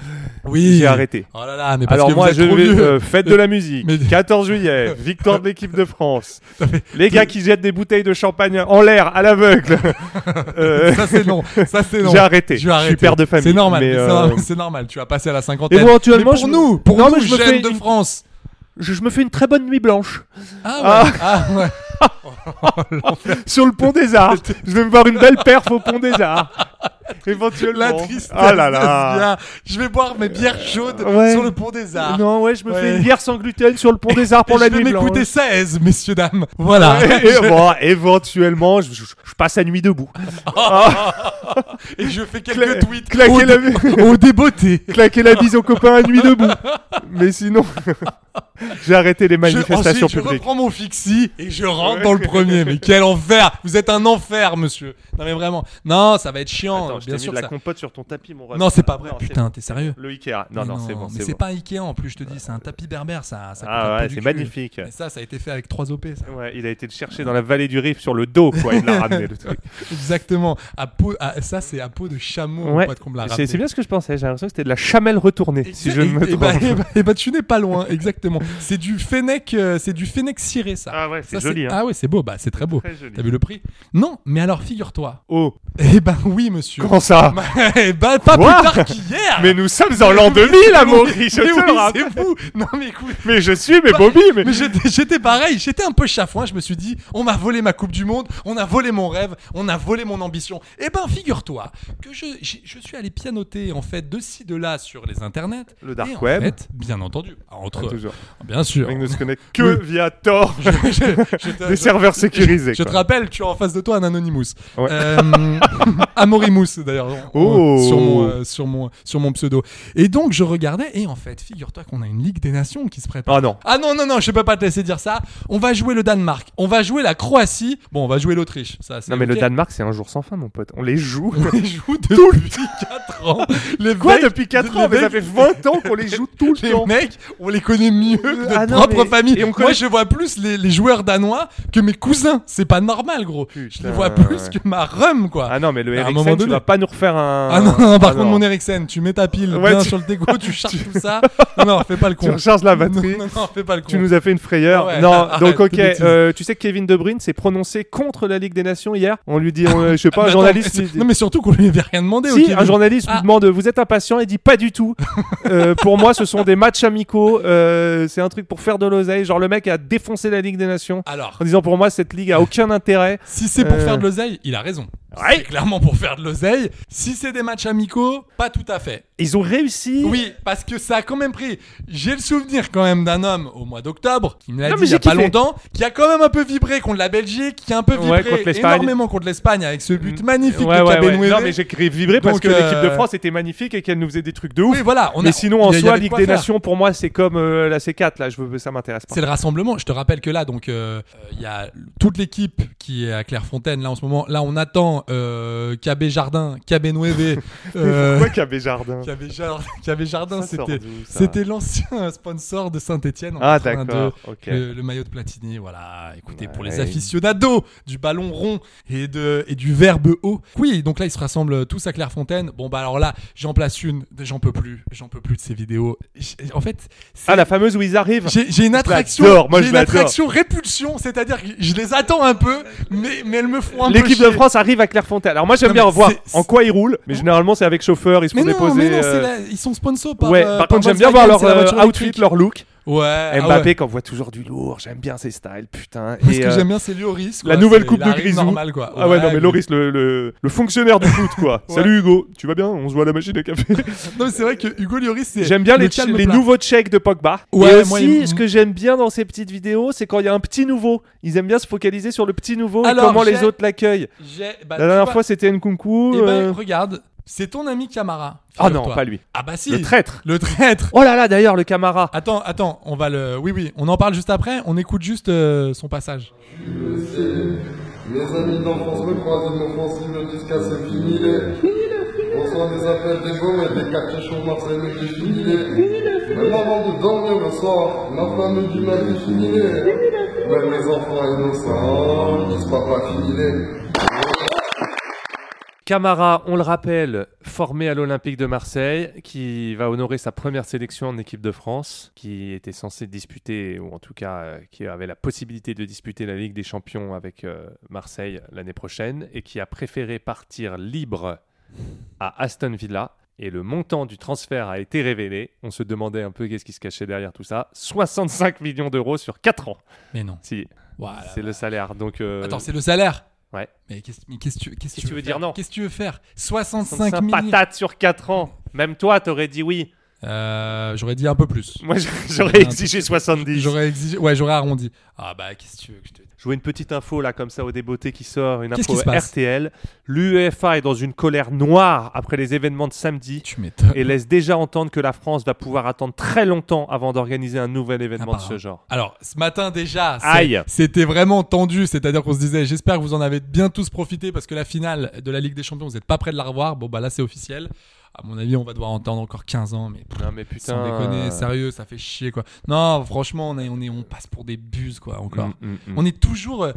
Speaker 9: Oui.
Speaker 2: J'ai arrêté.
Speaker 9: Oh là là, mais parce
Speaker 2: Alors
Speaker 9: que
Speaker 2: moi,
Speaker 9: vous êtes
Speaker 2: je
Speaker 9: trop
Speaker 2: vais
Speaker 9: vieux.
Speaker 2: euh, fête de la musique,
Speaker 9: Mais-
Speaker 2: 14
Speaker 9: <laughs>
Speaker 2: juillet, victoire de l'équipe de France. Les gars qui jettent des bouteilles de champagne en l'air à
Speaker 9: <laughs>
Speaker 2: l'aveugle. Euh,
Speaker 9: Ça c'est non, ça c'est non.
Speaker 2: J'ai arrêté.
Speaker 9: Je suis
Speaker 2: Je suis
Speaker 9: arrêté.
Speaker 2: père de famille,
Speaker 9: C'est normal,
Speaker 2: mais,
Speaker 9: c'est
Speaker 2: euh,
Speaker 9: normal, c'est normal. Tu vas passer à la cinquantaine.
Speaker 2: Éventuellement,
Speaker 9: mais pour
Speaker 2: je me-
Speaker 9: nous, pour
Speaker 2: Non,
Speaker 9: nous,
Speaker 2: mais je me
Speaker 9: jeunes
Speaker 2: fais
Speaker 9: de
Speaker 2: une-
Speaker 9: France.
Speaker 2: je, je me fais une très bonne nuit blanche
Speaker 9: Ah ouais. Ah, ouais.
Speaker 2: <laughs> sur le pont des
Speaker 9: <laughs>
Speaker 2: Arts. je vais me voir une belle perf au pont des Arts. Éventuellement.
Speaker 9: La tristesse.
Speaker 2: Ah là là.
Speaker 9: bien. Je vais boire mes bières chaudes
Speaker 2: Ouais.
Speaker 9: sur le pont des Arts.
Speaker 2: Non, ouais, je me fais
Speaker 9: Ouais.
Speaker 2: une bière sans gluten sur le pont des Arts pour
Speaker 9: Et
Speaker 2: la
Speaker 9: je vais
Speaker 2: nuit blanche.
Speaker 9: m'écouter 16, messieurs dames. Voilà. <laughs>
Speaker 2: Et- et- bon, éventuellement, je, je- je passe la nuit debout.
Speaker 9: Et je fais quelques
Speaker 2: Cla-
Speaker 9: tweets.
Speaker 2: claquer
Speaker 9: au,
Speaker 2: la-
Speaker 9: <laughs> au débeauté.
Speaker 2: <laughs> Claquer la bise aux copains à nuit debout. Mais sinon, <laughs> j'ai arrêté les
Speaker 9: Je,
Speaker 2: manifestations
Speaker 9: ensuite, je
Speaker 2: publiques.
Speaker 9: reprends mon fixie et je rentre dans le
Speaker 2: <laughs>
Speaker 9: premier. Mais quel enfer Vous êtes un enfer, monsieur. Non mais vraiment. Non, ça va être chiant.
Speaker 2: Attends, je
Speaker 9: bien
Speaker 2: t'ai mis
Speaker 9: sûr.
Speaker 2: de la
Speaker 9: ça-
Speaker 2: compote sur ton tapis, mon ref.
Speaker 9: Non, c'est pas vrai.
Speaker 2: Non, c'est
Speaker 9: Putain, t'es sérieux
Speaker 2: Le Ikea. Non,
Speaker 9: Mais
Speaker 2: non, c'est bon.
Speaker 9: Mais
Speaker 2: C'est
Speaker 9: c'est
Speaker 2: bon.
Speaker 9: pas Ikea en plus, je te dis, c'est un tapis berbère, ça. ça coûte
Speaker 2: Ah
Speaker 9: un peu
Speaker 2: ouais,
Speaker 9: du
Speaker 2: c'est
Speaker 9: cul.
Speaker 2: magnifique.
Speaker 9: Et ça, ça a été fait avec 3 OP, ça.
Speaker 2: Ouais, il a été le chercher dans la vallée du Rif sur le dos, quoi.
Speaker 9: <laughs>
Speaker 2: Il l'a ramené, le truc.
Speaker 9: Exactement. À peau, à- ça, c'est à peau de chameau,
Speaker 2: Ouais.
Speaker 9: pas de comble à
Speaker 2: C'est c'est bien ce que je pensais. J'ai l'impression que c'était de la chamelle retournée, si je ne me
Speaker 9: Ah, et
Speaker 2: trompe.
Speaker 9: bah, et bah- et bah, tu n'es pas loin, exactement. C'est du fennec, euh, c'est du fennec ciré, ça.
Speaker 2: Ah ouais, c'est
Speaker 9: Ça,
Speaker 2: joli. hein.
Speaker 9: Ah ouais, c'est beau, bah c'est très beau.
Speaker 2: Très joli.
Speaker 9: T'as vu le prix Non, mais alors figure-toi.
Speaker 2: Oh,
Speaker 9: Eh ben oui, monsieur.
Speaker 2: comment ça
Speaker 9: <laughs> Eh ben pas
Speaker 2: Quoi
Speaker 9: plus tard qu'hier.
Speaker 2: Mais nous sommes en l'an 2000, à Maurice, je
Speaker 9: Mais
Speaker 2: te le
Speaker 9: oui,
Speaker 2: rappelle.
Speaker 9: c'est vous. Non mais écoute.
Speaker 2: hein. Mais je suis, mais
Speaker 9: Bah,
Speaker 2: Bobby, mais...
Speaker 9: Mais j'étais j'étais pareil, j'étais un peu chafouin, je me suis dit, on m'a volé ma Coupe du Monde, on a volé mon rêve, on a volé mon ambition. Eh ben, figure-toi que je, j'ai- je suis allé pianoter, en fait, de ci, de là sur les internets.
Speaker 2: Le dark
Speaker 9: Et en
Speaker 2: web. Ah,
Speaker 9: fait, bien entendu. Entre,
Speaker 2: Toujours.
Speaker 9: bien sûr.
Speaker 2: Il ne se connecte que via Tor,
Speaker 9: <laughs> Je- je te-
Speaker 2: des serveurs sécurisés.
Speaker 9: je te
Speaker 2: quoi.
Speaker 9: rappelle, tu as en face de toi un Anonymous.
Speaker 2: Ouais.
Speaker 9: Euh, <laughs> Amorimus, d'ailleurs. en- en-
Speaker 2: Oh.
Speaker 9: Sur, mon, euh, sur, mon, sur mon pseudo. Et donc, je regardais, et en fait, figure-toi qu'on a une Ligue des Nations qui se prépare.
Speaker 2: Ah non.
Speaker 9: Ah non, non, non, je peux pas te laisser dire ça. On va jouer le Danemark. On va jouer la Croatie. Bon, on va jouer l'Autriche. Ça, c'est
Speaker 2: Non, mais le
Speaker 9: ok. <laughs>
Speaker 2: Danemark, c'est un jour sans fin, mon pote. On les joue.
Speaker 9: On
Speaker 2: <laughs>
Speaker 9: les joue depuis 4 ans. Les
Speaker 2: Quoi,
Speaker 9: mecs-
Speaker 2: depuis 4 ans
Speaker 9: les
Speaker 2: Mais ça fait
Speaker 9: mecs-
Speaker 2: 20 ans qu'on les joue tout le
Speaker 9: les
Speaker 2: temps.
Speaker 9: mecs, on les connaît mieux que notre
Speaker 2: Ah non,
Speaker 9: propre
Speaker 2: mais-
Speaker 9: famille.
Speaker 2: et on
Speaker 9: Moi,
Speaker 2: connaît-
Speaker 9: je vois plus les, les joueurs danois que mes cousins. C'est pas normal, gros. je les vois
Speaker 2: Putain,
Speaker 9: plus
Speaker 2: ouais.
Speaker 9: que ma rhum, quoi.
Speaker 2: Ah non, mais le
Speaker 9: À un
Speaker 2: Eriksen,
Speaker 9: moment
Speaker 2: tu
Speaker 9: donné-
Speaker 2: vas pas nous refaire un.
Speaker 9: Ah non, non, par
Speaker 2: Ah
Speaker 9: contre,
Speaker 2: non.
Speaker 9: mon Eriksen, tu mets ta pile
Speaker 2: Ouais,
Speaker 9: bien
Speaker 2: tu-
Speaker 9: sur le dégo, tu charges
Speaker 2: <laughs>
Speaker 9: tout ça. Non, non, fais pas le con.
Speaker 2: Tu recharges
Speaker 9: <laughs>
Speaker 2: la
Speaker 9: non,
Speaker 2: batterie.
Speaker 9: non, non, fais pas le con.
Speaker 2: Tu nous as fait une frayeur.
Speaker 9: Ah ouais,
Speaker 2: non,
Speaker 9: <laughs> arrête,
Speaker 2: donc ok.
Speaker 9: tes bêtises.
Speaker 2: euh, tu sais que Kevin De Bruyne s'est prononcé contre la Ligue des Nations hier. On lui dit, euh, je sais pas,
Speaker 9: Mais
Speaker 2: un
Speaker 9: <laughs> attends,
Speaker 2: journaliste. lui dit-
Speaker 9: Non, mais surtout qu'on lui avait rien demandé.
Speaker 2: Si,
Speaker 9: ok,
Speaker 2: un
Speaker 9: lui-
Speaker 2: journaliste
Speaker 9: Ah.
Speaker 2: lui demande Vous êtes impatient Il dit Pas du
Speaker 9: <laughs>
Speaker 2: tout. Euh, pour moi, ce sont des matchs amicaux. euh, c'est un truc pour faire de l'oseille. Genre, le mec a défoncé la Ligue des Nations
Speaker 9: Alors,
Speaker 2: en disant Pour moi, cette ligue a aucun intérêt.
Speaker 9: Si c'est pour
Speaker 2: Euh.
Speaker 9: faire de l'oseille, il a raison.
Speaker 2: Ouais.
Speaker 9: C'est clairement pour faire de l'oseille. Si c'est des matchs amicaux, pas tout à fait.
Speaker 2: Ils ont réussi.
Speaker 9: Oui, parce que ça a quand même pris. J'ai le souvenir quand même d'un homme au mois d'octobre, qui me l'a
Speaker 2: Non,
Speaker 9: dit
Speaker 2: mais
Speaker 9: il y a
Speaker 2: j'ai
Speaker 9: pas
Speaker 2: kiffé.
Speaker 9: longtemps, qui a quand même un peu vibré contre la Belgique, qui a un peu
Speaker 2: Ouais,
Speaker 9: vibré
Speaker 2: contre l'Espagne. Mm.
Speaker 9: énormément contre l'Espagne avec ce but magnifique
Speaker 2: Ouais,
Speaker 9: de
Speaker 2: ouais, ouais.
Speaker 9: Cabenoué.
Speaker 2: Non, mais j'ai cri- vibré parce
Speaker 9: E Donc,
Speaker 2: que l'équipe de
Speaker 9: euh,
Speaker 2: France était magnifique et qu'elle nous faisait des trucs de ouf.
Speaker 9: Oui, voilà. On a-
Speaker 2: mais sinon, en
Speaker 9: il y a- il y
Speaker 2: soi,
Speaker 9: avait de
Speaker 2: Ligue
Speaker 9: quoi
Speaker 2: des
Speaker 9: faire.
Speaker 2: Nations, pour moi, c'est comme euh, la C4. Là, je veux, ça m'intéresse pas.
Speaker 9: C'est le rassemblement. Je te rappelle que là, donc, euh, il y a toute l'équipe qui est à Clairefontaine là en ce moment. Là, on attend euh, KB Jardin,
Speaker 2: <laughs>
Speaker 9: KB Nueve. euh,
Speaker 2: Pourquoi Cabé Jardin
Speaker 9: qui avait Jardin, qui avait Jardin
Speaker 2: Ça sort
Speaker 9: c'était
Speaker 2: d'où, ça
Speaker 9: c'était l'ancien <laughs> sponsor de Saint-Étienne en
Speaker 2: Ah,
Speaker 9: 82.
Speaker 2: d'accord, ok.
Speaker 9: Le, le maillot de Euh, Platini, voilà. Écoutez, pour les
Speaker 2: Ouais.
Speaker 9: aficionados du ballon rond et de et du verbe haut. Oui, donc là ils se rassemblent tous à Clairefontaine. Bon bah alors là, j'en place une, j'en peux plus, j'en peux plus de ces vidéos. J'- En fait, c'est-
Speaker 2: Ah, la fameuse où ils arrivent.
Speaker 9: j'ai j'ai une attraction,
Speaker 2: l'adore, moi,
Speaker 9: j'ai
Speaker 2: je
Speaker 9: une
Speaker 2: l'adore.
Speaker 9: attraction répulsion, c'est-à-dire que je les attends un peu, mais mais elles me font un peu
Speaker 2: L'équipe de
Speaker 9: chier.
Speaker 2: France arrive à Clairefontaine. Alors moi j'aime
Speaker 9: Non,
Speaker 2: bien
Speaker 9: mais
Speaker 2: voir
Speaker 9: c'est-
Speaker 2: en quoi ils roulent, mais généralement c'est avec chauffeur, ils se
Speaker 9: Mais
Speaker 2: font
Speaker 9: non,
Speaker 2: déposer.
Speaker 9: mais non, c'est
Speaker 2: euh,
Speaker 9: la- ils sont sponsors par.
Speaker 2: ouais,
Speaker 9: euh,
Speaker 2: par contre j'aime bien voir
Speaker 9: Volkswagen,
Speaker 2: leur
Speaker 9: c'est la
Speaker 2: euh,
Speaker 9: voiture
Speaker 2: outfit,
Speaker 9: électrique.
Speaker 2: leur look.
Speaker 9: Ouais. ah
Speaker 2: Mbappé
Speaker 9: ouais.
Speaker 2: qu'on voit toujours du lourd, j'aime bien ses styles, putain.
Speaker 9: Moi, ce
Speaker 2: Et,
Speaker 9: que
Speaker 2: euh,
Speaker 9: j'aime bien, c'est lui au risque.
Speaker 2: la
Speaker 9: quoi.
Speaker 2: nouvelle
Speaker 9: C'est-
Speaker 2: coupe
Speaker 9: il
Speaker 2: de
Speaker 9: arrive
Speaker 2: Grisou.
Speaker 9: Normal, quoi.
Speaker 2: Ah ouais, non, mais
Speaker 9: lui-
Speaker 2: Loris, le, le, le fonctionnaire du foot, quoi.
Speaker 9: <laughs> Ouais.
Speaker 2: Salut Hugo, tu vas bien On se voit à la machine à
Speaker 9: <laughs>
Speaker 2: café.
Speaker 9: Non, mais c'est vrai que Hugo Lloris, c'est.
Speaker 2: J'aime bien
Speaker 9: le
Speaker 2: les,
Speaker 9: calme
Speaker 2: les
Speaker 9: plat.
Speaker 2: nouveaux checks de Pogba.
Speaker 9: Ouais,
Speaker 2: Et
Speaker 9: moi,
Speaker 2: aussi,
Speaker 9: il-
Speaker 2: ce que j'aime bien dans ces petites vidéos, c'est quand il y a un petit nouveau. Ils aiment bien se focaliser sur le petit nouveau
Speaker 9: Alors,
Speaker 2: et comment les
Speaker 9: j'ai-
Speaker 2: autres l'accueillent.
Speaker 9: J'ai-
Speaker 2: la
Speaker 9: bah, tu
Speaker 2: dernière
Speaker 9: vois,
Speaker 2: fois, c'était Nkunku.
Speaker 9: eh ben,
Speaker 2: euh,
Speaker 9: regarde, c'est ton ami Camara.
Speaker 2: Ah non,
Speaker 9: figure-toi.
Speaker 2: pas lui.
Speaker 9: Ah bah si.
Speaker 2: Le traître.
Speaker 9: Le traître.
Speaker 2: Oh là là, d'ailleurs, le Camara.
Speaker 9: Attends, attends, on va le. Oui, oui, on en parle juste après. On écoute juste euh, son passage.
Speaker 10: Mes amis de l'enfance me croisent, ils me font signe jusqu'à ce fini-les. Reçoit des appels des bons et des caprichons marseillais du fini-les. Même avant de dormir le soir, ma femme du mal du fini-les. Même les enfants innocents disent papa fini-les.
Speaker 2: Camara, on le rappelle, formé à l'Olympique de Marseille, qui va honorer sa première sélection en équipe de France, qui était censé disputer, ou en tout cas euh, qui avait la possibilité de disputer la Ligue des Champions avec euh, Marseille l'année prochaine, et qui a préféré partir libre à Aston Villa. Et le montant du transfert a été révélé. On se demandait un peu qu'est-ce qui se cachait derrière tout ça. 65 millions d'euros sur 4 ans.
Speaker 9: Mais non.
Speaker 2: Si,
Speaker 9: Voilà.
Speaker 2: c'est le salaire. Donc, euh,
Speaker 9: Ah Attends, c'est le salaire.
Speaker 2: Ouais.
Speaker 9: Mais qu'est-ce mais qu'est-ce que tu,
Speaker 2: Qu'est-ce
Speaker 9: qu'est-ce que
Speaker 2: que tu veux
Speaker 9: faire
Speaker 2: dire non
Speaker 9: Qu'est-ce que tu veux faire 65
Speaker 2: 65
Speaker 9: 000.
Speaker 2: patates sur 4 ans. Même toi, t'aurais dit oui.
Speaker 9: Euh, j'aurais dit un peu plus. <laughs>
Speaker 2: Moi, j'aurais exigé 70.
Speaker 9: J'aurais exigé. Ouais, j'aurais arrondi. Ah bah, qu'est-ce que tu veux que je te dise
Speaker 2: Je vois une petite info là, comme ça, au débeauté qui sort, une
Speaker 9: Qu'est-ce
Speaker 2: info
Speaker 9: qui se passe
Speaker 2: RTL. L'UEFA E est dans une colère noire après les événements de samedi
Speaker 9: Tu m'étonnes.
Speaker 2: et laisse déjà entendre que la France va pouvoir attendre très longtemps avant d'organiser un nouvel événement de ce
Speaker 9: Apparemment.
Speaker 2: genre.
Speaker 9: Alors, ce matin déjà, c'est-
Speaker 2: Aïe.
Speaker 9: c'était vraiment tendu. C'est-à-dire qu'on se disait, j'espère que vous en avez bien tous profité parce que la finale de la Ligue des Champions, vous n'êtes pas près de la revoir. Bon, bah là, c'est officiel. À mon avis, on va devoir entendre encore 15 ans. Mais
Speaker 2: Non, mais putain. euh,
Speaker 9: sans déconner, sérieux, ça fait chier quoi. Non, franchement, on, est, on, est, on passe pour des buses quoi encore.
Speaker 2: Mm, mm, mm.
Speaker 9: On est toujours. euh,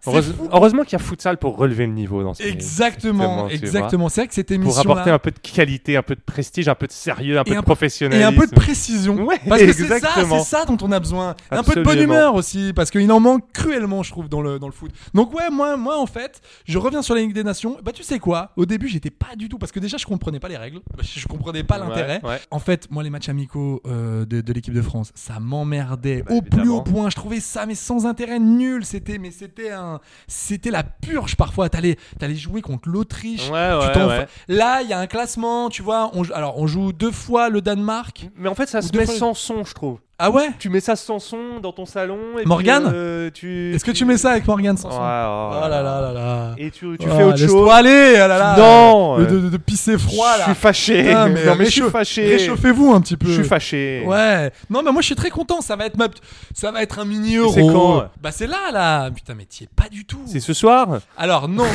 Speaker 9: c'est
Speaker 2: Heureuse-
Speaker 9: fou.
Speaker 2: Heureusement qu'il y a futsal pour relever le niveau dans ce pays.
Speaker 9: Exactement,
Speaker 2: tu vois.
Speaker 9: exactement. C'est vrai que cette
Speaker 2: Pour
Speaker 9: émission
Speaker 2: apporter un peu de qualité, un peu de prestige, un peu de sérieux, un peu
Speaker 9: un
Speaker 2: de
Speaker 9: peu- et
Speaker 2: professionnalisme.
Speaker 9: un peu de précision.
Speaker 2: Ouais,
Speaker 9: parce que c'est ça,
Speaker 2: exactement.
Speaker 9: c'est ça dont on a besoin. Un peu de bonne
Speaker 2: Absolument.
Speaker 9: humeur aussi, parce qu'il en manque cruellement, je trouve, dans le, dans le foot. Donc ouais, moi, moi en fait, je reviens sur la Ligue des Nations. Bah tu sais quoi Au début, j'étais pas du tout, parce que déjà, je comprenais pas les règles, Bah, je comprenais pas l'intérêt.
Speaker 2: Ouais, ouais.
Speaker 9: En fait, moi, les matchs amicaux euh, de, de l'équipe de France, ça m'emmerdait
Speaker 2: Bah,
Speaker 9: au
Speaker 2: évidemment.
Speaker 9: plus haut point. Je trouvais ça, mais sans intérêt, nul. C'était, mais c'était un, c'était la purge parfois. T'allais, t'allais jouer contre l'Autriche.
Speaker 2: Ouais,
Speaker 9: tu
Speaker 2: ouais,
Speaker 9: t'en-
Speaker 2: ouais.
Speaker 9: Là, il y a un classement, tu vois. On, jou- alors, on joue deux fois le Danemark.
Speaker 2: Mais en fait, ça
Speaker 9: Ou
Speaker 2: se
Speaker 9: deux
Speaker 2: met
Speaker 9: fois-
Speaker 2: sans son, je trouve.
Speaker 9: Ah ouais
Speaker 2: Tu mets ça sans son dans ton salon. Et
Speaker 9: Morgane
Speaker 2: puis, euh, tu...
Speaker 9: Est-ce que tu mets ça avec Morgan Sanson
Speaker 2: Ouais, ouais,
Speaker 9: Oh
Speaker 2: ouais.
Speaker 9: là là là là.
Speaker 2: Et tu, tu
Speaker 9: Oh,
Speaker 2: fais autre
Speaker 9: laisse-toi
Speaker 2: chose.
Speaker 9: aller, oh là là.
Speaker 2: Non,
Speaker 9: Le-
Speaker 2: euh,
Speaker 9: de, de- de pisser froid
Speaker 2: Je
Speaker 9: là.
Speaker 2: suis fâché.
Speaker 9: Putain,
Speaker 2: non, mais je
Speaker 9: réchau-
Speaker 2: suis fâché.
Speaker 9: Réchauffez-vous un petit peu.
Speaker 2: Je suis fâché.
Speaker 9: Ouais. Non, mais moi je suis très content. Ça va être ma... p- ça va être un mini euro.
Speaker 2: c'est quand
Speaker 9: Bah c'est là là. Putain, mais t'y es pas du tout.
Speaker 2: C'est ce soir
Speaker 9: Alors non,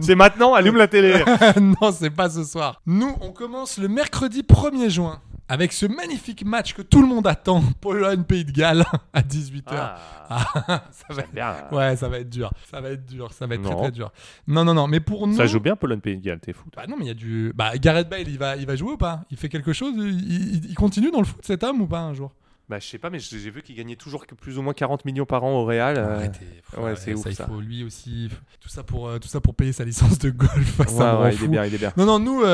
Speaker 2: C'est maintenant Allume la
Speaker 9: <laughs>
Speaker 2: télé.
Speaker 9: non, c'est pas ce soir. Nous, on commence le mercredi 1er juin avec ce magnifique match que tout le monde attend, <laughs> Pologne-Pays de Galles <laughs> à 18h.
Speaker 2: Ah,
Speaker 9: Ah, <laughs> ça va
Speaker 2: j'aime bien.
Speaker 9: Ouais, ça va être dur. Ça va être dur. Ça va être très
Speaker 2: Non.
Speaker 9: très dur. Non, non, non. Mais pour nous.
Speaker 2: Ça joue bien Pologne Pays de Galles, t'es fou. toi.
Speaker 9: Bah non, mais il y a du. Bah Gareth Bale, il va, il va jouer ou pas Il fait quelque chose il, il- il continue dans le foot cet homme ou pas un jour
Speaker 2: Bah je sais pas, mais j'ai j'ai vu qu'il gagnait toujours que plus ou moins 40 millions par an au Real. euh.
Speaker 9: Arrêtez. faut-
Speaker 2: ouais, c'est
Speaker 9: ça,
Speaker 2: ouf,
Speaker 9: il
Speaker 2: ça.
Speaker 9: faut lui aussi. Tout ça pour, euh, tout ça pour payer sa licence de golf. <laughs> ça
Speaker 2: Ouais,
Speaker 9: me rend
Speaker 2: ouais, il est
Speaker 9: fou.
Speaker 2: bien, il est bien.
Speaker 9: Non, non, nous, euh,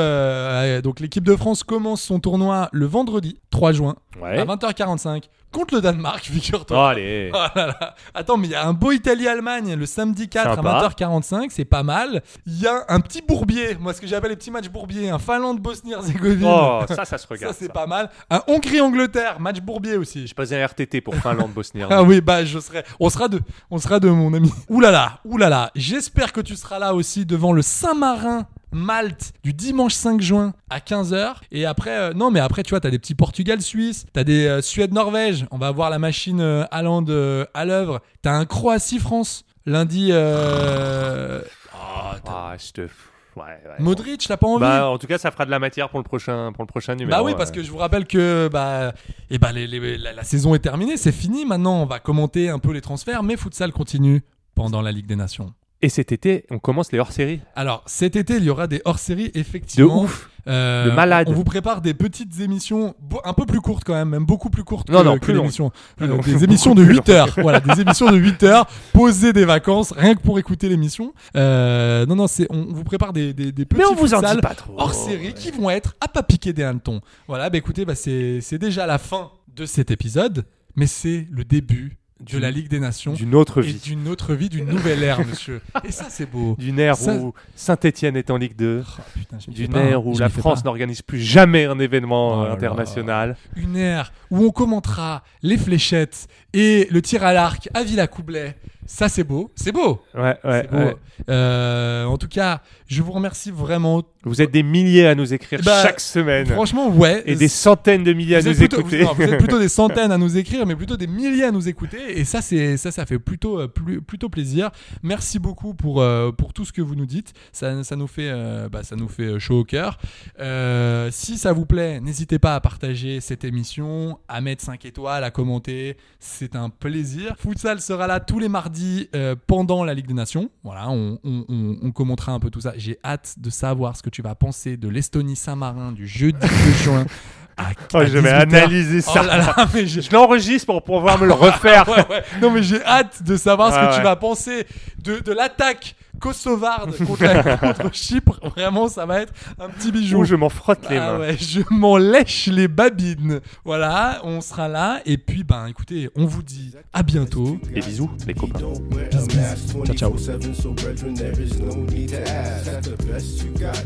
Speaker 9: euh, donc l'équipe de France commence son tournoi le vendredi 3 juin à
Speaker 2: Ouais.
Speaker 9: 20h45 contre le Danemark,
Speaker 2: Eh
Speaker 9: <laughs>
Speaker 2: Oh,
Speaker 9: figure-toi.
Speaker 2: allez.
Speaker 9: Oh là là. Attends, mais il y a un beau Italie-Allemagne le samedi 4
Speaker 2: Sympa.
Speaker 9: à 20h45, c'est pas mal. Il y a un petit bourbier, moi ce que j'appelle les petits matchs bourbiers, un Finlande-Bosnie-Herzégovine.
Speaker 2: Oh, ça, ça se
Speaker 9: ça
Speaker 2: regarde.
Speaker 9: c'est
Speaker 2: ça.
Speaker 9: pas mal. Un Hongrie-Angleterre, match bourbier aussi.
Speaker 2: J'ai passé un RTT pour Finlande-Bosnie.
Speaker 9: <laughs> Ah oui, bah je serai. On sera deux. On sera deux, mon ami. Oulala, là là, oulala. Là là. J'espère que tu seras là aussi devant le Saint-Marin. Malte du dimanche 5 juin à 15h et après euh, non mais après tu vois t'as des petits Portugal Suisse t'as des euh, Suède Norvège on va avoir la machine euh, Haaland, euh, à l'œuvre t'as un Croatie France lundi euh... oh, t'as-
Speaker 2: Ah, je te. fous. Ouais, ouais.
Speaker 9: Modric t'as pas envie
Speaker 2: Bah, en tout cas, ça fera de la matière pour le prochain, pour le prochain numéro. euh.
Speaker 9: Bah oui,
Speaker 2: ouais.
Speaker 9: parce que je vous rappelle que bah, eh ben, les- les- la, la saison est terminée, c'est fini. Maintenant, on va commenter un peu les transferts, mais Futsal continue pendant la Ligue des Nations.
Speaker 2: Et cet été, on commence les hors-séries.
Speaker 9: Alors, cet été, il y aura des hors-séries, effectivement.
Speaker 2: ouf.
Speaker 9: Euh,
Speaker 2: Le malade.
Speaker 9: On vous prépare des petites émissions bo- un peu plus courtes quand même, même beaucoup plus courtes
Speaker 2: Non,
Speaker 9: que,
Speaker 2: non,
Speaker 9: que
Speaker 2: plus longues.
Speaker 9: l'émission.
Speaker 2: Plus
Speaker 9: Euh,
Speaker 2: longues. <laughs>
Speaker 9: des émissions de
Speaker 2: Beaucoup plus
Speaker 9: 8 heures. <laughs> voilà, des émissions de 8 heures, poser des vacances, rien que pour écouter l'émission. Euh, non, non, c'est, on vous prépare des, des, des petits
Speaker 2: Mais on vous en
Speaker 9: futsal
Speaker 2: dit pas Oh, trop.
Speaker 9: hors série qui vont être à pas piquer des hannetons. Voilà, bah écoutez, bah c'est, c'est déjà la fin de cet épisode, mais c'est le début de
Speaker 2: D'une-
Speaker 9: la Ligue des Nations
Speaker 2: D'une autre
Speaker 9: et
Speaker 2: vie.
Speaker 9: d'une autre vie, d'une nouvelle ère, monsieur. Et ça, c'est beau.
Speaker 2: D'une ère
Speaker 9: Ça-
Speaker 2: où Saint-Etienne est en Ligue 2.
Speaker 9: Oh, putain, je m'y fais
Speaker 2: D'une
Speaker 9: pas,
Speaker 2: ère
Speaker 9: hein.
Speaker 2: où
Speaker 9: Je
Speaker 2: la
Speaker 9: m'y fais
Speaker 2: France
Speaker 9: pas.
Speaker 2: n'organise plus jamais un événement
Speaker 9: Oh
Speaker 2: euh,
Speaker 9: là
Speaker 2: international.
Speaker 9: Une ère où on commentera les fléchettes et le tir à l'arc à Villacoublay. Ça, c'est beau. C'est beau.
Speaker 2: Ouais, ouais,
Speaker 9: C'est beau.
Speaker 2: ouais.
Speaker 9: Euh, en tout cas, je vous remercie vraiment.
Speaker 2: Vous êtes des milliers à nous écrire
Speaker 9: Bah,
Speaker 2: chaque semaine.
Speaker 9: Franchement, ouais.
Speaker 2: Et des centaines de milliers à
Speaker 9: vous êtes
Speaker 2: nous
Speaker 9: plutôt-
Speaker 2: écouter.
Speaker 9: vous- non,
Speaker 2: <laughs>
Speaker 9: vous êtes plutôt des centaines à nous écrire, mais plutôt des milliers à nous écouter. Et ça, c'est ça, ça fait plutôt euh, plus- plutôt plaisir. Merci beaucoup pour euh, pour tout ce que vous nous dites. Ça, ça nous fait euh, bah, ça nous fait chaud au cœur. Euh, si ça vous plaît, n'hésitez pas à partager cette émission, à mettre 5 étoiles, à commenter. C'est un plaisir. Futsal sera là tous les mardis euh, pendant la Ligue des Nations. Voilà, on, on- on- on commentera un peu tout ça. J'ai hâte de savoir ce que tu vas penser de l'Estonie Saint-Marin du jeudi 2
Speaker 2: <laughs>
Speaker 9: juin. à-
Speaker 2: Oh,
Speaker 9: à
Speaker 2: je vais
Speaker 9: 18 heures.
Speaker 2: analyser
Speaker 9: Oh
Speaker 2: ça.
Speaker 9: là là, <laughs> mais je-
Speaker 2: Je l'enregistre pour pouvoir me le refaire.
Speaker 9: <laughs> Ouais, ouais. Non mais j'ai hâte de savoir ce
Speaker 2: Ouais,
Speaker 9: que tu
Speaker 2: Ah ouais.
Speaker 9: vas penser de, de l'attaque kosovarde
Speaker 2: <laughs>
Speaker 9: contre, la- contre Chypre. Vraiment, ça va être un petit bijou.
Speaker 2: Où je m'en frotte les
Speaker 9: Ah
Speaker 2: mains.
Speaker 9: ouais, je m'en lèche les babines. Voilà, on sera là. Et puis, ben, écoutez, on vous dit à bientôt.
Speaker 2: Et bisous, les copains.
Speaker 9: Bisous, bisous. Ciao, ciao.
Speaker 11: seven, so brethren, there is no need to ask. That's the best you got.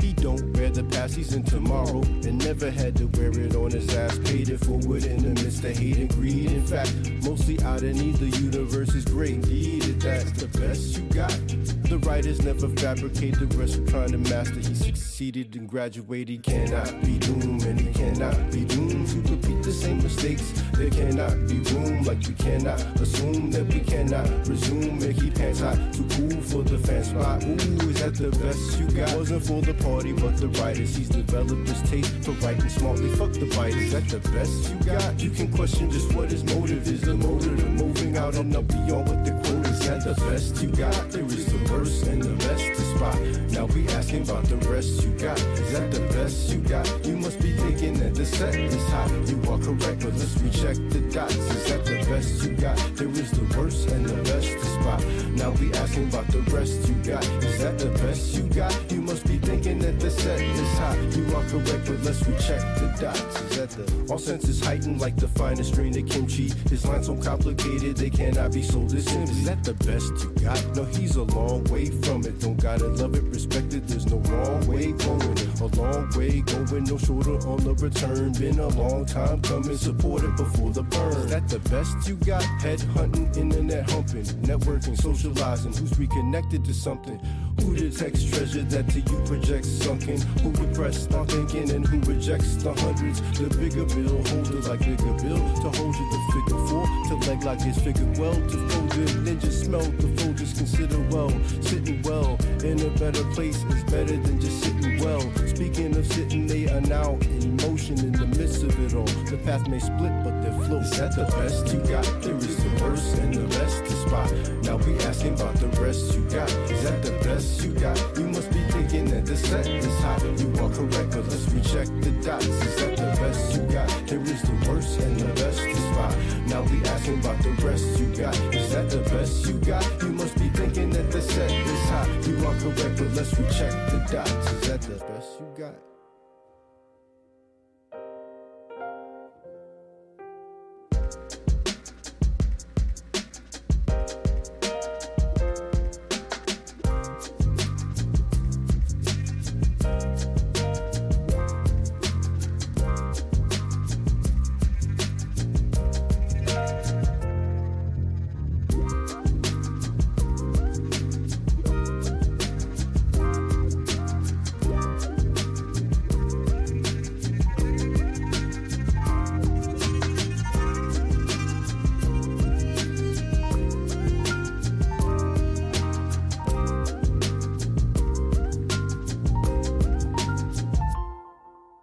Speaker 11: He don't wear the past, he's in tomorrow, and never had to wear it on his ass. Paid it forward in the midst of hate and greed. In fact, mostly out of need, the universe is great. Indeed, if that's the best you got. The writers never fabricate the rest of trying to master. He succeeded and graduated. He cannot be doomed, and he cannot be doomed to repeat the same mistakes. There cannot be room, like we cannot assume that we cannot resume. And keep hands hot, too cool for the fan spot. Ooh, is that the best you got? Wasn't for the party, but the writers. He's developed his taste for writing smartly. Fuck the bite. Is that the best you got? You can question just what his motive is. The motive of moving out and up beyond what the quote is. That the best you got? There is the worst and the best to spot. Now we asking about the rest you got. Is that the best you got? You must be thinking that the set is hot. You are correct, but let's recheck the dots. Is that the best you got? There is the worst and the best to spot. Now we asking about the rest you got. Is that the best you got? You must be thinking that the set is hot. You are correct, but let's recheck the dots. Is that the all senses heightened like the finest strain of kimchi? His lines so complicated they cannot be sold as simple. Is that the best you got? No, he's a long way from it. Don't gotta love it, respect it. There's no wrong way going. A long way going, no shorter on the return. Been a long time coming, supported before the burn. Is that the best you got? Head hunting, internet humping, networking, socializing. Who's reconnected to something? Who detects treasure that to you projects sunken? Who repressed our thinking and who rejects the hundreds? The bigger bill holder like bigger bill to hold you the figure four to leg like his figure well to fold it. Ninja smell the fold just consider well sitting well in a better place is better than just sitting well. Speaking of sitting, they are now in motion in the midst of it all. The path may split, but their flow is that the best you got. There is the worst and the best to spot. Now we asking about the rest you got. Is that the best you got? You must be thinking that the set is hot. You are correct, but let's recheck the dots. Is that the best you got? There is the worst and the best to spot. Now we asking about the rest you got. Is that the best you got? You must be thinking that the set is hot. You are correct, but let's recheck the dots. Is that the best you got?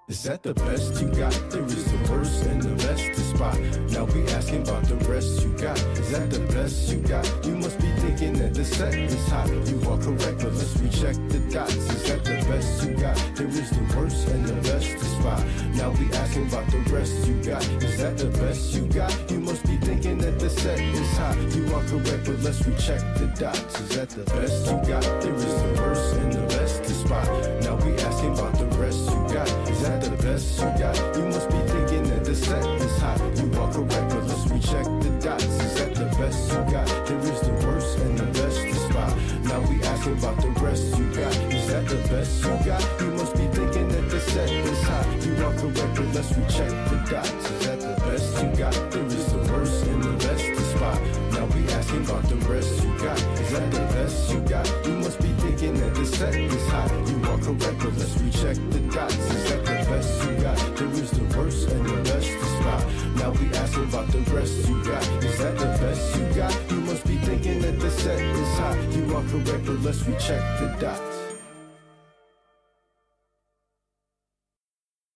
Speaker 11: Is that the best you got? There is the worst and the best to spot. Now we asking about the rest you got. Is that the best you got? You must be thinking that the set is hot. You are correct, but let's recheck the dots. Is that the best you got? There is the worst and about the rest you got. Is that the best you got? You must be thinking that the set is hot. You are correct, but let's recheck the dots. Is that the best you got? There is the worst and the best to spot. Now we asking about the rest you got. Is that the best you got? You must be thinking that the set is hot. You are correct, but let's recheck the dots. Is that the best you got? There is the worst and the best to spot. Now we asking about the rest you got. Is that the best you got? You must be thinking that the set is hot. You are correct, but let's recheck the dots. Is that the best you got? There is the worst and the best to spot. Now we asking about the rest you got. Is that the best you got? You must be thinking that the set is hot. You are correct, but let's recheck the dots. Is that the best you got? There is the worst and the best to spot. Now we asking about the rest you got. Is that the best you got? You must be thinking that the set is hot. You are correct, but let's recheck the dots.